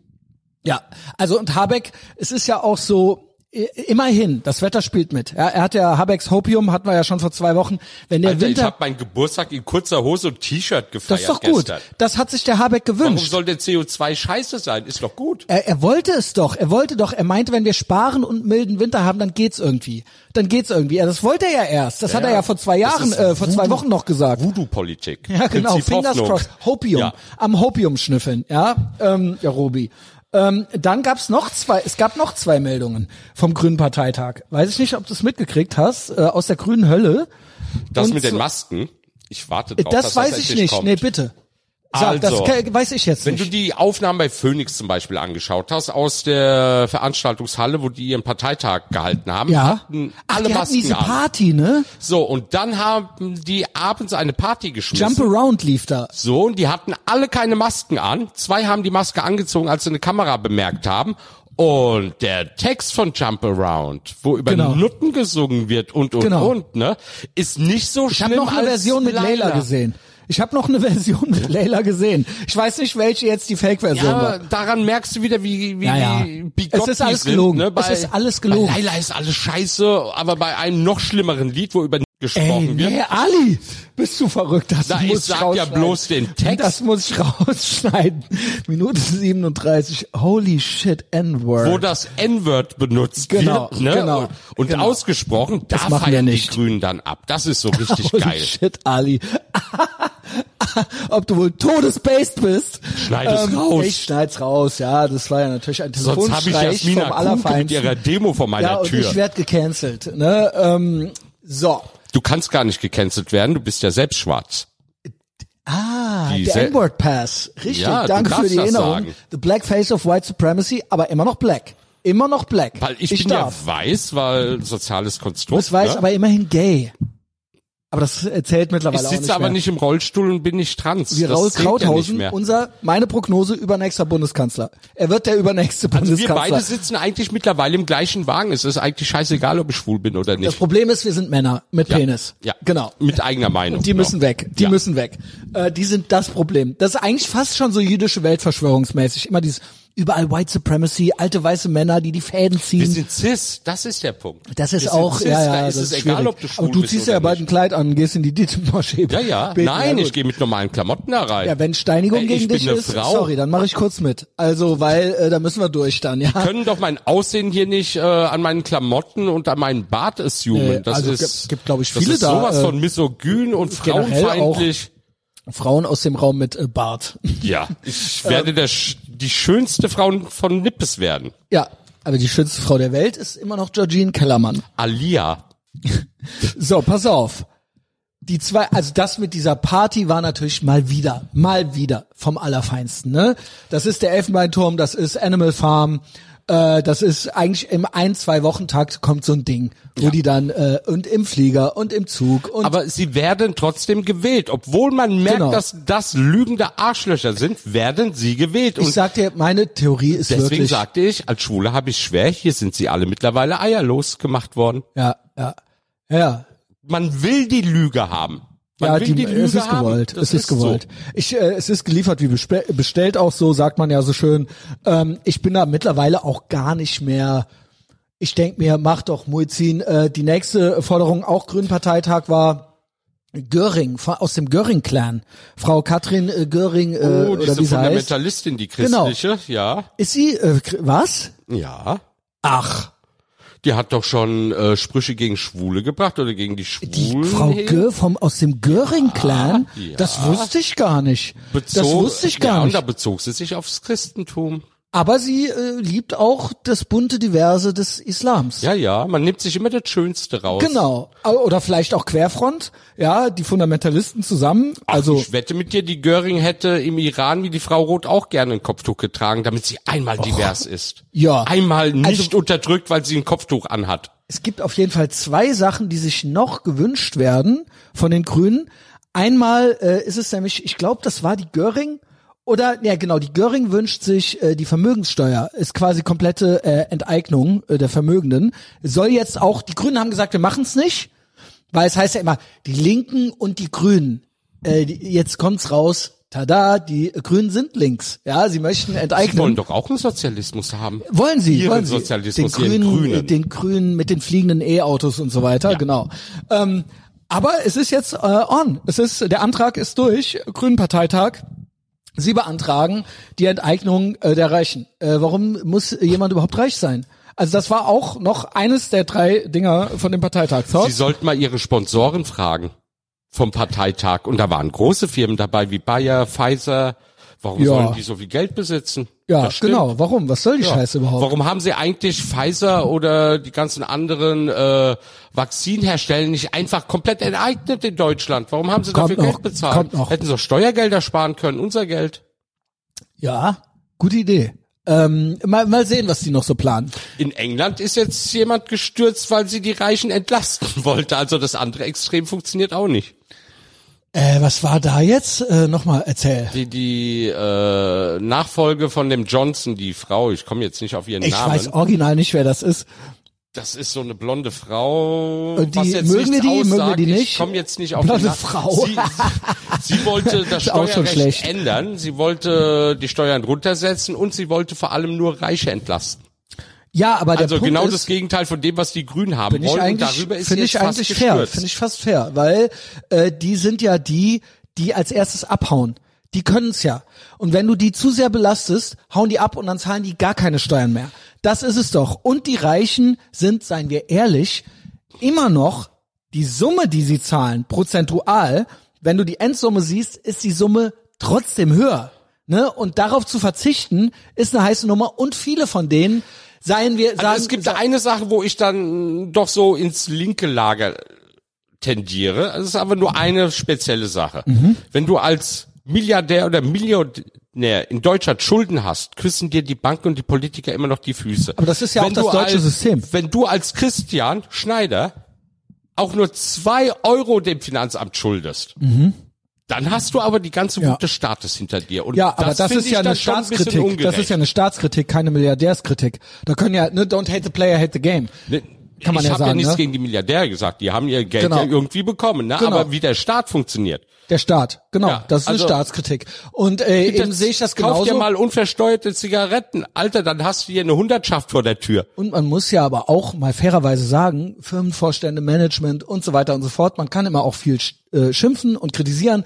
S1: Ja, also und Habeck, es ist ja auch so, i- immerhin, das Wetter spielt mit. Ja, er hat ja Habecks Hopium, hatten wir ja schon vor zwei Wochen. Wenn der
S2: Alter, ich
S1: Winter,
S2: habe meinen Geburtstag in kurzer Hose und T-Shirt gefeiert
S1: das ist doch gut.
S2: gestern.
S1: Das hat sich der Habeck
S2: Warum
S1: gewünscht.
S2: soll der CO2 scheiße sein? Ist doch gut.
S1: Er, er wollte es doch, er wollte doch, er meinte, wenn wir sparen und milden Winter haben, dann geht's irgendwie. Dann geht's irgendwie. Ja, das wollte er ja erst. Das hat er ja vor zwei
S2: Das
S1: Jahren,
S2: ist
S1: äh, vor zwei Wochen noch gesagt.
S2: Voodoo-Politik.
S1: Ja, genau.
S2: Prinzip
S1: Fingers
S2: Hoffnung.
S1: crossed. Hopium.
S2: Ja.
S1: Am Hopium schnüffeln, ja. Ähm, ja, Robi. Ähm, dann gab's noch zwei, es gab noch zwei Meldungen vom Grünen Parteitag. Weiß ich nicht, ob du es mitgekriegt hast, äh, aus der grünen Hölle.
S2: Das
S1: Und
S2: mit den
S1: so-
S2: Masken. Ich warte
S1: Äh,
S2: drauf,
S1: Das
S2: dass
S1: weiß
S2: das
S1: ich
S2: endlich
S1: nicht.
S2: Kommt.
S1: Nee, bitte. Sag, das
S2: Also,
S1: ke- weiß ich jetzt
S2: Wenn du
S1: nicht.
S2: die Aufnahmen bei Phoenix zum Beispiel angeschaut hast, aus der Veranstaltungshalle, wo die ihren Parteitag gehalten haben,
S1: ja.
S2: hatten
S1: Ach,
S2: alle
S1: die hatten
S2: Masken
S1: diese
S2: an.
S1: Party, ne?
S2: So, und dann haben die abends eine Party geschmissen.
S1: Jump Around lief da.
S2: So, und die hatten alle keine Masken an. Zwei haben die Maske angezogen, als sie eine Kamera bemerkt haben. Und der Text von Jump Around, wo über
S1: Genau.
S2: Nutten gesungen wird und, und,
S1: Genau.
S2: und, ne, ist nicht so
S1: Ich
S2: schlimm
S1: habe noch eine
S2: als
S1: Version mit Layla gesehen. Ich habe noch eine Version mit Layla gesehen. Ich weiß nicht, welche jetzt die Fake-Version
S2: Ja,
S1: war.
S2: aber daran merkst du wieder, wie, wie,
S1: Ja, ja.
S2: wie bigot
S1: Es ist
S2: die
S1: alles
S2: sind,
S1: gelogen.
S2: Ne?
S1: Es ist alles gelogen.
S2: Bei Layla ist alles scheiße, aber bei einem noch schlimmeren Lied, wo über
S1: Ey,
S2: gesprochen wird,
S1: nee, Ali, bist du verrückt? Das
S2: Na, ich
S1: muss
S2: sag
S1: ich
S2: ja
S1: rausschneiden.
S2: bloß den Text.
S1: Das muss ich rausschneiden. Minute 37. Holy shit, N-Word.
S2: wo das N-Word benutzt
S1: Genau,
S2: wird, ne?
S1: genau,
S2: und
S1: genau.
S2: ausgesprochen, da
S1: Das machen wir
S2: feiern die
S1: nicht.
S2: Grünen dann ab. Das ist so richtig
S1: Holy
S2: geil.
S1: shit, Ali. Ob du wohl todesbased bist. Ähm,
S2: Schneid es raus.
S1: Ich schneid's raus, ja. Das war ja natürlich ein
S2: Sonst habe ich
S1: Telefonstreich vom
S2: Jasmina Kuhnke mit ihrer
S1: Allerfeinsten.
S2: Demo vor meiner
S1: Ja, und ich
S2: Tür.
S1: werd gecancelt. Ne? Ähm, so.
S2: Du kannst gar nicht gecancelt werden, du bist ja selbst schwarz.
S1: Ah,
S2: Die
S1: der
S2: Sel-
S1: N-Word Pass. Richtig,
S2: Ja, du
S1: danke für
S2: darfst
S1: die
S2: das
S1: Erinnerung.
S2: sagen.
S1: The Black Face of White Supremacy, aber immer noch black. Immer noch black.
S2: Weil ich, bin
S1: darf.
S2: ja weiß, weil soziales Konstrukt.
S1: das weiß,
S2: ne?
S1: aber immerhin gay. Aber das äh, zählt
S2: ich
S1: mittlerweile auch nicht
S2: sitze aber
S1: mehr.
S2: nicht im Rollstuhl und bin nicht trans.
S1: Wie
S2: das
S1: Raul
S2: zählt ja nicht
S1: Krauthausen,
S2: mehr.
S1: unser, meine Prognose, übernächster Bundeskanzler. Er wird der übernächste
S2: Also wir
S1: Bundeskanzler.
S2: beide sitzen eigentlich mittlerweile im gleichen Wagen. Es ist eigentlich scheißegal, ob ich schwul bin oder
S1: das
S2: nicht.
S1: Problem ist, wir sind Männer mit
S2: Ja,
S1: Penis.
S2: Ja.
S1: Genau.
S2: Mit eigener Meinung.
S1: Die müssen
S2: genau.
S1: weg. Die
S2: Ja.
S1: müssen weg. Äh, die sind das Problem. Das ist eigentlich fast schon so jüdische Weltverschwörungsmäßig. Immer dieses, überall White Supremacy, alte weiße Männer, die die Fäden
S2: Wir
S1: ziehen.
S2: sind cis, das ist der Punkt.
S1: Das ist
S2: Wir sind
S1: auch,
S2: cis,
S1: ja, ja,
S2: da ist
S1: das
S2: es egal,
S1: schwierig.
S2: ob du schwul
S1: Aber du
S2: bist
S1: ziehst
S2: oder
S1: ja bald
S2: nicht.
S1: ein Kleid an, gehst in die Dittmarschee.
S2: Ja, ja, nein, ich gehe mit normalen Klamotten da rein.
S1: Ja, wenn Steinigung
S2: Ey,
S1: gegen
S2: ich
S1: dich
S2: bin eine
S1: ist,
S2: Frau.
S1: sorry, dann mache ich kurz mit. Also, weil äh, da müssen wir durch dann, ja.
S2: können doch mein Aussehen hier nicht äh, an meinen Klamotten und an meinen Bart assumen.
S1: Nee,
S2: das
S1: also es
S2: ist,
S1: gibt- gibt, glaub ich,
S2: das
S1: viele
S2: ist
S1: da,
S2: sowas
S1: äh,
S2: von misogyn und
S1: generell
S2: frauenfeindlich.
S1: Frauen aus dem Raum mit äh, Bart.
S2: Ja, ich werde der, sch- die schönste Frau von Nippes werden.
S1: ja, aber die schönste Frau der Welt ist immer noch Georgine Kellermann.
S2: Alia.
S1: So, pass auf. Die zwei, also das mit dieser Party war natürlich mal wieder, mal wieder vom Allerfeinsten, ne? Das ist der Elfenbeinturm, das ist Animal Farm, äh, das ist eigentlich im ein, zwei Wochentakt kommt so ein Ding, wo die dann, äh, und im Flieger und im Zug und
S2: Aber sie werden trotzdem gewählt. Obwohl man merkt,
S1: Genau.
S2: dass das lügende Arschlöcher sind, werden sie gewählt.
S1: ich
S2: Und
S1: sag dir, meine Theorie ist
S2: deswegen
S1: wirklich,
S2: sagte ich, als Schwule habe ich schwer, hier sind sie alle mittlerweile eierlos gemacht worden.
S1: ja, ja, ja,
S2: Man will die Lüge haben. Man
S1: ja,
S2: will
S1: die, es ist
S2: haben.
S1: gewollt.
S2: Das
S1: Es ist gewollt.
S2: So.
S1: Ich, äh, es ist geliefert wie bespe- bestellt auch so, sagt man ja so schön. Ähm, ich bin da mittlerweile auch gar nicht mehr. Ich denk mir, mach doch Muizin. Äh, die nächste Forderung auch Grünparteitag war Göring fa- aus dem Göring-Clan. Frau Katrin äh, Göring äh,
S2: Oh,
S1: oder wie
S2: diese
S1: sie heißt.
S2: Fundamentalistin, die
S1: Genau.
S2: christliche, ja.
S1: Ist sie äh, kri- was?
S2: Ja.
S1: Ach,
S2: Die hat doch schon äh, Sprüche gegen Schwule gebracht oder gegen
S1: die
S2: die Schwulen.
S1: Frau Gö vom aus dem Göring-Clan.
S2: Ah, Ja,
S1: Das
S2: ja.
S1: wusste ich gar nicht. das wusste ich gar
S2: ja, Und
S1: nicht.
S2: da bezog sie sich aufs Christentum.
S1: Aber sie äh, liebt auch das bunte Diverse des Islams.
S2: Ja, ja, man nimmt sich immer das Schönste raus.
S1: Genau. Au- Oder vielleicht auch Querfront. Ja, die Fundamentalisten zusammen.
S2: Also,
S1: Also
S2: ich wette mit dir, die Göring hätte im Iran wie die Frau Roth auch gerne ein Kopftuch getragen, damit sie einmal divers ist.
S1: Ja. Also
S2: Einmal nicht unterdrückt, weil sie ein Kopftuch anhat.
S1: es gibt auf jeden Fall zwei Sachen, die sich noch gewünscht werden von den Grünen. Einmal äh, ist es nämlich, ich glaube, das war die Göring. Oder, ja genau, die Göring wünscht sich äh, die Vermögenssteuer, ist quasi komplette äh, Enteignung äh, der Vermögenden. Soll jetzt auch, die Grünen haben gesagt, wir machen es nicht. Weil es heißt ja immer, die Linken und die Grünen. Äh, die, jetzt kommt's raus. Tada, die Grünen sind links. Ja, sie möchten
S2: Sie wollen
S1: enteignen.
S2: doch auch einen Sozialismus haben.
S1: Wollen sie,
S2: Ihren
S1: wollen sie.
S2: Sozialismus,
S1: den
S2: ihren
S1: grünen,
S2: Grünen.
S1: den grünen mit den fliegenden E-Autos und so weiter, genau. Ähm, aber es ist jetzt äh, on. Es ist der Antrag ist durch, Grünen Parteitag. Sie beantragen die Enteignung äh, der Reichen. Äh, warum muss jemand überhaupt reich sein? Also das war auch noch eines der drei Dinger von dem Parteitag. So?
S2: Sie sollten mal ihre Sponsoren fragen vom Parteitag. Und da waren große Firmen dabei wie Bayer, Pfizer. Warum
S1: Ja.
S2: sollen die so viel Geld besitzen?
S1: Ja,
S2: Das stimmt.
S1: genau. Warum? Was soll die
S2: Ja.
S1: Scheiße überhaupt?
S2: Warum haben sie eigentlich Pfizer oder die ganzen anderen äh, Vakzinhersteller nicht einfach komplett enteignet in Deutschland? Warum haben sie
S1: Kommt
S2: dafür
S1: noch,
S2: Geld bezahlt?
S1: kommt noch.
S2: Hätten sie auch Steuergelder sparen können, unser Geld.
S1: Ja, gute Idee. Ähm, mal, mal sehen, was die noch so planen.
S2: In England ist jetzt jemand gestürzt, weil sie die Reichen entlasten wollte. Also das andere Extrem funktioniert auch nicht.
S1: Äh, was war da jetzt? Äh, Nochmal erzähl.
S2: Die, die äh, Nachfolge von dem Johnson, die Frau, ich komme jetzt nicht auf ihren
S1: Ich
S2: Namen.
S1: weiß original nicht, wer das ist.
S2: Das ist so eine blonde Frau.
S1: Und Äh, die-
S2: was jetzt
S1: mögen wir
S2: nichts
S1: die, mögen wir
S2: aussagt.
S1: die
S2: Ich
S1: nicht?
S2: komme jetzt nicht auf
S1: Blonde
S2: den Na-
S1: Frau.
S2: Sie, sie, sie wollte das
S1: Ist auch schon
S2: Steuerrecht
S1: schlecht.
S2: ändern. Sie wollte die Steuern runtersetzen und sie wollte vor allem nur Reiche entlasten.
S1: Ja, aber der
S2: Also
S1: Punkt
S2: genau
S1: ist,
S2: das Gegenteil von dem, was die Grünen haben
S1: finde ich
S2: wollen. Und
S1: eigentlich,
S2: darüber ist
S1: finde
S2: jetzt
S1: ich
S2: fast
S1: eigentlich fair,
S2: gestürzt.
S1: finde ich fast fair, weil äh, die sind ja die, die als erstes abhauen. Die können's ja. Und wenn du die zu sehr belastest, hauen die ab und dann zahlen die gar keine Steuern mehr. Das ist es doch. Und die Reichen sind, seien wir ehrlich, immer noch die Summe, die sie zahlen, prozentual, wenn du die Endsumme siehst, ist die Summe trotzdem höher. Ne? Und darauf zu verzichten, ist eine heiße Nummer. Und viele von denen, seien wir, sagen,
S2: Also es gibt eine Sache, wo ich dann doch so ins linke Lager tendiere. Es ist aber nur eine spezielle Sache.
S1: Mhm.
S2: Wenn du als Milliardär oder Millionär in Deutschland Schulden hast, küssen dir die Banken und die Politiker immer noch die Füße.
S1: Aber das ist ja auch das
S2: du
S1: deutsche
S2: als,
S1: System.
S2: Wenn du als Christian Schneider auch nur zwei Euro dem Finanzamt schuldest, dann hast du aber die ganze
S1: Mhm. Ja.
S2: Wut des Staates hinter dir. Und
S1: Ja, aber das,
S2: finde
S1: ist
S2: ich
S1: ja eine
S2: dann schon ein bisschen
S1: Staatskritik. das
S2: ungerecht.
S1: ist ja eine Staatskritik, keine Milliardärskritik. Da können ja, ne, don't hate the player, hate the game.
S2: Ne,
S1: kann man
S2: ich
S1: ja
S2: hab
S1: sagen.
S2: ja nichts
S1: ne?
S2: gegen die Milliardäre gesagt. Die haben ihr Geld
S1: Genau.
S2: ja irgendwie bekommen. Ne?
S1: Genau.
S2: Aber wie der Staat funktioniert.
S1: Der Staat, genau.
S2: Ja,
S1: das ist
S2: also-
S1: eine Staatskritik. Und äh, eben sehe ich das
S2: Kauf dir
S1: genauso.
S2: mal unversteuerte Zigaretten. Alter, dann hast du hier eine Hundertschaft vor der Tür.
S1: Und man muss ja aber auch mal fairerweise sagen, Firmenvorstände, Management und so weiter und so fort, man kann immer auch viel sch äh, schimpfen und kritisieren,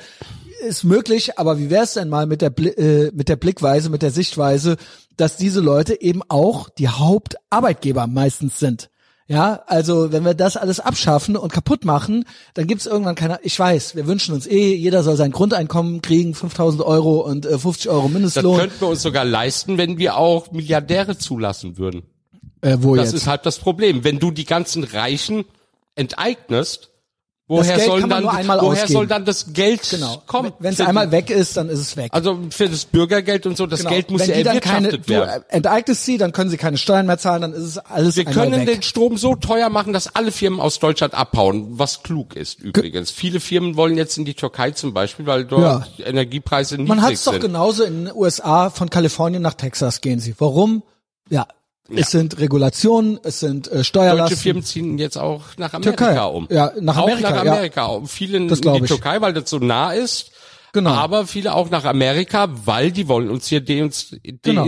S1: ist möglich, aber wie wäre es denn mal mit der, Bli äh, mit der Blickweise, mit der Sichtweise, dass diese Leute eben auch die Hauptarbeitgeber meistens sind? Ja, also wenn wir das alles abschaffen und kaputt machen, dann gibt's irgendwann keine, ich weiß, wir wünschen uns eh, jeder soll sein Grundeinkommen kriegen, 5000 Euro und äh, 50 Euro
S2: Das
S1: Mindestlohn.
S2: könnten wir uns sogar leisten, wenn wir auch Milliardäre zulassen würden.
S1: Äh, wo
S2: Das ist halt das Problem. Wenn du die ganzen Reichen enteignest, woher,
S1: Geld
S2: soll
S1: kann man
S2: dann,
S1: nur einmal
S2: woher soll
S1: ausgeben.
S2: dann das Geld
S1: Genau.
S2: kommen?
S1: Wenn es
S2: Für die-
S1: einmal weg ist, dann ist es weg.
S2: Also für das Bürgergeld und so, das
S1: Genau.
S2: Geld muss
S1: Wenn
S2: ja
S1: die dann keine,
S2: erwirtschaftet
S1: du
S2: werden.
S1: äh, enteignest sie, dann können sie keine Steuern mehr zahlen, dann ist es alles
S2: Wir
S1: einmal
S2: können
S1: weg.
S2: den Strom so teuer machen, dass alle Firmen aus Deutschland abhauen, was klug ist übrigens. Viele Firmen wollen jetzt in die Türkei zum Beispiel, weil dort
S1: Ja.
S2: die Energiepreise niedrig
S1: Man hat es doch genau genauso
S2: sind.
S1: in den USA, von Kalifornien nach Texas gehen sie. Warum? Ja, es sind Regulationen, es sind äh,
S2: Deutsche
S1: Steuerlasten.
S2: Firmen ziehen jetzt auch nach Amerika
S1: Türkei.
S2: um.
S1: Ja, nach Amerika,
S2: Auch nach
S1: ja.
S2: Amerika. um. Viele in
S1: Das glaub
S2: die
S1: ich.
S2: Türkei, weil das so nah ist.
S1: Genau.
S2: Aber viele auch nach Amerika, weil die wollen uns hier deunst-
S1: Genau.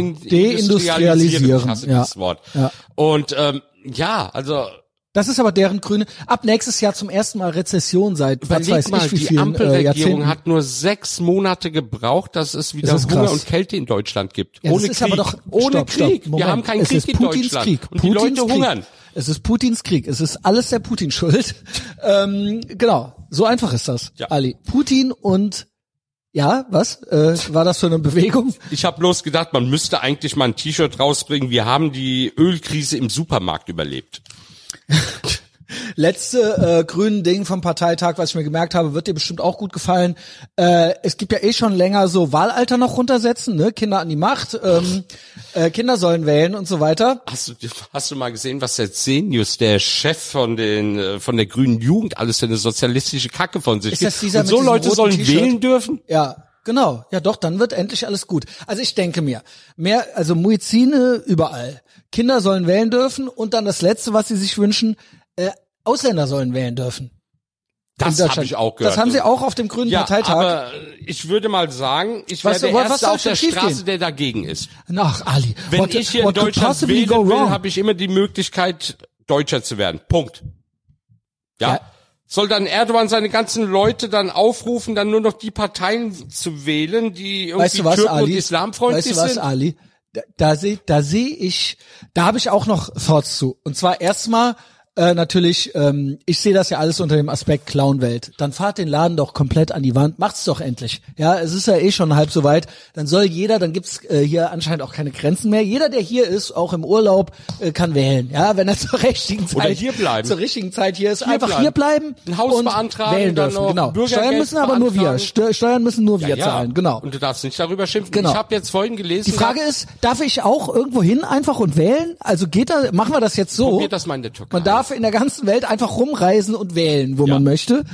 S2: deindustrialisieren. Ich hasse
S1: Deindustrialisieren,
S2: dieses
S1: ja.
S2: Wort.
S1: Ja.
S2: Und ähm, ja, also
S1: Das ist aber deren grüne. Ab nächstes Jahr zum ersten Mal Rezession seit was weiß
S2: überleg mal,
S1: ich wie
S2: die
S1: vielen äh,
S2: Ampelregierung
S1: Jahrzehnten.
S2: hat nur sechs Monate gebraucht, dass es wieder
S1: Das ist
S2: Hunger
S1: krass.
S2: und Kälte in Deutschland gibt.
S1: Ja,
S2: Ohne
S1: das ist
S2: Krieg.
S1: aber doch
S2: Ohne
S1: stopp, stopp,
S2: Krieg. Wir
S1: Moment.
S2: haben keinen
S1: es
S2: Krieg
S1: ist
S2: in
S1: Putins
S2: Deutschland.
S1: Krieg.
S2: Und die Leute
S1: Putins Krieg.
S2: hungern.
S1: Es ist Putins Krieg. Es ist alles der Putin schuld. ähm, genau. So einfach ist das,
S2: Ja.
S1: Ali. Putin und ja, was? Äh, war das für eine Bewegung?
S2: Ich habe bloß gedacht, man müsste eigentlich mal ein T-Shirt rausbringen. Wir haben die Ölkrise im Supermarkt überlebt.
S1: Letzte äh, grünen Ding vom Parteitag, was ich mir gemerkt habe, wird dir bestimmt auch gut gefallen. Äh, es gibt ja eh schon länger so Wahlalter noch runtersetzen, ne? Kinder an die Macht, ähm, äh, Kinder sollen wählen und so weiter.
S2: Hast du, hast du mal gesehen, was der Senius, der Chef von den äh, von der grünen Jugend, alles für eine sozialistische Kacke von sich
S1: Ist das
S2: gibt?
S1: dieser
S2: Und
S1: mit
S2: so
S1: diesem
S2: Leute
S1: roten
S2: sollen
S1: T-Shirt?
S2: wählen dürfen?
S1: Ja, genau. Ja, doch, dann wird endlich alles gut. Also ich denke mir, mehr, also Muizine überall. Kinder sollen wählen dürfen und dann das Letzte, was sie sich wünschen, äh, Ausländer sollen wählen dürfen. in
S2: Das habe
S1: Deutschland.
S2: ich auch gehört.
S1: Das haben sie auch auf dem Grünen
S2: ja,
S1: Parteitag.
S2: aber ich würde mal sagen, ich
S1: Was-
S2: wäre der
S1: was
S2: Erste
S1: soll
S2: auf der
S1: schon schiefgehen?
S2: Straße, der dagegen ist.
S1: Ach, Ali.
S2: Wenn
S1: what,
S2: ich hier in
S1: what could
S2: Deutschland
S1: possibly
S2: wählen
S1: go
S2: will,
S1: wrong?
S2: habe ich immer die Möglichkeit, Deutscher zu werden. Punkt. Ja.
S1: Ja.
S2: Soll dann Erdogan seine ganzen Leute dann aufrufen, dann nur noch die Parteien zu wählen, die irgendwie
S1: weißt du was,
S2: Türken
S1: Ali?
S2: und islamfreundlich
S1: weißt du was,
S2: sind?
S1: Ali? Da, da sehe da seh ich, da habe ich auch noch Thoughts zu. Und zwar erstmal äh, natürlich, ähm, ich sehe das ja alles unter dem Aspekt Clownwelt. Dann fahrt den Laden doch komplett an die Wand, macht's doch endlich. Ja, es ist ja eh schon halb so weit. Dann soll jeder, dann gibt's äh, hier anscheinend auch keine Grenzen mehr. Jeder, der hier ist, auch im Urlaub, äh, kann wählen. Ja, wenn er zur richtigen Zeit
S2: Oder hier bleiben.
S1: zur richtigen Zeit hier ist, einfach
S2: bleiben.
S1: hier bleiben
S2: Ein Haus
S1: und
S2: beantragen,
S1: wählen
S2: dann
S1: dürfen.
S2: noch
S1: genau.
S2: Bürgergeld
S1: Steuern müssen aber nur wir.
S2: beantragen.
S1: Steu Steuern müssen nur wir
S2: Ja,
S1: zahlen. Genau.
S2: Und du darfst nicht darüber schimpfen.
S1: Genau.
S2: Ich habe jetzt vorhin gelesen,
S1: Die Frage ist, darf ich auch irgendwo hin einfach und wählen? Also geht da, machen wir das jetzt so?
S2: Probier das mal in der Türkei.
S1: Man darf in der ganzen Welt einfach rumreisen und wählen, wo
S2: Ja.
S1: man möchte.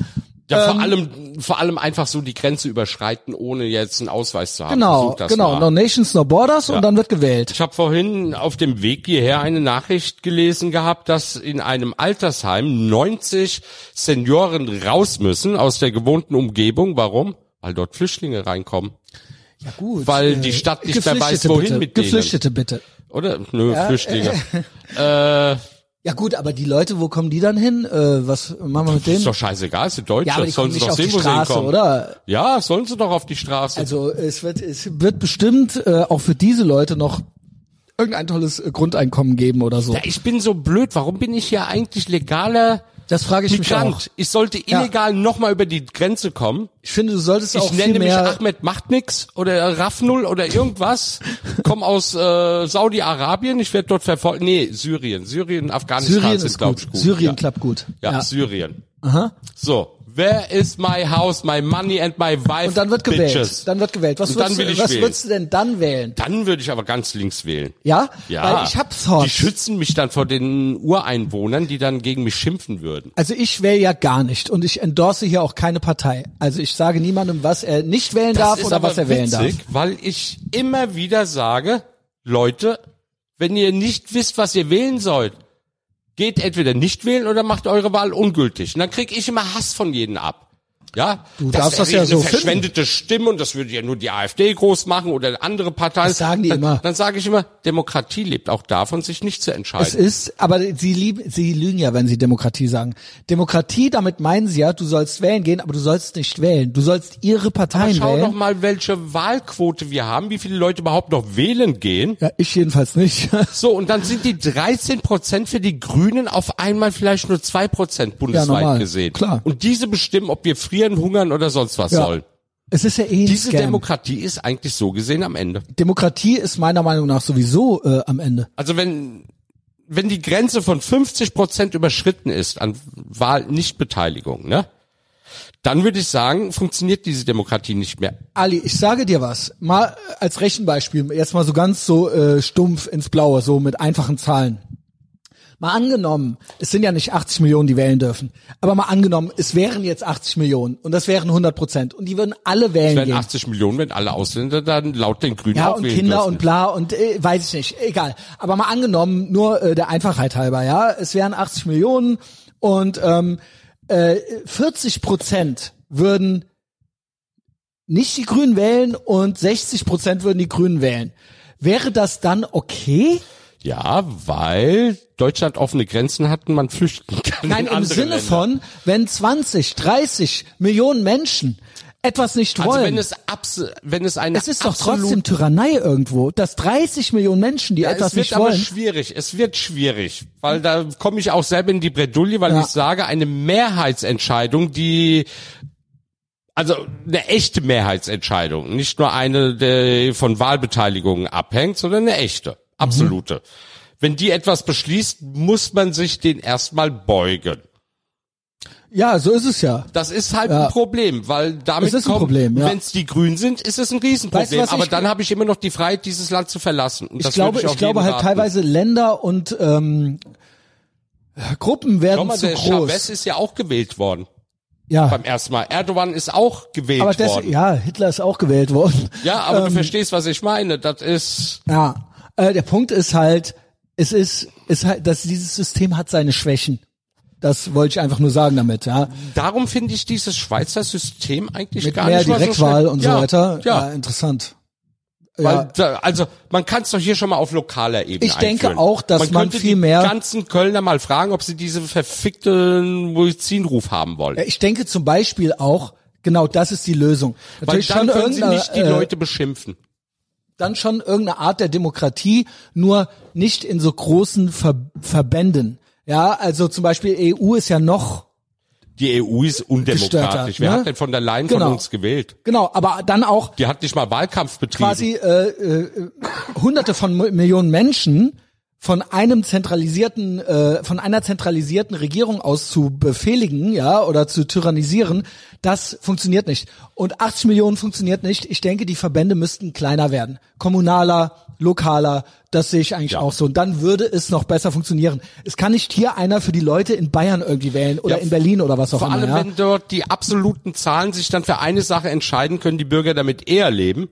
S1: ähm,
S2: ja, vor allem vor allem einfach so die Grenze überschreiten, ohne jetzt einen Ausweis zu haben.
S1: Genau,
S2: Versuch das
S1: genau.
S2: mal.
S1: No Nations, no Borders und dann wird gewählt.
S2: Ich habe vorhin auf dem Weg hierher eine Nachricht gelesen gehabt, dass in einem Altersheim 90 Senioren raus müssen aus der gewohnten Umgebung. Warum? Weil dort Flüchtlinge reinkommen.
S1: Ja gut.
S2: Weil die Stadt nicht mehr weiß,
S1: Geflüchtete
S2: wohin
S1: bitte.
S2: mit denen.
S1: Geflüchtete bitte.
S2: Oder? Nö,
S1: äh,
S2: Flüchtlinge.
S1: Ja gut, aber die Leute, wo kommen die dann hin? Äh, was machen wir mit
S2: Ist
S1: denen?
S2: doch scheißegal, ist in Deutschland.
S1: Ja, aber die
S2: sollen
S1: kommen
S2: sie
S1: nicht
S2: doch
S1: auf
S2: sehen,
S1: die
S2: wo sie
S1: Straße,
S2: hinkommen.
S1: oder?
S2: Ja, sollen sie doch auf die Straße.
S1: Also es wird, es wird bestimmt äh, auch für diese Leute noch irgendein tolles äh, Grundeinkommen geben oder so.
S2: ja, ich bin so blöd. Warum bin ich hier eigentlich legaler
S1: Das frage ich mich auch.
S2: Migrant? Ich sollte illegal nochmal über die Grenze kommen.
S1: Ich finde, du solltest auch
S2: Ich
S1: viel
S2: nenne mich
S1: mehr
S2: Ahmed macht nix oder Raff Null oder irgendwas. Komm aus äh, Saudi-Arabien, ich werde dort verfolgt. Nee, Syrien. Syrien, Afghanistan
S1: Syrien
S2: sind,
S1: ist
S2: glaub
S1: gut.
S2: ich, gut.
S1: Syrien
S2: ja.
S1: klappt gut.
S2: Ja,
S1: Ja.
S2: Syrien. So, where is my house, my money and my wife,
S1: Und dann wird gewählt.
S2: bitches.
S1: Dann wird gewählt. Was,
S2: Und dann
S1: würdest,
S2: will
S1: du,
S2: ich
S1: was
S2: wählen.
S1: würdest du denn dann wählen?
S2: Dann würde ich aber ganz links wählen.
S1: Ja?
S2: Ja.
S1: Weil ich hab Thoughts.
S2: Die schützen mich dann vor den Ureinwohnern, die dann gegen mich schimpfen würden.
S1: also ich wähle ja gar nicht und ich endorse hier auch keine Partei. Also ich sage niemandem, was er nicht wählen darf oder was er wählen darf.
S2: weil ich immer wieder sage, Leute, wenn ihr nicht wisst, was ihr wählen sollt, Geht entweder nicht wählen oder macht eure Wahl ungültig. Und dann krieg ich immer Hass von jedem ab. Ja,
S1: Du darfst das
S2: wäre
S1: ja
S2: eine
S1: so finden.
S2: verschwendete Stimme und das würde ja nur die AfD groß machen oder andere Parteien.
S1: Das sagen die
S2: dann,
S1: immer.
S2: Dann sage ich immer, Demokratie lebt auch davon, sich nicht zu entscheiden.
S1: Es ist, aber sie lieben, sie lügen ja, wenn sie Demokratie sagen. Demokratie, damit meinen sie ja, du sollst wählen gehen, aber du sollst nicht wählen. Du sollst ihre Parteien
S2: Schau doch
S1: wählen.
S2: mal, welche Wahlquote wir haben, wie viele Leute überhaupt noch wählen gehen.
S1: Ja, ich jedenfalls nicht.
S2: So, und dann sind die 13 Prozent für die Grünen auf einmal vielleicht nur 2 Prozent bundesweit
S1: normal.
S2: gesehen.
S1: Klar.
S2: Und diese bestimmen, ob wir frieren, hungern oder sonst was
S1: Ja.
S2: sollen.
S1: es ist ja eh ein
S2: Diese
S1: Scam.
S2: Demokratie ist eigentlich so gesehen am Ende.
S1: Demokratie ist meiner Meinung nach sowieso äh, am Ende.
S2: Also wenn, wenn die Grenze von 50 Prozent überschritten ist an Wahlnichtbeteiligung, ne? Dann würde ich sagen, funktioniert diese Demokratie nicht mehr.
S1: Ali, ich sage dir was. Mal äh, als Rechenbeispiel, jetzt mal so ganz so äh, stumpf ins Blaue, so mit einfachen Zahlen. Mal angenommen, es sind ja nicht 80 Millionen, die wählen dürfen, aber mal angenommen, es wären jetzt 80 Millionen und das wären 100 Prozent und die würden alle wählen
S2: Es wären
S1: gehen.
S2: 80 Millionen, wenn alle Ausländer dann laut den Grünen
S1: Ja,
S2: auch
S1: und
S2: wählen
S1: Kinder
S2: dürfen.
S1: und bla und äh, weiß ich nicht, egal. Aber mal angenommen, nur äh, der Einfachheit halber, ja, es wären 80 Millionen und ähm, äh, 40 Prozent würden nicht die Grünen wählen und 60 Prozent würden die Grünen wählen. Wäre das dann okay?
S2: Ja, weil Deutschland offene Grenzen hat und man flüchten kann.
S1: Nein,
S2: in
S1: im
S2: andere
S1: Sinne
S2: Länder.
S1: von, wenn 20, 30 Millionen Menschen etwas nicht wollen.
S2: Also wenn es abs wenn es eine
S1: es ist doch
S2: absolut-
S1: trotzdem Tyrannei irgendwo, dass 30 Millionen Menschen, die
S2: Ja,
S1: etwas
S2: es wird
S1: nicht
S2: aber
S1: wollen.
S2: schwierig. Es wird schwierig, weil da komme ich auch selber in die Bredouille, weil
S1: Ja.
S2: ich sage, eine Mehrheitsentscheidung, die also eine echte Mehrheitsentscheidung, nicht nur eine, die von Wahlbeteiligungen abhängt, sondern eine
S1: Mhm.
S2: echte, absolute. Wenn die etwas beschließt, muss man sich den erstmal beugen.
S1: Ja, so ist es ja.
S2: Das ist halt ein Problem, weil damit
S1: Es ist ein Problem, ja.
S2: wenn es die Grün sind, ist es ein
S1: Weißt du,
S2: Riesenproblem.
S1: was ich-
S2: Aber dann habe ich immer noch die Freiheit, dieses Land zu verlassen. Und
S1: ich
S2: das
S1: glaube,
S2: würde
S1: ich,
S2: ich, auch
S1: glaube
S2: jedem
S1: halt
S2: raten.
S1: teilweise Länder und ähm, Gruppen
S2: Schau
S1: werden
S2: mal,
S1: zu
S2: der Chavez
S1: groß.
S2: ist ja auch gewählt worden
S1: Ja,
S2: beim ersten Mal. Erdogan ist auch gewählt
S1: aber das,
S2: worden. Ja,
S1: ja, Ähm, Hitler ist auch gewählt worden.
S2: aber du verstehst, was ich meine. Das ist
S1: Ja, äh, der Punkt ist halt, es ist, ist halt, dass dieses System hat seine Schwächen. Das wollte ich einfach nur sagen damit. Ja,
S2: darum finde ich dieses Schweizer System eigentlich
S1: mit
S2: gar
S1: mehr
S2: nicht mal so
S1: Direktwahl
S2: schlecht.
S1: und
S2: ja,
S1: so weiter. Äh,
S2: Ja,
S1: interessant.
S2: Weil
S1: Ja.
S2: da, also man kann es doch hier schon mal auf lokaler Ebene
S1: Ich denke
S2: einführen.
S1: auch, dass man
S2: könnte
S1: viel
S2: die
S1: mehr-
S2: ganzen Kölner mal fragen, ob sie diesen verfickten Muizinruf haben wollen.
S1: Ich denke zum Beispiel auch, genau, das ist die Lösung.
S2: Weil
S1: Natürlich
S2: dann
S1: schon
S2: können sie
S1: irgendeine,
S2: nicht die
S1: äh,
S2: Leute beschimpfen.
S1: dann schon irgendeine Art der Demokratie, nur nicht in so großen Ver Verbänden. Ja, also zum Beispiel EU ist ja noch,
S2: Die EU ist undemokratisch.
S1: Gestörter,
S2: Wer
S1: ne?
S2: hat denn von der Leyen
S1: Genau.
S2: von uns gewählt?
S1: genau, aber dann auch
S2: Die hat nicht mal Wahlkampf betrieben.
S1: quasi äh, äh, hunderte von Mo- Millionen Menschen von einem zentralisierten, äh, von einer zentralisierten Regierung aus zu befehligen, ja, oder zu tyrannisieren, das funktioniert nicht. Und 80 Millionen funktioniert nicht. Ich denke, die Verbände müssten kleiner werden. Kommunaler, lokaler, das sehe ich eigentlich auch so. Und dann würde es noch besser funktionieren. Es kann nicht hier einer für die Leute in Bayern irgendwie wählen oder
S2: Ja,
S1: in Berlin oder was auch
S2: Vor
S1: immer.
S2: allem,
S1: ja.
S2: wenn dort die absoluten Zahlen sich dann für eine Sache entscheiden, können die Bürger damit eher leben,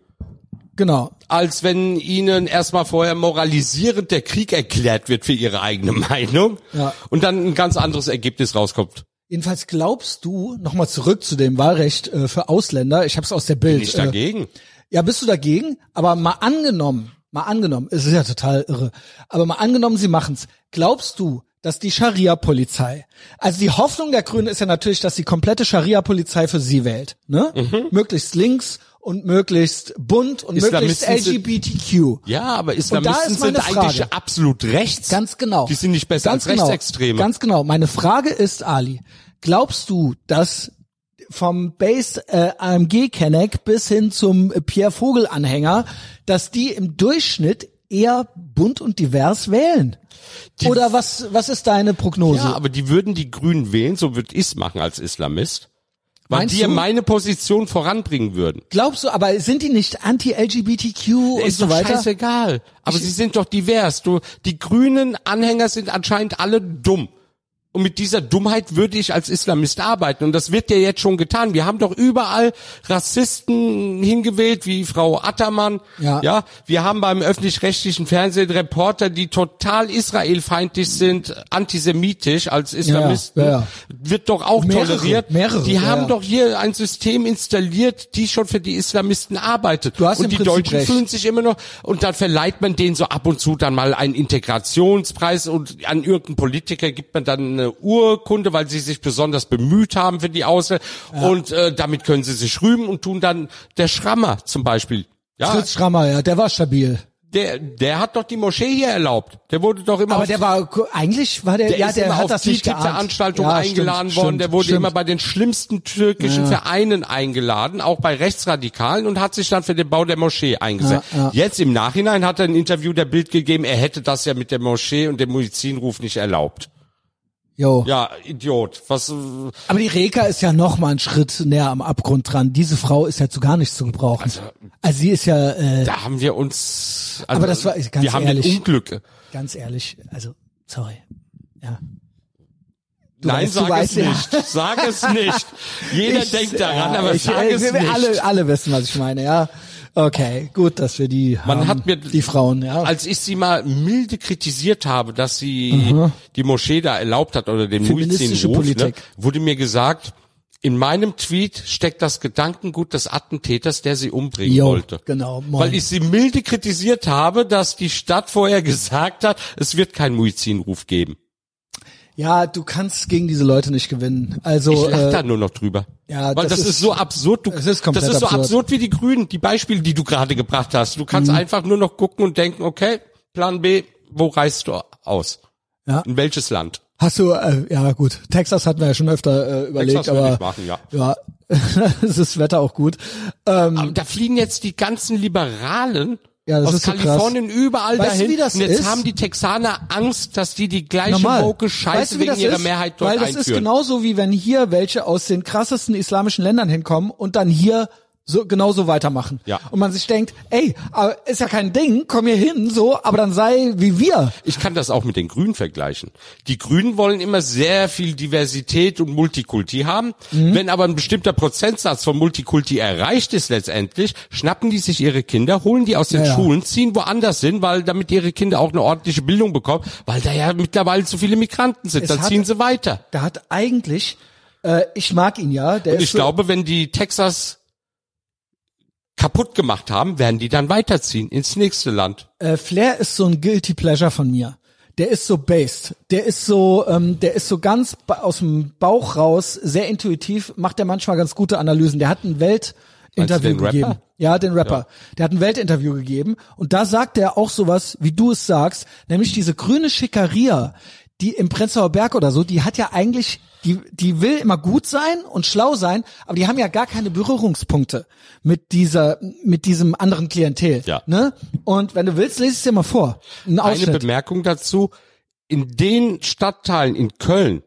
S1: Genau.
S2: als wenn ihnen erstmal vorher moralisierend der Krieg erklärt wird für ihre eigene Meinung
S1: Ja.
S2: und dann ein ganz anderes Ergebnis rauskommt.
S1: Jedenfalls glaubst du, nochmal zurück zu dem Wahlrecht äh, für Ausländer, ich habe es aus der Bild.
S2: Nicht
S1: Äh,
S2: dagegen.
S1: ja, bist du dagegen? Aber mal angenommen, mal angenommen, es ist ja total irre, aber mal angenommen, sie machen's. Glaubst du, dass die Scharia-Polizei, also die Hoffnung der Grünen ist ja natürlich, dass die komplette Scharia-Polizei für sie wählt, ne?
S2: Mhm.
S1: Möglichst links und möglichst bunt und möglichst
S2: Islamisten sind-
S1: LGBTQ.
S2: ja, aber
S1: da
S2: Islamisten
S1: ist meine
S2: sind eigentlich
S1: Frage.
S2: absolut rechts.
S1: Ganz genau.
S2: Die sind nicht besser
S1: Ganz
S2: als
S1: genau.
S2: Rechtsextreme.
S1: Ganz genau. Meine Frage ist, Ali, glaubst du, dass vom Base äh, AMG Kenneck bis hin zum äh, Pierre Vogel Anhänger, dass die im Durchschnitt eher bunt und divers wählen? Oder was was ist deine Prognose?
S2: ja, aber die würden die Grünen wählen, so würde ich's machen als Islamist, weil
S1: Meinst
S2: die ja
S1: du?
S2: meine Position voranbringen würden.
S1: Glaubst du, aber sind die nicht anti-LGBTQ und
S2: ist
S1: so
S2: doch
S1: weiter?
S2: scheißegal. Aber sie sind doch divers. Du, die grünen Anhänger sind anscheinend alle dumm. Und mit dieser Dummheit würde ich als Islamist arbeiten. Und das wird ja jetzt schon getan. Wir haben doch überall Rassisten hingewählt, wie Frau Attermann.
S1: Ja.
S2: ja wir haben beim öffentlich-rechtlichen Fernsehen Reporter, die total israelfeindlich sind, antisemitisch als Islamisten.
S1: ja, ja.
S2: Wird doch auch
S1: Mehrere,
S2: toleriert.
S1: mehrere,
S2: die
S1: ja,
S2: haben
S1: ja.
S2: doch hier ein System installiert, die schon für die Islamisten arbeitet.
S1: Du hast im
S2: und die
S1: Prinzip
S2: Deutschen
S1: recht.
S2: fühlen sich immer noch und dann verleiht man denen so ab und zu dann mal einen Integrationspreis und an irgendeinen Politiker gibt man dann eine Urkunde, weil sie sich besonders bemüht haben für die Ausländer und äh, damit können sie sich rühmen und tun dann der Schrammer zum Beispiel. Ja,
S1: Fritz Schrammer, ja, der war stabil.
S2: der, der hat doch die Moschee hier erlaubt. Der wurde doch immer
S1: Aber
S2: auf
S1: der war eigentlich war der,
S2: der
S1: ja,
S2: ist
S1: der
S2: immer
S1: hat
S2: auf
S1: das
S2: die
S1: nicht geahnt.
S2: Veranstaltung
S1: ja,
S2: eingeladen
S1: stimmt,
S2: worden.
S1: Stimmt,
S2: der wurde
S1: stimmt.
S2: immer bei den schlimmsten türkischen Vereinen eingeladen, auch bei Rechtsradikalen und hat sich dann für den Bau der Moschee eingesetzt.
S1: Ja, ja.
S2: Jetzt im Nachhinein hat er ein Interview der Bild gegeben, er hätte das ja mit der Moschee und dem Muizinruf nicht erlaubt.
S1: Jo.
S2: Ja, Idiot. Was? äh,
S1: Aber die Reka ist ja noch mal einen Schritt näher am Abgrund dran. Diese Frau ist ja zu gar nichts zu gebrauchen. Also, sie ist ja äh,
S2: Da haben wir uns. Also,
S1: Aber das war- ganz
S2: wir haben
S1: ehrlich.
S2: ein Unglück.
S1: ganz ehrlich, also sorry. Ja.
S2: Nein,
S1: weißt, du
S2: sag
S1: weißt
S2: es
S1: ja.
S2: nicht. Sag es nicht. Jeder
S1: Ich-
S2: denkt daran, aber
S1: ich,
S2: sag
S1: äh,
S2: es
S1: wir,
S2: nicht.
S1: Alle, alle wissen, was ich meine, ja. Okay, gut, dass wir die haben,
S2: Man hat mir Also,
S1: die Frauen, ja.
S2: als ich sie mal milde kritisiert habe, dass sie die Moschee da erlaubt hat oder den
S1: Feministische
S2: Muizin-Ruf, ne,
S1: Politik.
S2: wurde mir gesagt, in meinem Tweet steckt das Gedankengut des Attentäters, der sie umbringen
S1: Jo,
S2: wollte.
S1: genau, moin.
S2: Weil ich sie milde kritisiert habe, dass die Stadt vorher gesagt hat, es wird keinen Muizin-Ruf geben.
S1: ja, du kannst gegen diese Leute nicht gewinnen. Also
S2: Ich lache
S1: äh,
S2: da nur noch drüber.
S1: ja,
S2: Weil
S1: das
S2: das, ist,
S1: ist-
S2: so absurd. Du,
S1: es ist komplett
S2: das ist so absurd.
S1: absurd. Mhm.
S2: wie die Grünen, die Beispiele, die du gerade gebracht hast. Du kannst einfach nur noch gucken und denken, okay, Plan B, wo reist du aus?
S1: Ja.
S2: In welches Land?
S1: hast du äh, ja gut, Texas hatten wir ja schon öfter äh, überlegt,
S2: Texas will
S1: aber
S2: ich machen, ja.
S1: ja, es ist das Wetter auch gut. Ähm,
S2: Aber da fliehen jetzt die ganzen Liberalen
S1: Ja, das
S2: aus
S1: ist so krass.
S2: Kalifornien überall
S1: Weißt du,
S2: dahin.
S1: wie das
S2: und jetzt
S1: ist?
S2: haben die Texaner Angst, dass die die gleiche
S1: normal.
S2: woke Scheiße
S1: weißt du, wie
S2: wegen
S1: das
S2: ihrer
S1: ist?
S2: Mehrheit dort
S1: Weil das
S2: einführen.
S1: ist genauso wie wenn hier welche aus den krassesten islamischen Ländern hinkommen und dann hier so genauso weitermachen.
S2: Ja.
S1: Und man sich denkt, ey, aber ist ja kein Ding, komm hier hin, so, aber dann sei wie wir.
S2: Ich kann das auch mit den Grünen vergleichen. Die Grünen wollen immer sehr viel Diversität und Multikulti haben.
S1: Mhm.
S2: Wenn aber ein bestimmter Prozentsatz von Multikulti erreicht ist letztendlich, schnappen die sich ihre Kinder, holen die aus den
S1: Ja, ja.
S2: Schulen, ziehen woanders hin, weil damit ihre Kinder auch eine ordentliche Bildung bekommen, weil da ja mittlerweile zu viele Migranten sind.
S1: Es
S2: Dann
S1: hat-
S2: ziehen sie weiter.
S1: Da hat eigentlich, äh, ich mag ihn ja, der ist
S2: Ich
S1: so,
S2: glaube, wenn die Texas kaputt gemacht haben, werden die dann weiterziehen ins nächste Land.
S1: äh, Flair ist so ein guilty pleasure von mir. Der ist so based, der ist so, ähm, der ist so ganz ba- aus dem Bauch raus, sehr intuitiv, macht er manchmal ganz gute Analysen. Der hat ein
S2: Meinst du
S1: Weltinterview
S2: den Rapper?
S1: gegeben. Ja, den Rapper. Der hat ein Weltinterview gegeben und da sagt er auch sowas, wie du es sagst, nämlich diese grüne Schickeria, die im Prenzlauer Berg oder so, die hat ja eigentlich, die, die will immer gut sein und schlau sein, aber die haben ja gar keine Berührungspunkte mit dieser, mit diesem anderen Klientel.
S2: Ja.
S1: Ne? Und wenn du willst, lese ich es dir mal vor. Ein
S2: Eine
S1: Ausschnitt.
S2: Bemerkung dazu. In den Stadtteilen in Köln,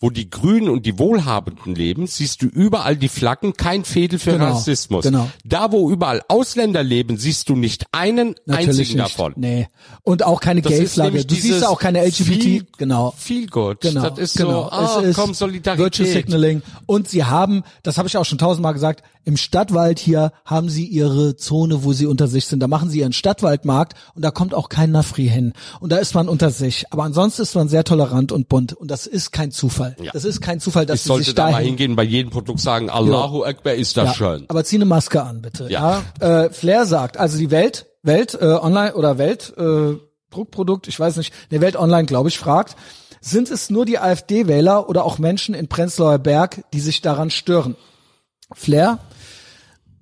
S2: wo die Grünen und die Wohlhabenden leben, siehst du überall die Flaggen, kein Fädel für
S1: Genau,
S2: Rassismus.
S1: genau.
S2: Da, wo überall Ausländer leben, siehst du nicht einen
S1: Natürlich nicht.
S2: einzigen davon.
S1: Nee. Und auch keine
S2: Das ist
S1: Gay-Flagge.
S2: nämlich
S1: Du siehst
S2: dieses
S1: ja auch keine LGBT.
S2: Feel-
S1: genau.
S2: Feel good.
S1: Genau,
S2: Das ist
S1: genau.
S2: so, ah,
S1: es ist
S2: komm,
S1: Virtue
S2: Solidarität.
S1: Signaling. Und sie haben, das habe ich auch schon tausendmal gesagt, im Stadtwald hier haben sie ihre Zone, wo sie unter sich sind. Da machen sie ihren Stadtwaldmarkt und da kommt auch kein Nafri hin. Und da ist man unter sich. Aber ansonsten ist man sehr tolerant und bunt. Und das ist kein Zufall.
S2: Ja.
S1: Das ist kein Zufall, dass
S2: Ich
S1: sie sich
S2: sollte da mal
S1: dahin
S2: hingehen, bei jedem Produkt sagen, Allahu Akbar ist das
S1: ja,
S2: schön.
S1: Aber zieh eine Maske an, bitte.
S2: Ja.
S1: Ja. Äh, Flair sagt, also die Welt, Welt äh, Online oder Welt äh, Druckprodukt, ich weiß nicht, ne Welt Online, glaube ich, fragt, sind es nur die AfD-Wähler oder auch Menschen in Prenzlauer Berg, die sich daran stören? Flair,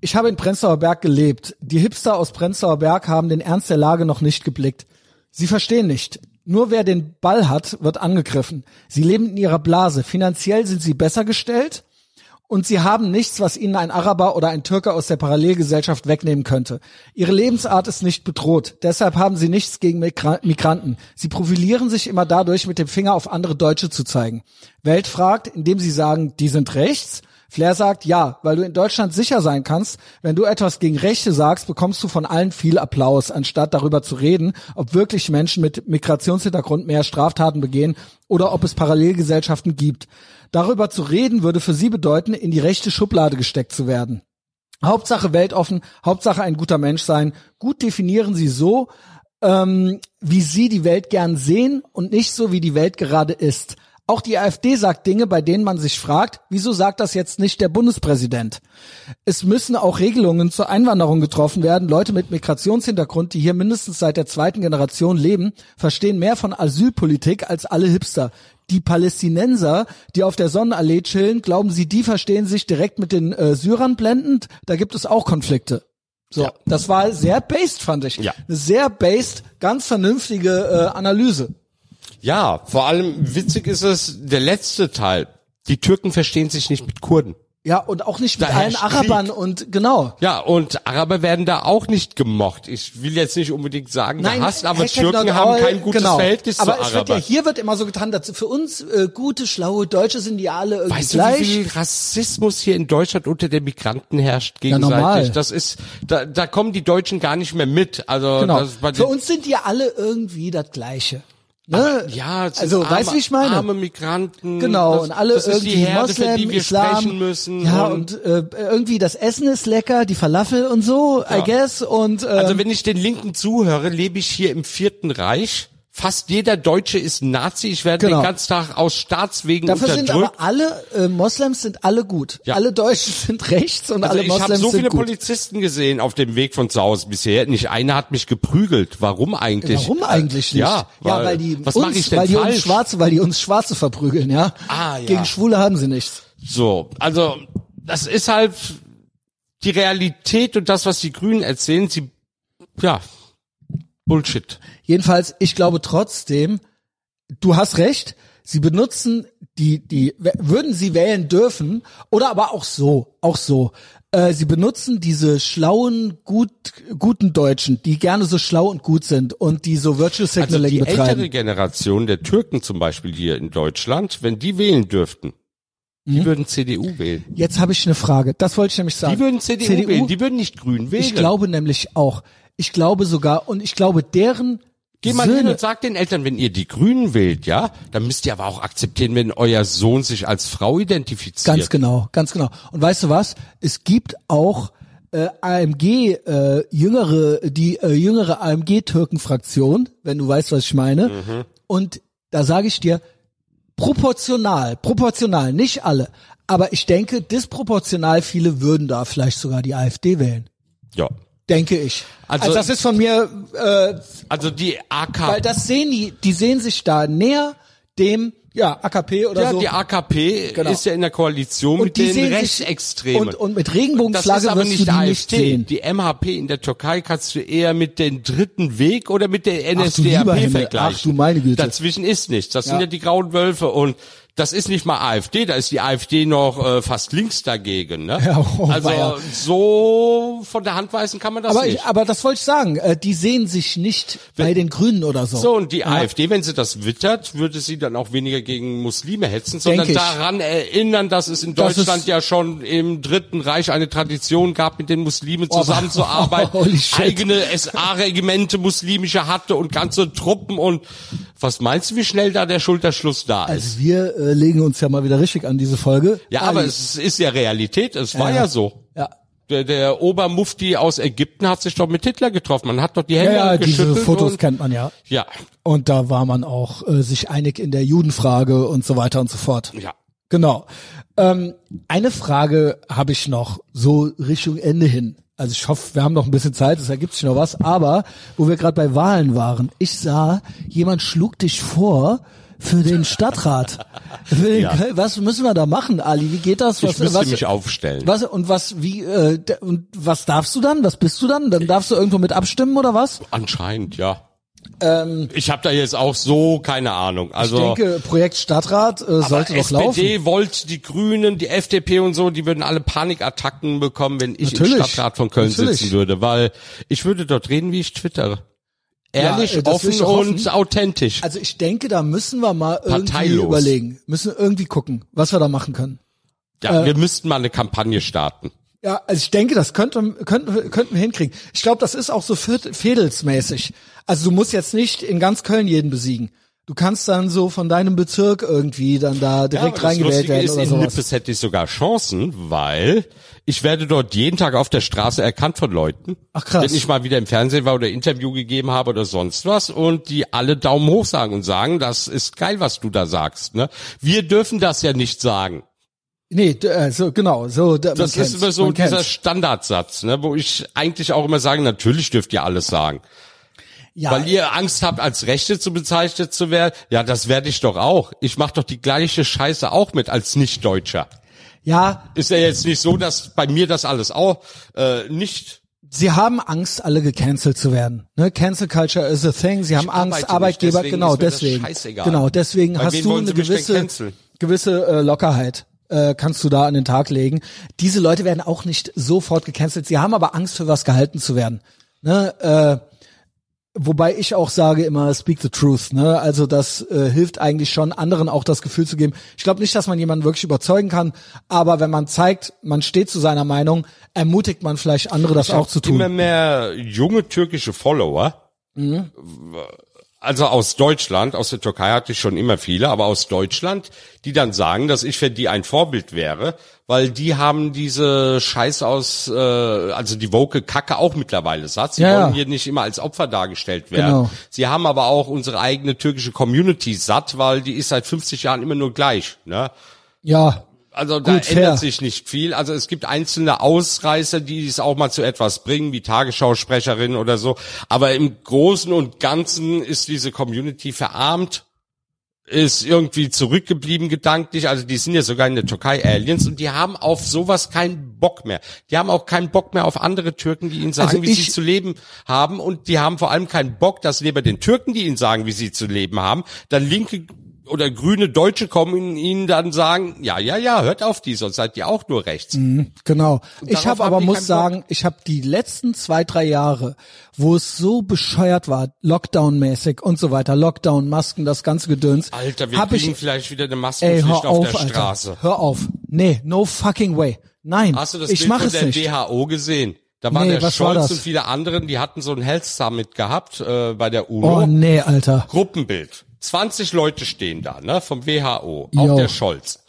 S1: ich habe in Prenzlauer Berg gelebt. Die Hipster aus Prenzlauer Berg haben den Ernst der Lage noch nicht geblickt. Sie verstehen nicht. Nur wer den Ball hat, wird angegriffen. Sie leben in ihrer Blase. Finanziell sind sie besser gestellt und sie haben nichts, was ihnen ein Araber oder ein Türke aus der Parallelgesellschaft wegnehmen könnte. Ihre Lebensart ist nicht bedroht. Deshalb haben sie nichts gegen Migra Migranten. Sie profilieren sich immer dadurch, mit dem Finger auf andere Deutsche zu zeigen. Welt fragt, indem sie sagen, die sind rechts. Flair sagt, ja, weil du in Deutschland sicher sein kannst, wenn du etwas gegen Rechte sagst, bekommst du von allen viel Applaus, anstatt darüber zu reden, ob wirklich Menschen mit Migrationshintergrund mehr Straftaten begehen oder ob es Parallelgesellschaften gibt. Darüber zu reden würde für sie bedeuten, in die rechte Schublade gesteckt zu werden. Hauptsache weltoffen, Hauptsache ein guter Mensch sein. Gut definieren sie so, ähm, wie sie die Welt gern sehen und nicht so, wie die Welt gerade ist. Auch die AfD sagt Dinge, bei denen man sich fragt, wieso sagt das jetzt nicht der Bundespräsident? Es müssen auch Regelungen zur Einwanderung getroffen werden. Leute mit Migrationshintergrund, die hier mindestens seit der zweiten Generation leben, verstehen mehr von Asylpolitik als alle Hipster. Die Palästinenser, die auf der Sonnenallee chillen, glauben Sie, die verstehen sich direkt mit den äh, Syrern blendend? Da gibt es auch Konflikte. So,
S2: Ja.
S1: das war sehr based, fand ich.
S2: Ja.
S1: Eine sehr based, ganz vernünftige äh, Analyse.
S2: Ja, vor allem witzig ist es, der letzte Teil. Die Türken verstehen sich nicht mit Kurden.
S1: Ja, und auch nicht mit
S2: Daher
S1: allen
S2: Krieg.
S1: Arabern und genau.
S2: Ja, und Araber werden da auch nicht gemocht. Ich will jetzt nicht unbedingt sagen, gehasst, aber
S1: Hashtag not
S2: Türken haben
S1: all,
S2: kein gutes
S1: genau.
S2: Verhältnis
S1: aber
S2: zu
S1: es wird ja,
S2: Arabern.
S1: hier wird immer so getan, dass für uns äh, gute, schlaue Deutsche sind die alle irgendwie
S2: Weißt du, wie
S1: gleich.
S2: viel Rassismus hier in Deutschland unter den Migranten herrscht gegenseitig?
S1: normal.
S2: das ist, da, da kommen die Deutschen gar nicht mehr mit. Also
S1: genau.
S2: das, bei
S1: Für
S2: den-
S1: uns sind die alle irgendwie das Gleiche. Ne?
S2: ja, es sind
S1: also
S2: arme,
S1: weißt du, wie ich meine?
S2: arme Migranten.
S1: Genau,
S2: das,
S1: und alle
S2: das ist
S1: irgendwie
S2: die Herde,
S1: Moslem,
S2: für die wir
S1: Islam.
S2: sprechen müssen.
S1: Ja, und,
S2: und
S1: äh, irgendwie das Essen ist lecker, die Falafel und so, I guess. Und äh,
S2: Also wenn ich den Linken zuhöre, lebe ich hier im Vierten Reich. Fast jeder Deutsche ist ein Nazi. Ich werde
S1: Genau.
S2: den ganzen Tag aus Staatswegen
S1: dafür sind aber
S2: unterdrückt.
S1: alle äh, Moslems sind alle gut.
S2: Ja.
S1: Alle Deutschen sind rechts und
S2: also
S1: alle
S2: ich habe
S1: Moslems
S2: so
S1: sind
S2: viele
S1: gut.
S2: Polizisten gesehen auf dem Weg von zu Hause bisher. Nicht einer hat mich geprügelt. Warum eigentlich?
S1: Warum eigentlich nicht?
S2: Äh, Ja,
S1: weil, die
S2: was
S1: uns,
S2: mache ich denn
S1: weil die
S2: falsch?
S1: uns Schwarze, weil die uns Schwarze verprügeln, ja.
S2: Ah, ja.
S1: Gegen Schwule haben sie nichts.
S2: So, also das ist halt die Realität und das, was die Grünen erzählen, sie ja Bullshit.
S1: Jedenfalls, ich glaube trotzdem, du hast recht, sie benutzen die, die, w- würden sie wählen dürfen, oder aber auch so, auch so. Äh, Sie benutzen diese schlauen, gut, guten Deutschen, die gerne so schlau und gut sind und die so Virtual
S2: Also
S1: Signaling
S2: die
S1: betreiben.
S2: ältere Generation der Türken zum Beispiel hier in Deutschland, wenn die wählen dürften,
S1: Hm?
S2: die würden CDU wählen.
S1: Jetzt habe ich eine Frage. Das wollte ich nämlich sagen.
S2: Die würden CDU, wählen, die würden nicht Grün wählen.
S1: Ich glaube nämlich auch. Ich glaube sogar, und ich glaube, deren
S2: Geh mal hin
S1: Söhne,
S2: und sag den Eltern, wenn ihr die Grünen wählt, ja, dann müsst ihr aber auch akzeptieren, wenn euer Sohn sich als Frau identifiziert.
S1: ganz genau, ganz genau. Und weißt du was? Es gibt auch äh, AMG äh, jüngere, die äh, jüngere AMG Türkenfraktion, wenn du weißt, was ich meine.
S2: Mhm.
S1: Und da sage ich dir proportional, proportional, nicht alle, aber ich denke disproportional viele würden da vielleicht sogar die AfD wählen,
S2: Ja.
S1: denke ich.
S2: Also-
S1: also das ist von mir äh,
S2: Also die
S1: Weil
S2: AK,
S1: das sehen die, die sehen sich da näher dem, ja, AKP oder
S2: ja,
S1: so.
S2: die AKP
S1: Genau.
S2: ist ja in der Koalition mit den
S1: sich-
S2: Rechtsextremen.
S1: Und, und mit
S2: das ist
S1: Regenbogenflagge
S2: aber
S1: wirst
S2: nicht
S1: du die
S2: AfD.
S1: nicht sehen.
S2: Die MHP in der Türkei kannst du eher mit dem dritten Weg oder mit der
S1: du lieber
S2: NSDAP
S1: Himmel.
S2: vergleichen.
S1: Ach du meine Güte.
S2: Dazwischen ist nichts. Das
S1: Ja.
S2: sind ja die grauen Wölfe und das ist nicht mal AfD, da ist die AfD noch äh, fast links dagegen. Ne?
S1: Ja, oh,
S2: also
S1: weia.
S2: so von der Hand weisen kann man das
S1: Aber,
S2: nicht.
S1: ich, aber das wollte ich sagen, äh, die sehen sich nicht bei den Grünen oder so.
S2: So, und die AfD, wenn sie das wittert, würde sie dann auch weniger gegen Muslime hetzen, sondern
S1: Denke ich.
S2: daran erinnern, dass es in
S1: Das
S2: Deutschland
S1: ist-
S2: ja schon im Dritten Reich eine Tradition gab, mit den Muslimen
S1: Oh,
S2: zusammenzuarbeiten,
S1: holy shit.
S2: eigene SA-Regimente muslimische hatte und ganze Truppen und was meinst du, wie schnell da der Schulterschluss da ist?
S1: Also wir äh, legen uns ja mal wieder richtig an diese Folge.
S2: ja, aber
S1: Ali.
S2: es ist ja Realität, es war ja so.
S1: ja.
S2: Der, der Obermufti aus Ägypten hat sich doch mit Hitler getroffen. Man hat doch die
S1: Ja,
S2: Hände
S1: ja, diese
S2: geschüttelt
S1: Fotos
S2: und,
S1: kennt man ja.
S2: ja,
S1: Und da war man auch äh, sich einig in der Judenfrage und so weiter und so fort.
S2: ja.
S1: Genau. Ähm, eine Frage habe ich noch, so Richtung Ende hin. Also ich hoffe, wir haben noch ein bisschen Zeit, es ergibt sich noch was. Aber wo wir gerade bei Wahlen waren, ich sah, jemand schlug dich vor für den Stadtrat. Für den Köl- Was müssen wir da machen, Ali? Wie geht das? Was,
S2: Ich müsste
S1: was,
S2: mich aufstellen.
S1: Was, und was, wie, äh, d- und was darfst du dann? Was bist du dann? Dann darfst du irgendwo mit abstimmen oder was?
S2: Anscheinend, ja. ich habe da jetzt auch so keine Ahnung.
S1: Ähm, ich
S2: Also
S1: denke, Projekt Stadtrat äh, sollte doch laufen.
S2: SPD wollte die Grünen, die FDP und so, die würden alle Panikattacken bekommen, wenn ich im
S1: Natürlich.
S2: Stadtrat von Köln
S1: Natürlich.
S2: sitzen würde, weil ich würde dort reden, wie ich twittere. Ehrlich,
S1: äh, das will ich
S2: offen
S1: auch
S2: und
S1: hoffen.
S2: authentisch.
S1: Also ich denke, da müssen wir mal irgendwie
S2: Parteilos.
S1: überlegen, müssen irgendwie gucken, was wir da machen können.
S2: Ja, wir müssten mal eine Kampagne starten.
S1: Ja, also ich denke, das könnte, könnten, könnten wir hinkriegen. Ich glaube, das ist auch so Fäd- fädelsmäßig. Also du musst jetzt nicht in ganz Köln jeden besiegen. Du kannst dann so von deinem Bezirk irgendwie dann da direkt
S2: aber das
S1: reingewählt
S2: Lustige
S1: werden
S2: ist,
S1: oder
S2: in
S1: sowas.
S2: Nippes hätte ich sogar Chancen, weil ich werde dort jeden Tag auf der Straße erkannt von Leuten.
S1: Ach, krass.
S2: Wenn ich mal wieder im Fernsehen war oder Interview gegeben habe oder sonst was und die alle Daumen hoch sagen und sagen, das ist geil, was du da sagst. Ne? Wir dürfen das ja nicht sagen.
S1: Nee, d- äh, so genau, so d- man
S2: Das
S1: kennt's,
S2: ist immer so
S1: man
S2: dieser
S1: kennt's.
S2: Standardsatz, ne, wo ich eigentlich auch immer sage, natürlich dürft ihr alles sagen.
S1: ja,
S2: Weil ihr Angst habt, als Rechte zu bezeichnet zu werden. Ja, das werde ich doch auch. Ich mache doch die gleiche Scheiße auch mit als Nicht-Deutscher.
S1: ja,
S2: Ist ja jetzt nicht so, dass bei mir das alles auch äh, nicht.
S1: sie haben Angst, alle gecancelt zu werden. Ne? Cancel Culture is a thing. Sie haben
S2: arbeite
S1: Angst,
S2: nicht,
S1: Arbeitgeber,
S2: deswegen
S1: genau,
S2: ist mir das
S1: deswegen,
S2: scheißegal.
S1: genau, deswegen
S2: Bei wem
S1: hast du eine
S2: wollen sie mich denn
S1: gewisse
S2: canceln?
S1: gewisse äh, Lockerheit äh, kannst du da an den Tag legen. Diese Leute werden auch nicht sofort gecancelt. Sie haben aber Angst, für was gehalten zu werden. Ne? Äh, Wobei ich auch sage immer, speak the truth. Ne? Also das äh, hilft eigentlich schon, anderen auch das Gefühl zu geben. Ich glaube nicht, dass man jemanden wirklich überzeugen kann, aber wenn man zeigt, man steht zu seiner Meinung, ermutigt man vielleicht andere, das auch zu
S2: Immer
S1: tun.
S2: mehr junge türkische Follower.
S1: Mhm.
S2: Also aus Deutschland, aus der Türkei hatte ich schon immer viele, aber aus Deutschland, die dann sagen, dass ich für die ein Vorbild wäre, weil die haben diese Scheiß aus, äh, also die woke Kacke auch mittlerweile satt. Sie
S1: Ja,
S2: wollen
S1: ja.
S2: hier nicht immer als Opfer dargestellt werden.
S1: Genau.
S2: Sie haben aber auch unsere eigene türkische Community satt, weil die ist seit 50 Jahren immer nur gleich. Ne?
S1: Ja,
S2: Also da
S1: Gut, fair.
S2: ändert sich nicht viel. Also es gibt einzelne Ausreißer, die es auch mal zu etwas bringen, wie Tagesschausprecherin oder so. Aber im Großen und Ganzen ist diese Community verarmt, ist irgendwie zurückgeblieben gedanklich. Also die sind ja sogar in der Türkei Aliens und die haben auf sowas keinen Bock mehr. Die haben auch keinen Bock mehr auf andere Türken, die ihnen sagen,
S1: Also
S2: wie
S1: ich-
S2: sie zu leben haben. Und die haben vor allem keinen Bock, dass neben den Türken, die ihnen sagen, wie sie zu leben haben, dann linke oder grüne Deutsche kommen und ihnen dann sagen, ja, ja, ja, hört auf die, sonst seid ihr auch nur rechts.
S1: Genau. Ich
S2: darauf
S1: habe
S2: haben
S1: aber
S2: die
S1: muss
S2: keinen
S1: sagen, ich habe die letzten zwei, drei Jahre, wo es so bescheuert war, Lockdown-mäßig und so weiter, Lockdown, Masken, das ganze Gedöns.
S2: Alter, wir
S1: hab
S2: kriegen
S1: ich,
S2: vielleicht wieder eine
S1: ey,
S2: Maskenpflicht
S1: hör
S2: auf,
S1: auf,
S2: der
S1: Alter.
S2: Straße.
S1: Hör auf. Nee, no fucking way. Nein,
S2: Hast du das
S1: ich
S2: Bild
S1: mache
S2: von
S1: es
S2: der
S1: nicht.
S2: WHO gesehen? Da war
S1: Nee,
S2: der
S1: was war
S2: Scholz
S1: das?
S2: und viele anderen, die hatten so ein Health Summit gehabt äh, bei der UNO.
S1: oh nee, Alter.
S2: Gruppenbild. 20 Leute stehen da, ne, vom WHO, auch
S1: Jo.
S2: der Scholz.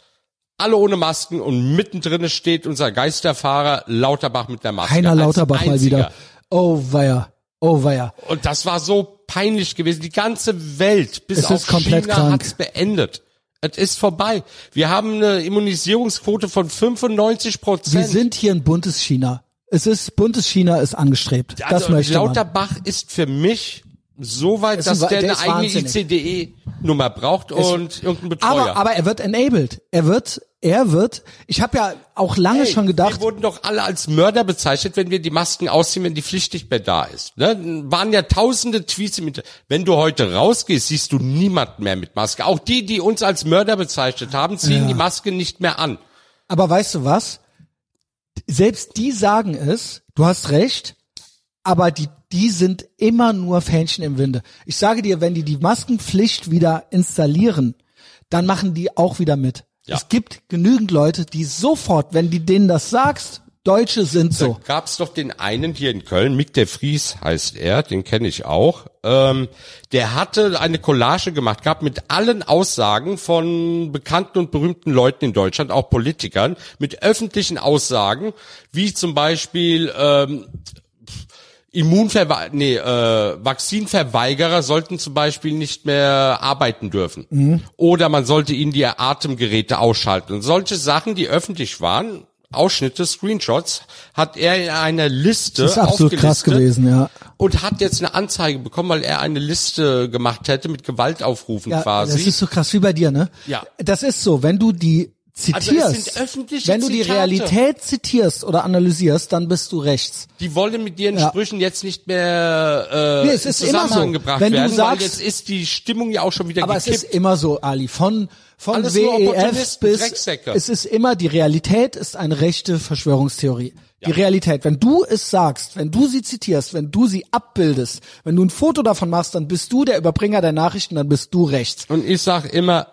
S2: Alle ohne Masken und mittendrin steht unser Geisterfahrer Lauterbach mit der Maske.
S1: Heiner
S2: Als
S1: Lauterbach mal
S2: einziger.
S1: wieder. Oh weia. Oh weia.
S2: Und das war so peinlich gewesen. Die ganze Welt, bis
S1: Es ist
S2: auf
S1: komplett
S2: China,
S1: krank.
S2: hat's beendet. Es ist vorbei. Wir haben eine Immunisierungsquote von 95
S1: Wir
S2: Prozent.
S1: sind hier ein buntes China. Es ist, buntes China ist angestrebt. das
S2: Also,
S1: möchte man.
S2: Lauterbach ist für mich so weit,
S1: Ist
S2: dass
S1: ein-
S2: der,
S1: der
S2: eine
S1: ist
S2: eigene
S1: wahnsinnig.
S2: ICDE-Nummer E braucht und irgendeinen Betreuer.
S1: Aber, aber er wird enabled. Er wird, er wird, ich habe ja auch lange schon gedacht,
S2: Wir wurden doch alle als Mörder bezeichnet, wenn wir die Masken ausziehen, wenn die Pflicht nicht mehr da ist. Ne? Waren ja tausende Tweets im Internet. Wenn du heute rausgehst, siehst du niemanden mehr mit Maske. Auch die, die uns als Mörder bezeichnet haben, ziehen die Maske nicht mehr an.
S1: Aber weißt du was? Selbst die sagen es, du hast recht, aber die, die sind immer nur Fähnchen im Winde. Ich sage dir, wenn die die Maskenpflicht wieder installieren, dann machen die auch wieder mit.
S2: Ja.
S1: Es gibt genügend Leute, die sofort, wenn die denen das sagst, Deutsche sind so.
S2: Gab es doch den einen hier in Köln, Mick der Vries heißt er, den kenne ich auch. Ähm, der hatte eine Collage gemacht gehabt mit allen Aussagen von bekannten und berühmten Leuten in Deutschland, auch Politikern, mit öffentlichen Aussagen, wie zum Beispiel ähm, Immunverwe nee, äh, Vakzinverweigerer sollten zum Beispiel nicht mehr arbeiten dürfen.
S1: Mhm.
S2: Oder man sollte ihnen die Atemgeräte ausschalten. Und solche Sachen, die öffentlich waren, Ausschnitte, Screenshots, hat er in einer Liste
S1: Das ist absolut krass
S2: Äh, aufgelistet
S1: gewesen, ja.
S2: und hat jetzt eine Anzeige bekommen, weil er eine Liste gemacht hätte mit Gewaltaufrufen
S1: ja
S2: quasi.
S1: Das ist so krass wie bei dir, ne?
S2: Ja. Also,
S1: Das ist so, wenn du die
S2: es
S1: zitierst,
S2: sind öffentliche
S1: wenn du die
S2: Zitate.
S1: Realität zitierst oder analysierst, dann bist du rechts.
S2: die wollen mit ihren
S1: Ja.
S2: Sprüchen jetzt nicht mehr äh,
S1: Nee, es ist
S2: in
S1: immer
S2: Zusammenhang
S1: so.
S2: gebracht
S1: Wenn du
S2: werden,
S1: sagst-
S2: weil jetzt ist die Stimmung ja auch schon wieder
S1: Aber es
S2: gekippt.
S1: ist immer so, Ali, von, von
S2: Alles nur
S1: WEF
S2: Opportunisten,
S1: bis,
S2: Drecksäcke.
S1: es ist immer, die Realität ist eine rechte Verschwörungstheorie. Die Realität, wenn du es sagst, wenn du sie zitierst, wenn du sie abbildest, wenn du ein Foto davon machst, dann bist du der Überbringer der Nachrichten, dann bist du rechts.
S2: Und ich sag immer,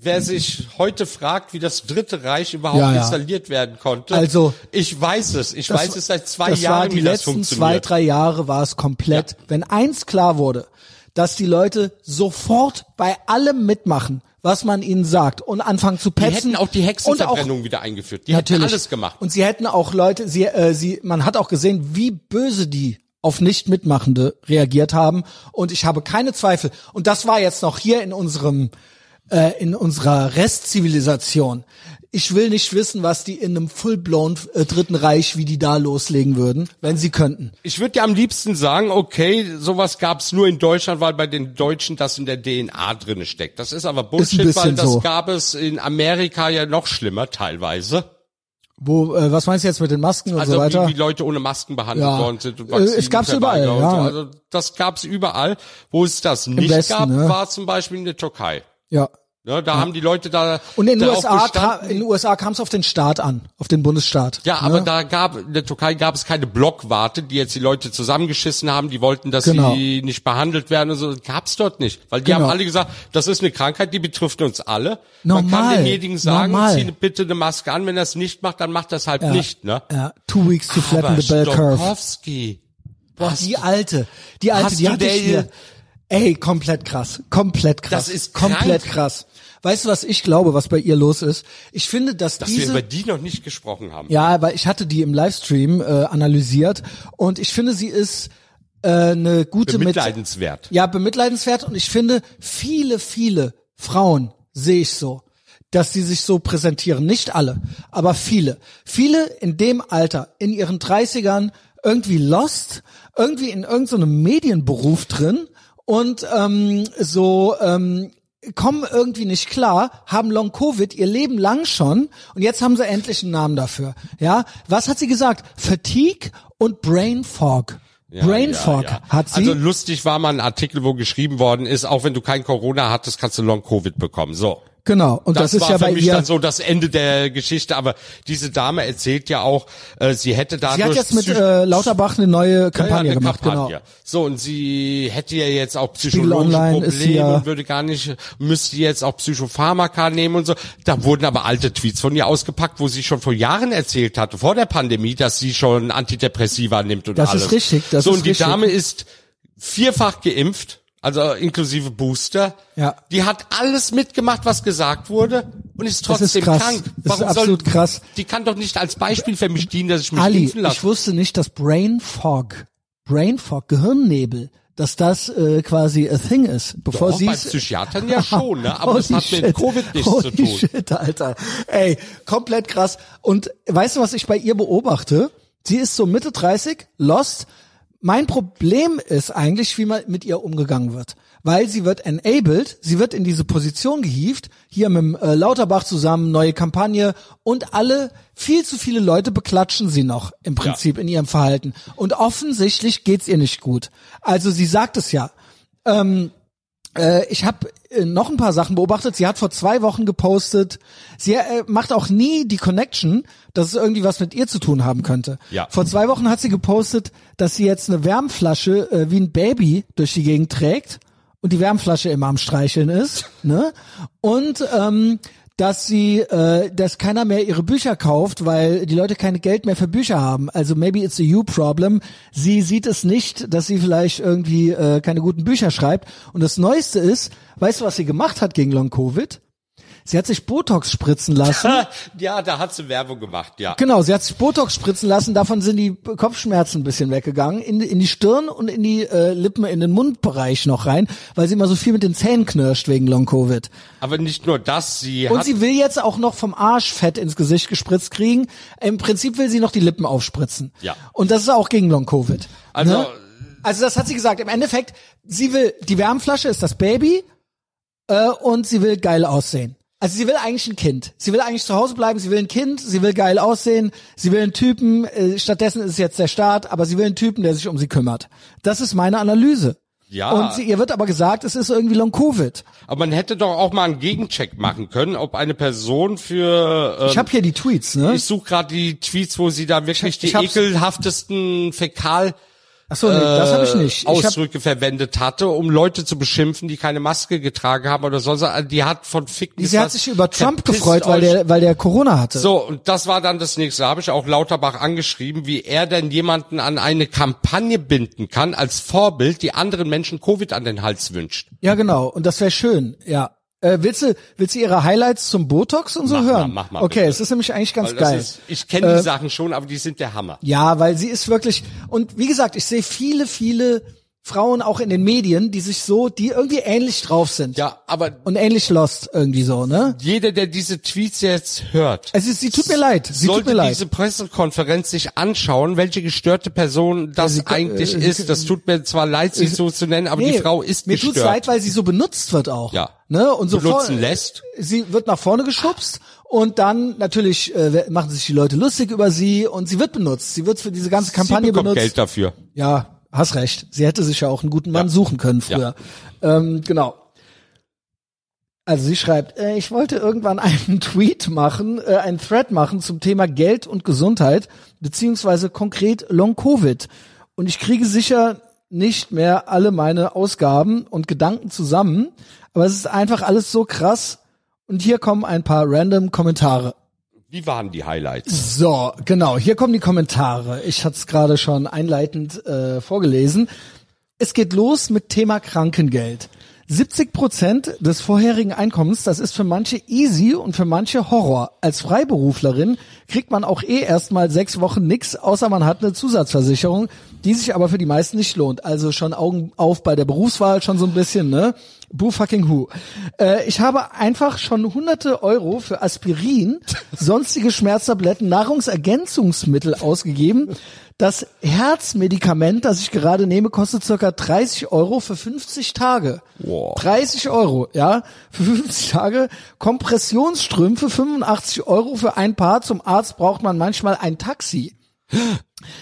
S2: Wer sich heute fragt, wie das Dritte Reich überhaupt
S1: Ja, ja.
S2: installiert werden konnte,
S1: Also-
S2: ich weiß es. Ich weiß es seit zwei
S1: das
S2: Jahren,
S1: war die
S2: wie das
S1: letzten zwei,
S2: funktioniert.
S1: drei Jahre war es komplett. Wenn eins klar wurde, dass die Leute sofort bei allem mitmachen, was man ihnen sagt und anfangen zu
S2: die
S1: petzen.
S2: hätten auch die
S1: und auch
S2: Hexenverbrennung wieder eingeführt. Die
S1: Natürlich.
S2: hätten alles gemacht.
S1: Und sie hätten auch Leute, sie, äh, sie, man hat auch gesehen, wie böse die auf Nicht-Mitmachende reagiert haben. Und ich habe keine Zweifel. Und das war jetzt noch hier in unserem, äh, in unserer Restzivilisation. Ich will nicht wissen, was die in einem full-blown äh, Dritten Reich, wie die da loslegen würden, wenn sie könnten.
S2: Ich würde ja am liebsten sagen, okay, sowas gab es nur in Deutschland, weil bei den Deutschen das in der DNA drinne steckt. Das ist aber Bullshit, weil
S1: bisschen
S2: das
S1: so.
S2: gab es in Amerika ja noch schlimmer teilweise.
S1: Wo, äh, was meinst du jetzt mit den Masken und
S2: Also
S1: so weiter?
S2: wie, wie Leute ohne Masken behandelt
S1: Ja.
S2: worden sind. Und
S1: Äh,
S2: Vaccinen
S1: es gab's
S2: verweigert
S1: überall,
S2: und
S1: ja.
S2: So. Also das gab's überall. Wo es das nicht
S1: Westen,
S2: gab,
S1: ne?
S2: war zum Beispiel in der Türkei.
S1: ja.
S2: Ne, da haben die Leute da
S1: Und in den
S2: darauf
S1: USA, ka-
S2: bestanden-
S1: in den USA kam es auf den Staat an, auf den Bundesstaat.
S2: Ja, aber
S1: ne?
S2: da gab in der Türkei gab es keine Blockwarte, die jetzt die Leute zusammengeschissen haben, die wollten, dass
S1: Genau.
S2: sie nicht behandelt werden und so. Das Gab's dort nicht, weil die
S1: Genau.
S2: haben alle gesagt, das ist eine Krankheit, die betrifft uns alle. Man kann
S1: Normal.
S2: denjenigen sagen,
S1: Normal.
S2: zieh bitte eine Maske an, wenn er es nicht macht, dann macht das halt nicht, ne?
S1: ja, two weeks to flatten
S2: Aber
S1: the bell curve.
S2: Stokowski,
S1: Boah,
S2: hast
S1: die alte, die alte,
S2: hast
S1: die
S2: du
S1: hatte ich
S2: der-
S1: hier. Ey, komplett krass, komplett krass,
S2: Das ist
S1: komplett
S2: krank.
S1: krass. Weißt du, was ich glaube, was bei ihr los ist? Ich finde, dass,
S2: dass wir
S1: diese
S2: über die noch nicht gesprochen haben.
S1: ja, aber ich hatte die im Livestream äh, analysiert und ich finde, sie ist äh, eine gute mit
S2: Bemitleidenswert.
S1: ja, bemitleidenswert und ich finde, viele, viele Frauen sehe ich so, dass sie sich so präsentieren. Nicht alle, aber viele. Viele in dem Alter, in ihren 30ern, irgendwie lost, irgendwie in irgendeinem Medienberuf drin und ähm, so ähm, kommen irgendwie nicht klar, haben Long Covid ihr Leben lang schon und jetzt haben sie endlich einen Namen dafür. Ja, was hat sie gesagt? Fatigue und Brain Fog. Brain Fog hat sie.
S2: Also lustig war mal ein Artikel, wo geschrieben worden ist, auch wenn du kein Corona hattest, kannst du Long Covid bekommen. So.
S1: Genau, und das,
S2: das,
S1: ist
S2: war
S1: ja
S2: für
S1: bei
S2: mich
S1: ihr.
S2: dann so das Ende der Geschichte. Aber diese Dame erzählt ja auch, äh, sie hätte dadurch
S1: sie hat jetzt mit
S2: psych-
S1: äh, Lauterbach eine neue
S2: Ja, ja,
S1: Kampagne
S2: eine
S1: gemacht,
S2: Kampagne.
S1: genau.
S2: So, und sie hätte ja jetzt auch
S1: Spiegel
S2: psychologische
S1: Online ist sie
S2: Probleme
S1: ja-
S2: und würde gar nicht, müsste jetzt auch Psychopharmaka nehmen und so. Da wurden aber alte Tweets von ihr ausgepackt, wo sie schon vor Jahren erzählt hatte, vor der Pandemie, dass sie schon Antidepressiva nimmt und
S1: Das
S2: alles.
S1: ist richtig, das
S2: so,
S1: ist
S2: und die
S1: richtig.
S2: Dame ist vierfach geimpft, also inklusive Booster.
S1: Ja.
S2: Die hat alles mitgemacht, was gesagt wurde und ist trotzdem
S1: ist krass.
S2: krank.
S1: Das ist absolut
S2: soll,
S1: krass.
S2: Die kann doch nicht als Beispiel für mich dienen, dass ich mich
S1: Ali,
S2: impfen lasse.
S1: ich wusste nicht, dass Brain Fog, Brain Fog, Gehirnnebel, dass das äh, quasi a thing ist, bevor
S2: Doch,
S1: sie
S2: bei
S1: es-
S2: Psychiatern ja schon, ne? Aber das
S1: Holy
S2: hat mit Covid nichts
S1: Holy
S2: zu tun.
S1: Oh, Shit, Alter. Ey, komplett krass. Und weißt du, was ich bei ihr beobachte? Sie ist so Mitte 30, lost. Mein Problem ist eigentlich, wie man mit ihr umgegangen wird. Weil sie wird enabled, sie wird in diese Position gehievt, hier mit dem, äh, Lauterbach zusammen, neue Kampagne und alle, viel zu viele Leute beklatschen sie noch im Prinzip in ihrem Verhalten. Und offensichtlich geht's ihr nicht gut. Also sie sagt es ja äh, ich habe äh, noch ein paar Sachen beobachtet. Sie hat vor zwei Wochen gepostet. Sie äh, macht auch nie die Connection, dass es irgendwie was mit ihr zu tun haben könnte.
S2: Ja.
S1: Vor zwei Wochen hat sie gepostet, dass sie jetzt eine Wärmflasche äh, wie ein Baby durch die Gegend trägt und die Wärmflasche immer am Streicheln ist. Ne? Und ähm, dass sie, äh, dass keiner mehr ihre Bücher kauft, weil die Leute kein Geld mehr für Bücher haben. Also maybe it's a you problem. Sie sieht es nicht, dass sie vielleicht irgendwie äh, keine guten Bücher schreibt. Und das Neueste ist, weißt du, was sie gemacht hat gegen Long Covid? Sie hat sich Botox spritzen lassen.
S2: ja, da hat sie Werbung gemacht, ja.
S1: Genau, sie hat sich Botox spritzen lassen, davon sind die Kopfschmerzen ein bisschen weggegangen, in, in die Stirn und in die äh, Lippen, in den Mundbereich noch rein, weil sie immer so viel mit den Zähnen knirscht wegen Long-Covid.
S2: Aber nicht nur das, sie
S1: Und
S2: hat
S1: sie will jetzt auch noch vom Arsch Fett ins Gesicht gespritzt kriegen. Im Prinzip will sie noch die Lippen aufspritzen.
S2: Ja.
S1: Und das ist auch gegen Long Covid.
S2: Also-
S1: ne? also das hat sie gesagt. Im Endeffekt, sie will die Wärmflasche ist das Baby äh, und sie will geil aussehen. Also sie will eigentlich ein Kind. Sie will eigentlich zu Hause bleiben. Sie will ein Kind. Sie will geil aussehen. Sie will einen Typen. Äh, stattdessen ist es jetzt der Staat, aber sie will einen Typen, der sich um sie kümmert. Das ist meine Analyse.
S2: Ja.
S1: Und sie, ihr wird aber gesagt, es ist irgendwie Long Covid.
S2: aber man hätte doch auch mal einen Gegencheck machen können, ob eine Person für ähm,
S1: Ich habe hier die Tweets. Ne?
S2: äh, ich suche gerade die Tweets, wo sie da wirklich
S1: ich
S2: die
S1: hab's-
S2: ekelhaftesten Fäkal
S1: Achso, nee, das habe ich
S2: Äh,
S1: nicht. Ich hab,
S2: Ausdrücke verwendet hatte, um Leute zu beschimpfen, die keine Maske getragen haben oder sonst. was. Also Die hat von Fick bis
S1: sie hat
S2: was-
S1: sich über Trump
S2: Verpisst
S1: gefreut, weil
S2: euch.
S1: der, weil der Corona hatte.
S2: So, und das war dann das nächste. Da habe ich auch Lauterbach angeschrieben, wie er denn jemanden an eine Kampagne binden kann, als Vorbild, die anderen Menschen Covid an den Hals wünscht.
S1: Ja, genau. Und das wäre schön, ja. Äh, willst, du, willst du ihre Highlights zum Botox und so
S2: Mach mal,
S1: hören?
S2: mach mal,
S1: okay,
S2: bitte.
S1: es ist nämlich eigentlich ganz
S2: Weil das
S1: geil. Äh,
S2: ist, ich kenne die Sachen schon, aber die sind der Hammer.
S1: Ja, weil sie ist wirklich, und wie gesagt, ich sehe viele, viele Frauen auch in den Medien, die sich so, die irgendwie ähnlich drauf sind.
S2: Ja, aber
S1: Und ähnlich lost irgendwie so, ne?
S2: jeder, der diese Tweets jetzt hört,
S1: Es ist, sie tut mir leid, sie tut
S2: sollte
S1: mir leid.
S2: diese Pressekonferenz sich anschauen, welche gestörte Person das
S1: sie-
S2: eigentlich
S1: äh, sie-
S2: ist. Das tut mir zwar leid, sie so zu nennen, aber die Frau ist
S1: mir
S2: gestört.
S1: tut's leid, weil sie so benutzt wird auch.
S2: Ja.
S1: Ne? Und so
S2: Benutzen
S1: vor-
S2: lässt.
S1: Sie wird nach vorne geschubst und dann natürlich äh, machen sich die Leute lustig über sie und sie wird benutzt. Sie wird für diese ganze Kampagne
S2: sie bekommt
S1: benutzt.
S2: Geld dafür.
S1: Ja, hast recht. Sie hätte sich ja auch einen guten Mann suchen können früher. Ähm, genau. Also sie schreibt, äh, ich wollte irgendwann einen Tweet machen, äh, einen Thread machen zum Thema Geld und Gesundheit, beziehungsweise konkret Long-Covid. Und ich kriege sicher nicht mehr alle meine Ausgaben und Gedanken zusammen, aber es ist einfach alles so krass. Und hier kommen ein paar random Kommentare.
S2: Wie waren die Highlights?
S1: So, genau. Hier kommen die Kommentare. Ich hatte es gerade schon einleitend äh, vorgelesen. Es geht los mit Thema Krankengeld. 70 Prozent des vorherigen Einkommens, das ist für manche easy und für manche Horror. Als Freiberuflerin kriegt man auch eh erstmal sechs Wochen nix, außer man hat eine Zusatzversicherung, die sich aber für die meisten nicht lohnt. Also schon Augen auf bei der Berufswahl, schon so ein bisschen, ne? Boo fucking who. Äh, ich habe einfach schon hunderte Euro für Aspirin, sonstige Schmerztabletten, Nahrungsergänzungsmittel ausgegeben. Das Herzmedikament, das ich gerade nehme, kostet circa 30 Euro für 50 Tage.
S2: Wow.
S1: 30 Euro, ja, für 50 Tage. Kompressionsstrümpfe, 85 Euro für ein Paar. Zum Arzt braucht man manchmal ein Taxi.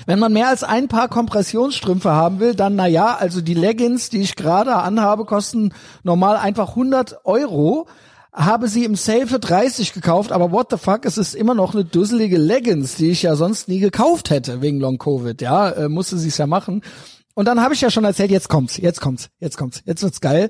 S1: Wenn man mehr als ein paar Kompressionsstrümpfe haben will, dann na ja, also die Leggings, die ich gerade anhabe, kosten normal einfach 100 Euro. Habe sie im Sale für 30 gekauft, aber what the fuck, es ist immer noch eine dusselige Leggings, die ich ja sonst nie gekauft hätte wegen Long Covid. Ja, äh, musste sie es ja machen. Und dann habe ich ja schon erzählt, jetzt kommt's, jetzt kommt's, jetzt kommt's, jetzt wird's geil.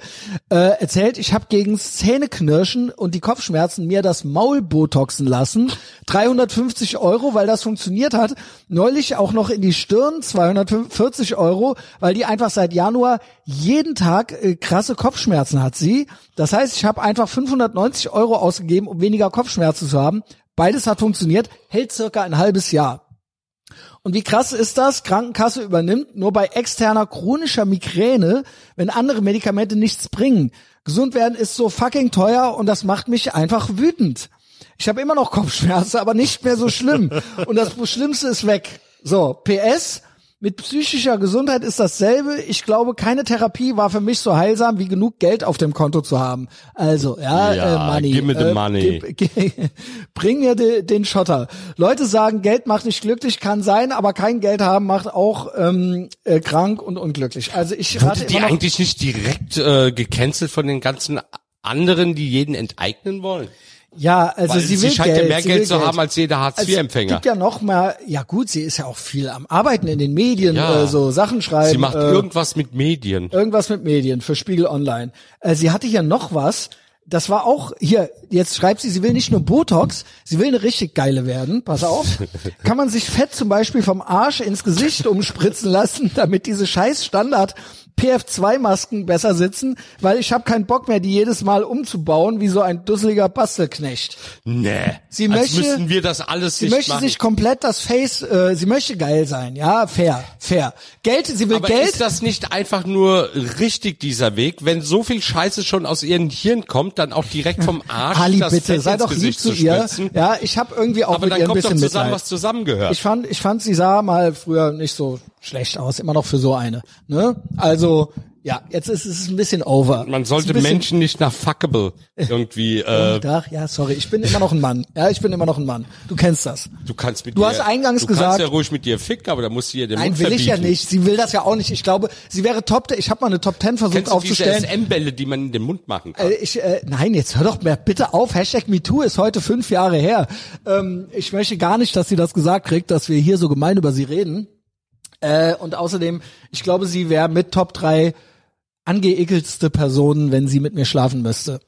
S1: Äh, erzählt, ich habe gegen Zähneknirschen und die Kopfschmerzen mir das Maul botoxen lassen. 350 Euro, weil das funktioniert hat. Neulich auch noch in die Stirn 240 Euro, weil die einfach seit Januar jeden Tag äh, krasse Kopfschmerzen hat sie. Das heißt, ich habe einfach 590 Euro ausgegeben, um weniger Kopfschmerzen zu haben. Beides hat funktioniert, hält circa ein halbes Jahr. Und wie krass ist das? Krankenkasse übernimmt nur bei externer chronischer Migräne, wenn andere Medikamente nichts bringen. Gesund werden ist so fucking teuer und das macht mich einfach wütend. Ich habe immer noch Kopfschmerzen, aber nicht mehr so schlimm. Und das Schlimmste ist weg. So, PS. Mit psychischer Gesundheit ist dasselbe. Ich glaube, keine Therapie war für mich so heilsam, wie genug Geld auf dem Konto zu haben. Also, ja,
S2: Ja,
S1: äh, Money.
S2: give me the
S1: äh,
S2: money.
S1: gib- Bring mir de, den Schotter. Leute sagen, Geld macht nicht glücklich, kann sein, aber kein Geld haben macht auch ähm, äh, krank und unglücklich. Also ich rate
S2: Wurde die
S1: immer noch,
S2: eigentlich nicht direkt äh, gecancelt von den ganzen anderen, die jeden enteignen wollen?
S1: ja, also
S2: Weil
S1: sie,
S2: sie
S1: will
S2: scheint
S1: Geld,
S2: ja mehr
S1: sie
S2: Geld
S1: will
S2: zu haben als jeder
S1: Es
S2: Hartz-IV-Empfänger.
S1: gibt ja noch mal, ja gut, sie ist ja auch viel am Arbeiten in den Medien,
S2: Ja.
S1: äh, so Sachen schreiben.
S2: Sie macht
S1: äh,
S2: irgendwas mit Medien.
S1: Irgendwas mit Medien für Spiegel Online. Äh, sie hatte hier noch was. Das war auch hier. Jetzt schreibt sie, sie will nicht nur Botox, sie will eine richtig geile werden. Pass auf. Kann man sich Fett zum Beispiel vom Arsch ins Gesicht umspritzen lassen, damit diese scheiß Standard PF2-Masken besser sitzen, weil ich habe keinen Bock mehr, die jedes Mal umzubauen, wie so ein dusseliger Bastelknecht.
S2: Nee.
S1: Sie
S2: Als
S1: möchte-
S2: müssten wir das alles
S1: Sie
S2: nicht
S1: möchte
S2: machen.
S1: sich komplett das Face, äh, sie möchte geil sein, ja, fair, fair. Geld, sie will
S2: aber
S1: Geld.
S2: ist das nicht einfach nur richtig, dieser Weg? Wenn so viel Scheiße schon aus ihren Hirn kommt, dann auch direkt vom Arsch
S1: Ali,
S2: das
S1: bitte,
S2: Fett
S1: sei
S2: ins
S1: doch lieb
S2: Gesicht
S1: zu, ihr.
S2: spritzen?
S1: Ja, ich habe irgendwie auch
S2: Aber
S1: mit
S2: dann
S1: ihr ein
S2: kommt doch
S1: bisschen
S2: zusammen,
S1: Mitleid.
S2: was zusammengehört.
S1: Ich fand, ich fand, sie sah mal früher nicht so schlecht aus, immer noch für so eine. Ne? Also ja, jetzt ist es ein bisschen over.
S2: Man
S1: Ist
S2: sollte
S1: ein bisschen
S2: Menschen nicht nach fuckable irgendwie, äh,
S1: Ach, ja, sorry, ich bin immer noch ein Mann. Ja, ich bin immer noch ein Mann. Du kennst das.
S2: du kannst mit
S1: Du
S2: ihr,
S1: hast eingangs
S2: du
S1: gesagt-
S2: kannst ja ruhig mit dir ficken, aber da musst du ihr den
S1: Nein,
S2: Mund
S1: will ich ja
S2: verbieten.
S1: nicht. Sie will das ja auch nicht. Ich glaube, sie wäre Top. Ich habe mal eine Top Ten versucht
S2: Kennst du diese
S1: aufzustellen.
S2: SM-Bälle, die man in den Mund machen kann?
S1: Äh, ich, äh, nein, jetzt hör doch mal bitte auf. Hashtag MeToo ist heute fünf Jahre her. Ähm, ich möchte gar nicht, dass sie das gesagt kriegt, dass wir hier so gemein über sie reden. Äh, und außerdem, ich glaube, sie wäre mit Top 3 angeekelste Personen, wenn sie mit mir schlafen müsste.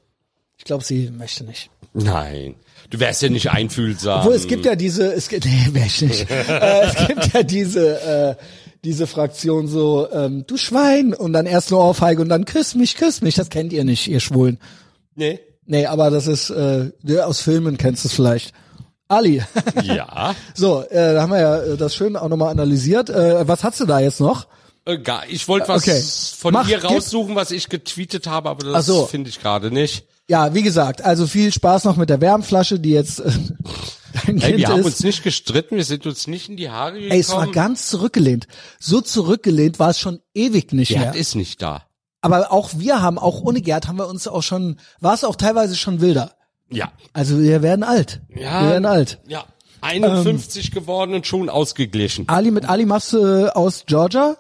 S1: Ich glaube, sie möchte nicht.
S2: Nein. Du wärst ja nicht einfühlsam.
S1: Obwohl, es gibt ja diese, es gibt, nee, wär ich nicht. äh, es gibt ja diese, äh, diese Fraktion so, ähm, du Schwein, und dann erst nur Ohrfeige und dann küss mich, küss mich. Das kennt ihr nicht, ihr Schwulen.
S2: Nee.
S1: Nee, aber das ist, äh, du aus Filmen kennst es vielleicht. Ali.
S2: Ja.
S1: so, äh, da haben wir ja äh, das schön auch nochmal analysiert. Äh, was hast du da jetzt noch?
S2: Egal. Äh, Ich wollte was
S1: Okay.
S2: von
S1: Mach,
S2: ihr
S1: gib-
S2: raussuchen, was ich getweetet habe, aber
S1: Ach
S2: das
S1: so.
S2: finde ich gerade nicht.
S1: Ja, wie gesagt, also viel Spaß noch mit der Wärmflasche, die jetzt äh, dein
S2: Ey,
S1: Kind
S2: wir haben
S1: ist.
S2: uns nicht gestritten, wir sind uns nicht in die Haare gekommen.
S1: Ey, es war ganz zurückgelehnt. So zurückgelehnt war es schon ewig nicht
S2: Gerd
S1: mehr.
S2: ist nicht da.
S1: Aber auch wir haben, auch ohne Gerd, haben wir uns auch schon, war es auch teilweise schon wilder.
S2: Ja.
S1: Also wir werden alt.
S2: Ja.
S1: Wir werden alt.
S2: Ja. 51 geworden und schon ausgeglichen.
S1: Ali mit Ali machst du äh, aus Georgia?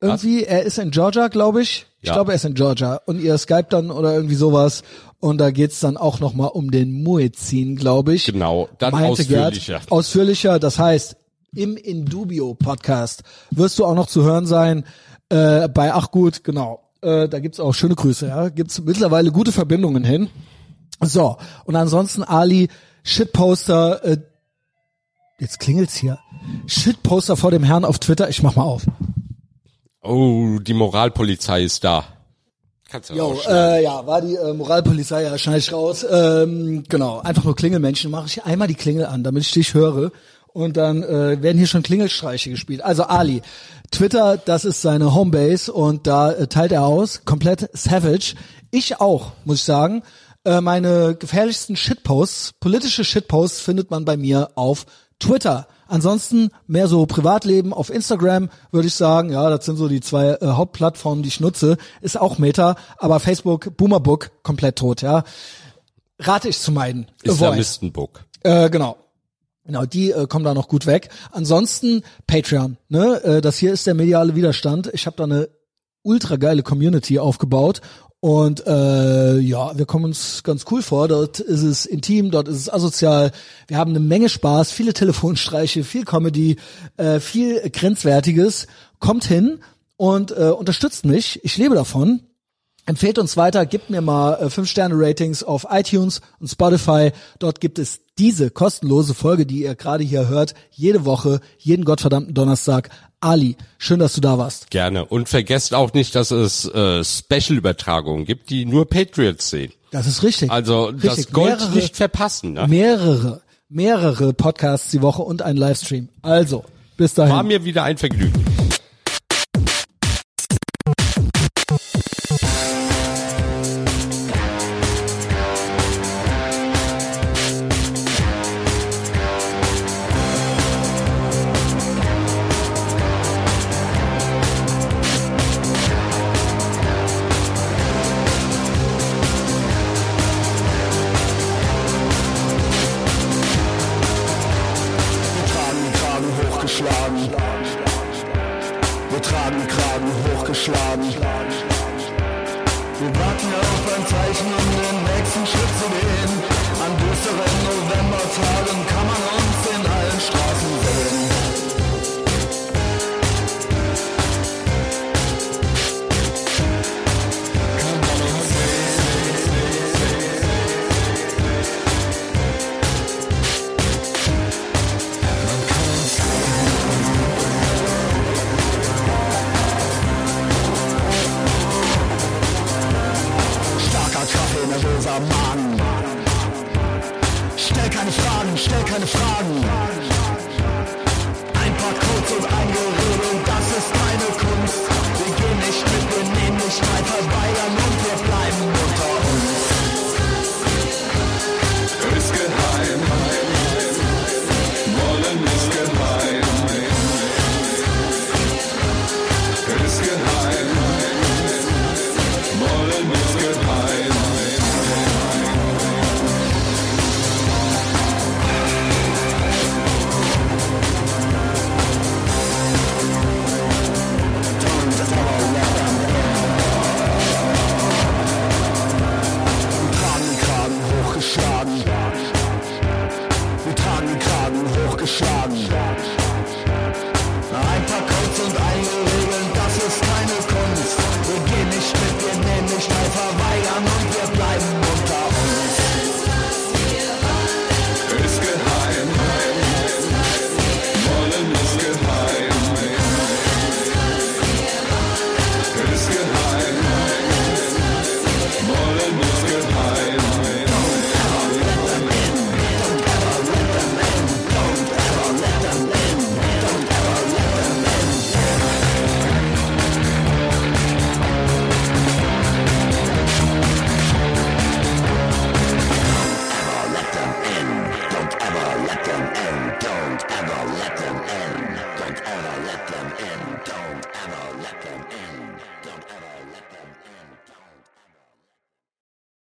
S1: Irgendwie, er ist in Georgia, glaube ich. Ich
S2: Ja.
S1: glaube, er ist in Georgia. Und ihr Skype dann oder irgendwie sowas. Und da geht's dann auch nochmal um den Muezzin, glaube ich.
S2: Genau, dann
S1: meinte
S2: ausführlicher.
S1: Gerd, ausführlicher, das heißt, im Indubio Podcast wirst du auch noch zu hören sein äh, bei Ach gut, genau. Äh, da gibt's auch schöne Grüße, ja. Gibt's mittlerweile gute Verbindungen hin. So, und ansonsten Ali Shitposter äh, jetzt klingelt's hier. Shitposter vor dem Herrn auf Twitter, ich mach mal auf.
S2: Oh, die Moralpolizei ist da. Kannst du
S1: Jo,
S2: rausschneiden.
S1: äh, ja, war die äh, Moralpolizei, ja, schneid ich raus. Ähm, genau, einfach nur Klingelmenschen, mache ich einmal die Klingel an, damit ich dich höre. Und dann äh, werden hier schon Klingelstreiche gespielt. Also Ali, Twitter, das ist seine Homebase und da äh, teilt er aus, komplett savage. Ich auch, muss ich sagen. Äh, meine gefährlichsten Shitposts, politische Shitposts findet man bei mir auf Twitter. Ansonsten mehr so Privatleben auf Instagram, würde ich sagen. Ja, das sind so die zwei äh, Hauptplattformen, die ich nutze. Ist auch Meta, aber Facebook, Boomerbook, komplett tot, ja. Rate ich zu meiden. Avoid.
S2: Islamistenbook.
S1: Äh, genau. Genau, die äh, kommen da noch gut weg. Ansonsten Patreon. Ne? Äh, das hier ist der mediale Widerstand. Ich habe da eine ultra geile Community aufgebaut. Und äh, ja, wir kommen uns ganz cool vor. Dort ist es intim, dort ist es asozial. Wir haben eine Menge Spaß, viele Telefonstreiche, viel Comedy, äh, viel Grenzwertiges. Kommt hin und äh, unterstützt mich. Ich lebe davon. Empfehlt uns weiter, gebt mir mal äh, 5-Sterne-Ratings auf iTunes und Spotify. Dort gibt es diese kostenlose Folge, die ihr gerade hier hört, jede Woche, jeden gottverdammten Donnerstag. Ali, schön, dass du da warst.
S2: Gerne. Und vergesst auch nicht, dass es äh, Special-Übertragungen gibt, die nur Patriots sehen.
S1: Das ist richtig.
S2: Also das
S1: Richtig.
S2: Gold
S1: Mehrere-
S2: nicht verpassen. Ne?
S1: Mehrere, mehrere Podcasts die Woche und ein Livestream. Also, bis dahin.
S2: War mir wieder ein Vergnügen.
S5: Wir tragen den Kragen hochgeschlagen. Wir tragen den Kragen hochgeschlagen. Wir warten auf ein Zeichen, um den nächsten Schritt zu gehen. An düsteren Novembertagen kann man uns in allen Straßen sehen. Kann man uns sehen. Starker Kaffee, nervöser Magen. Stell keine Fragen, stell keine Fragen.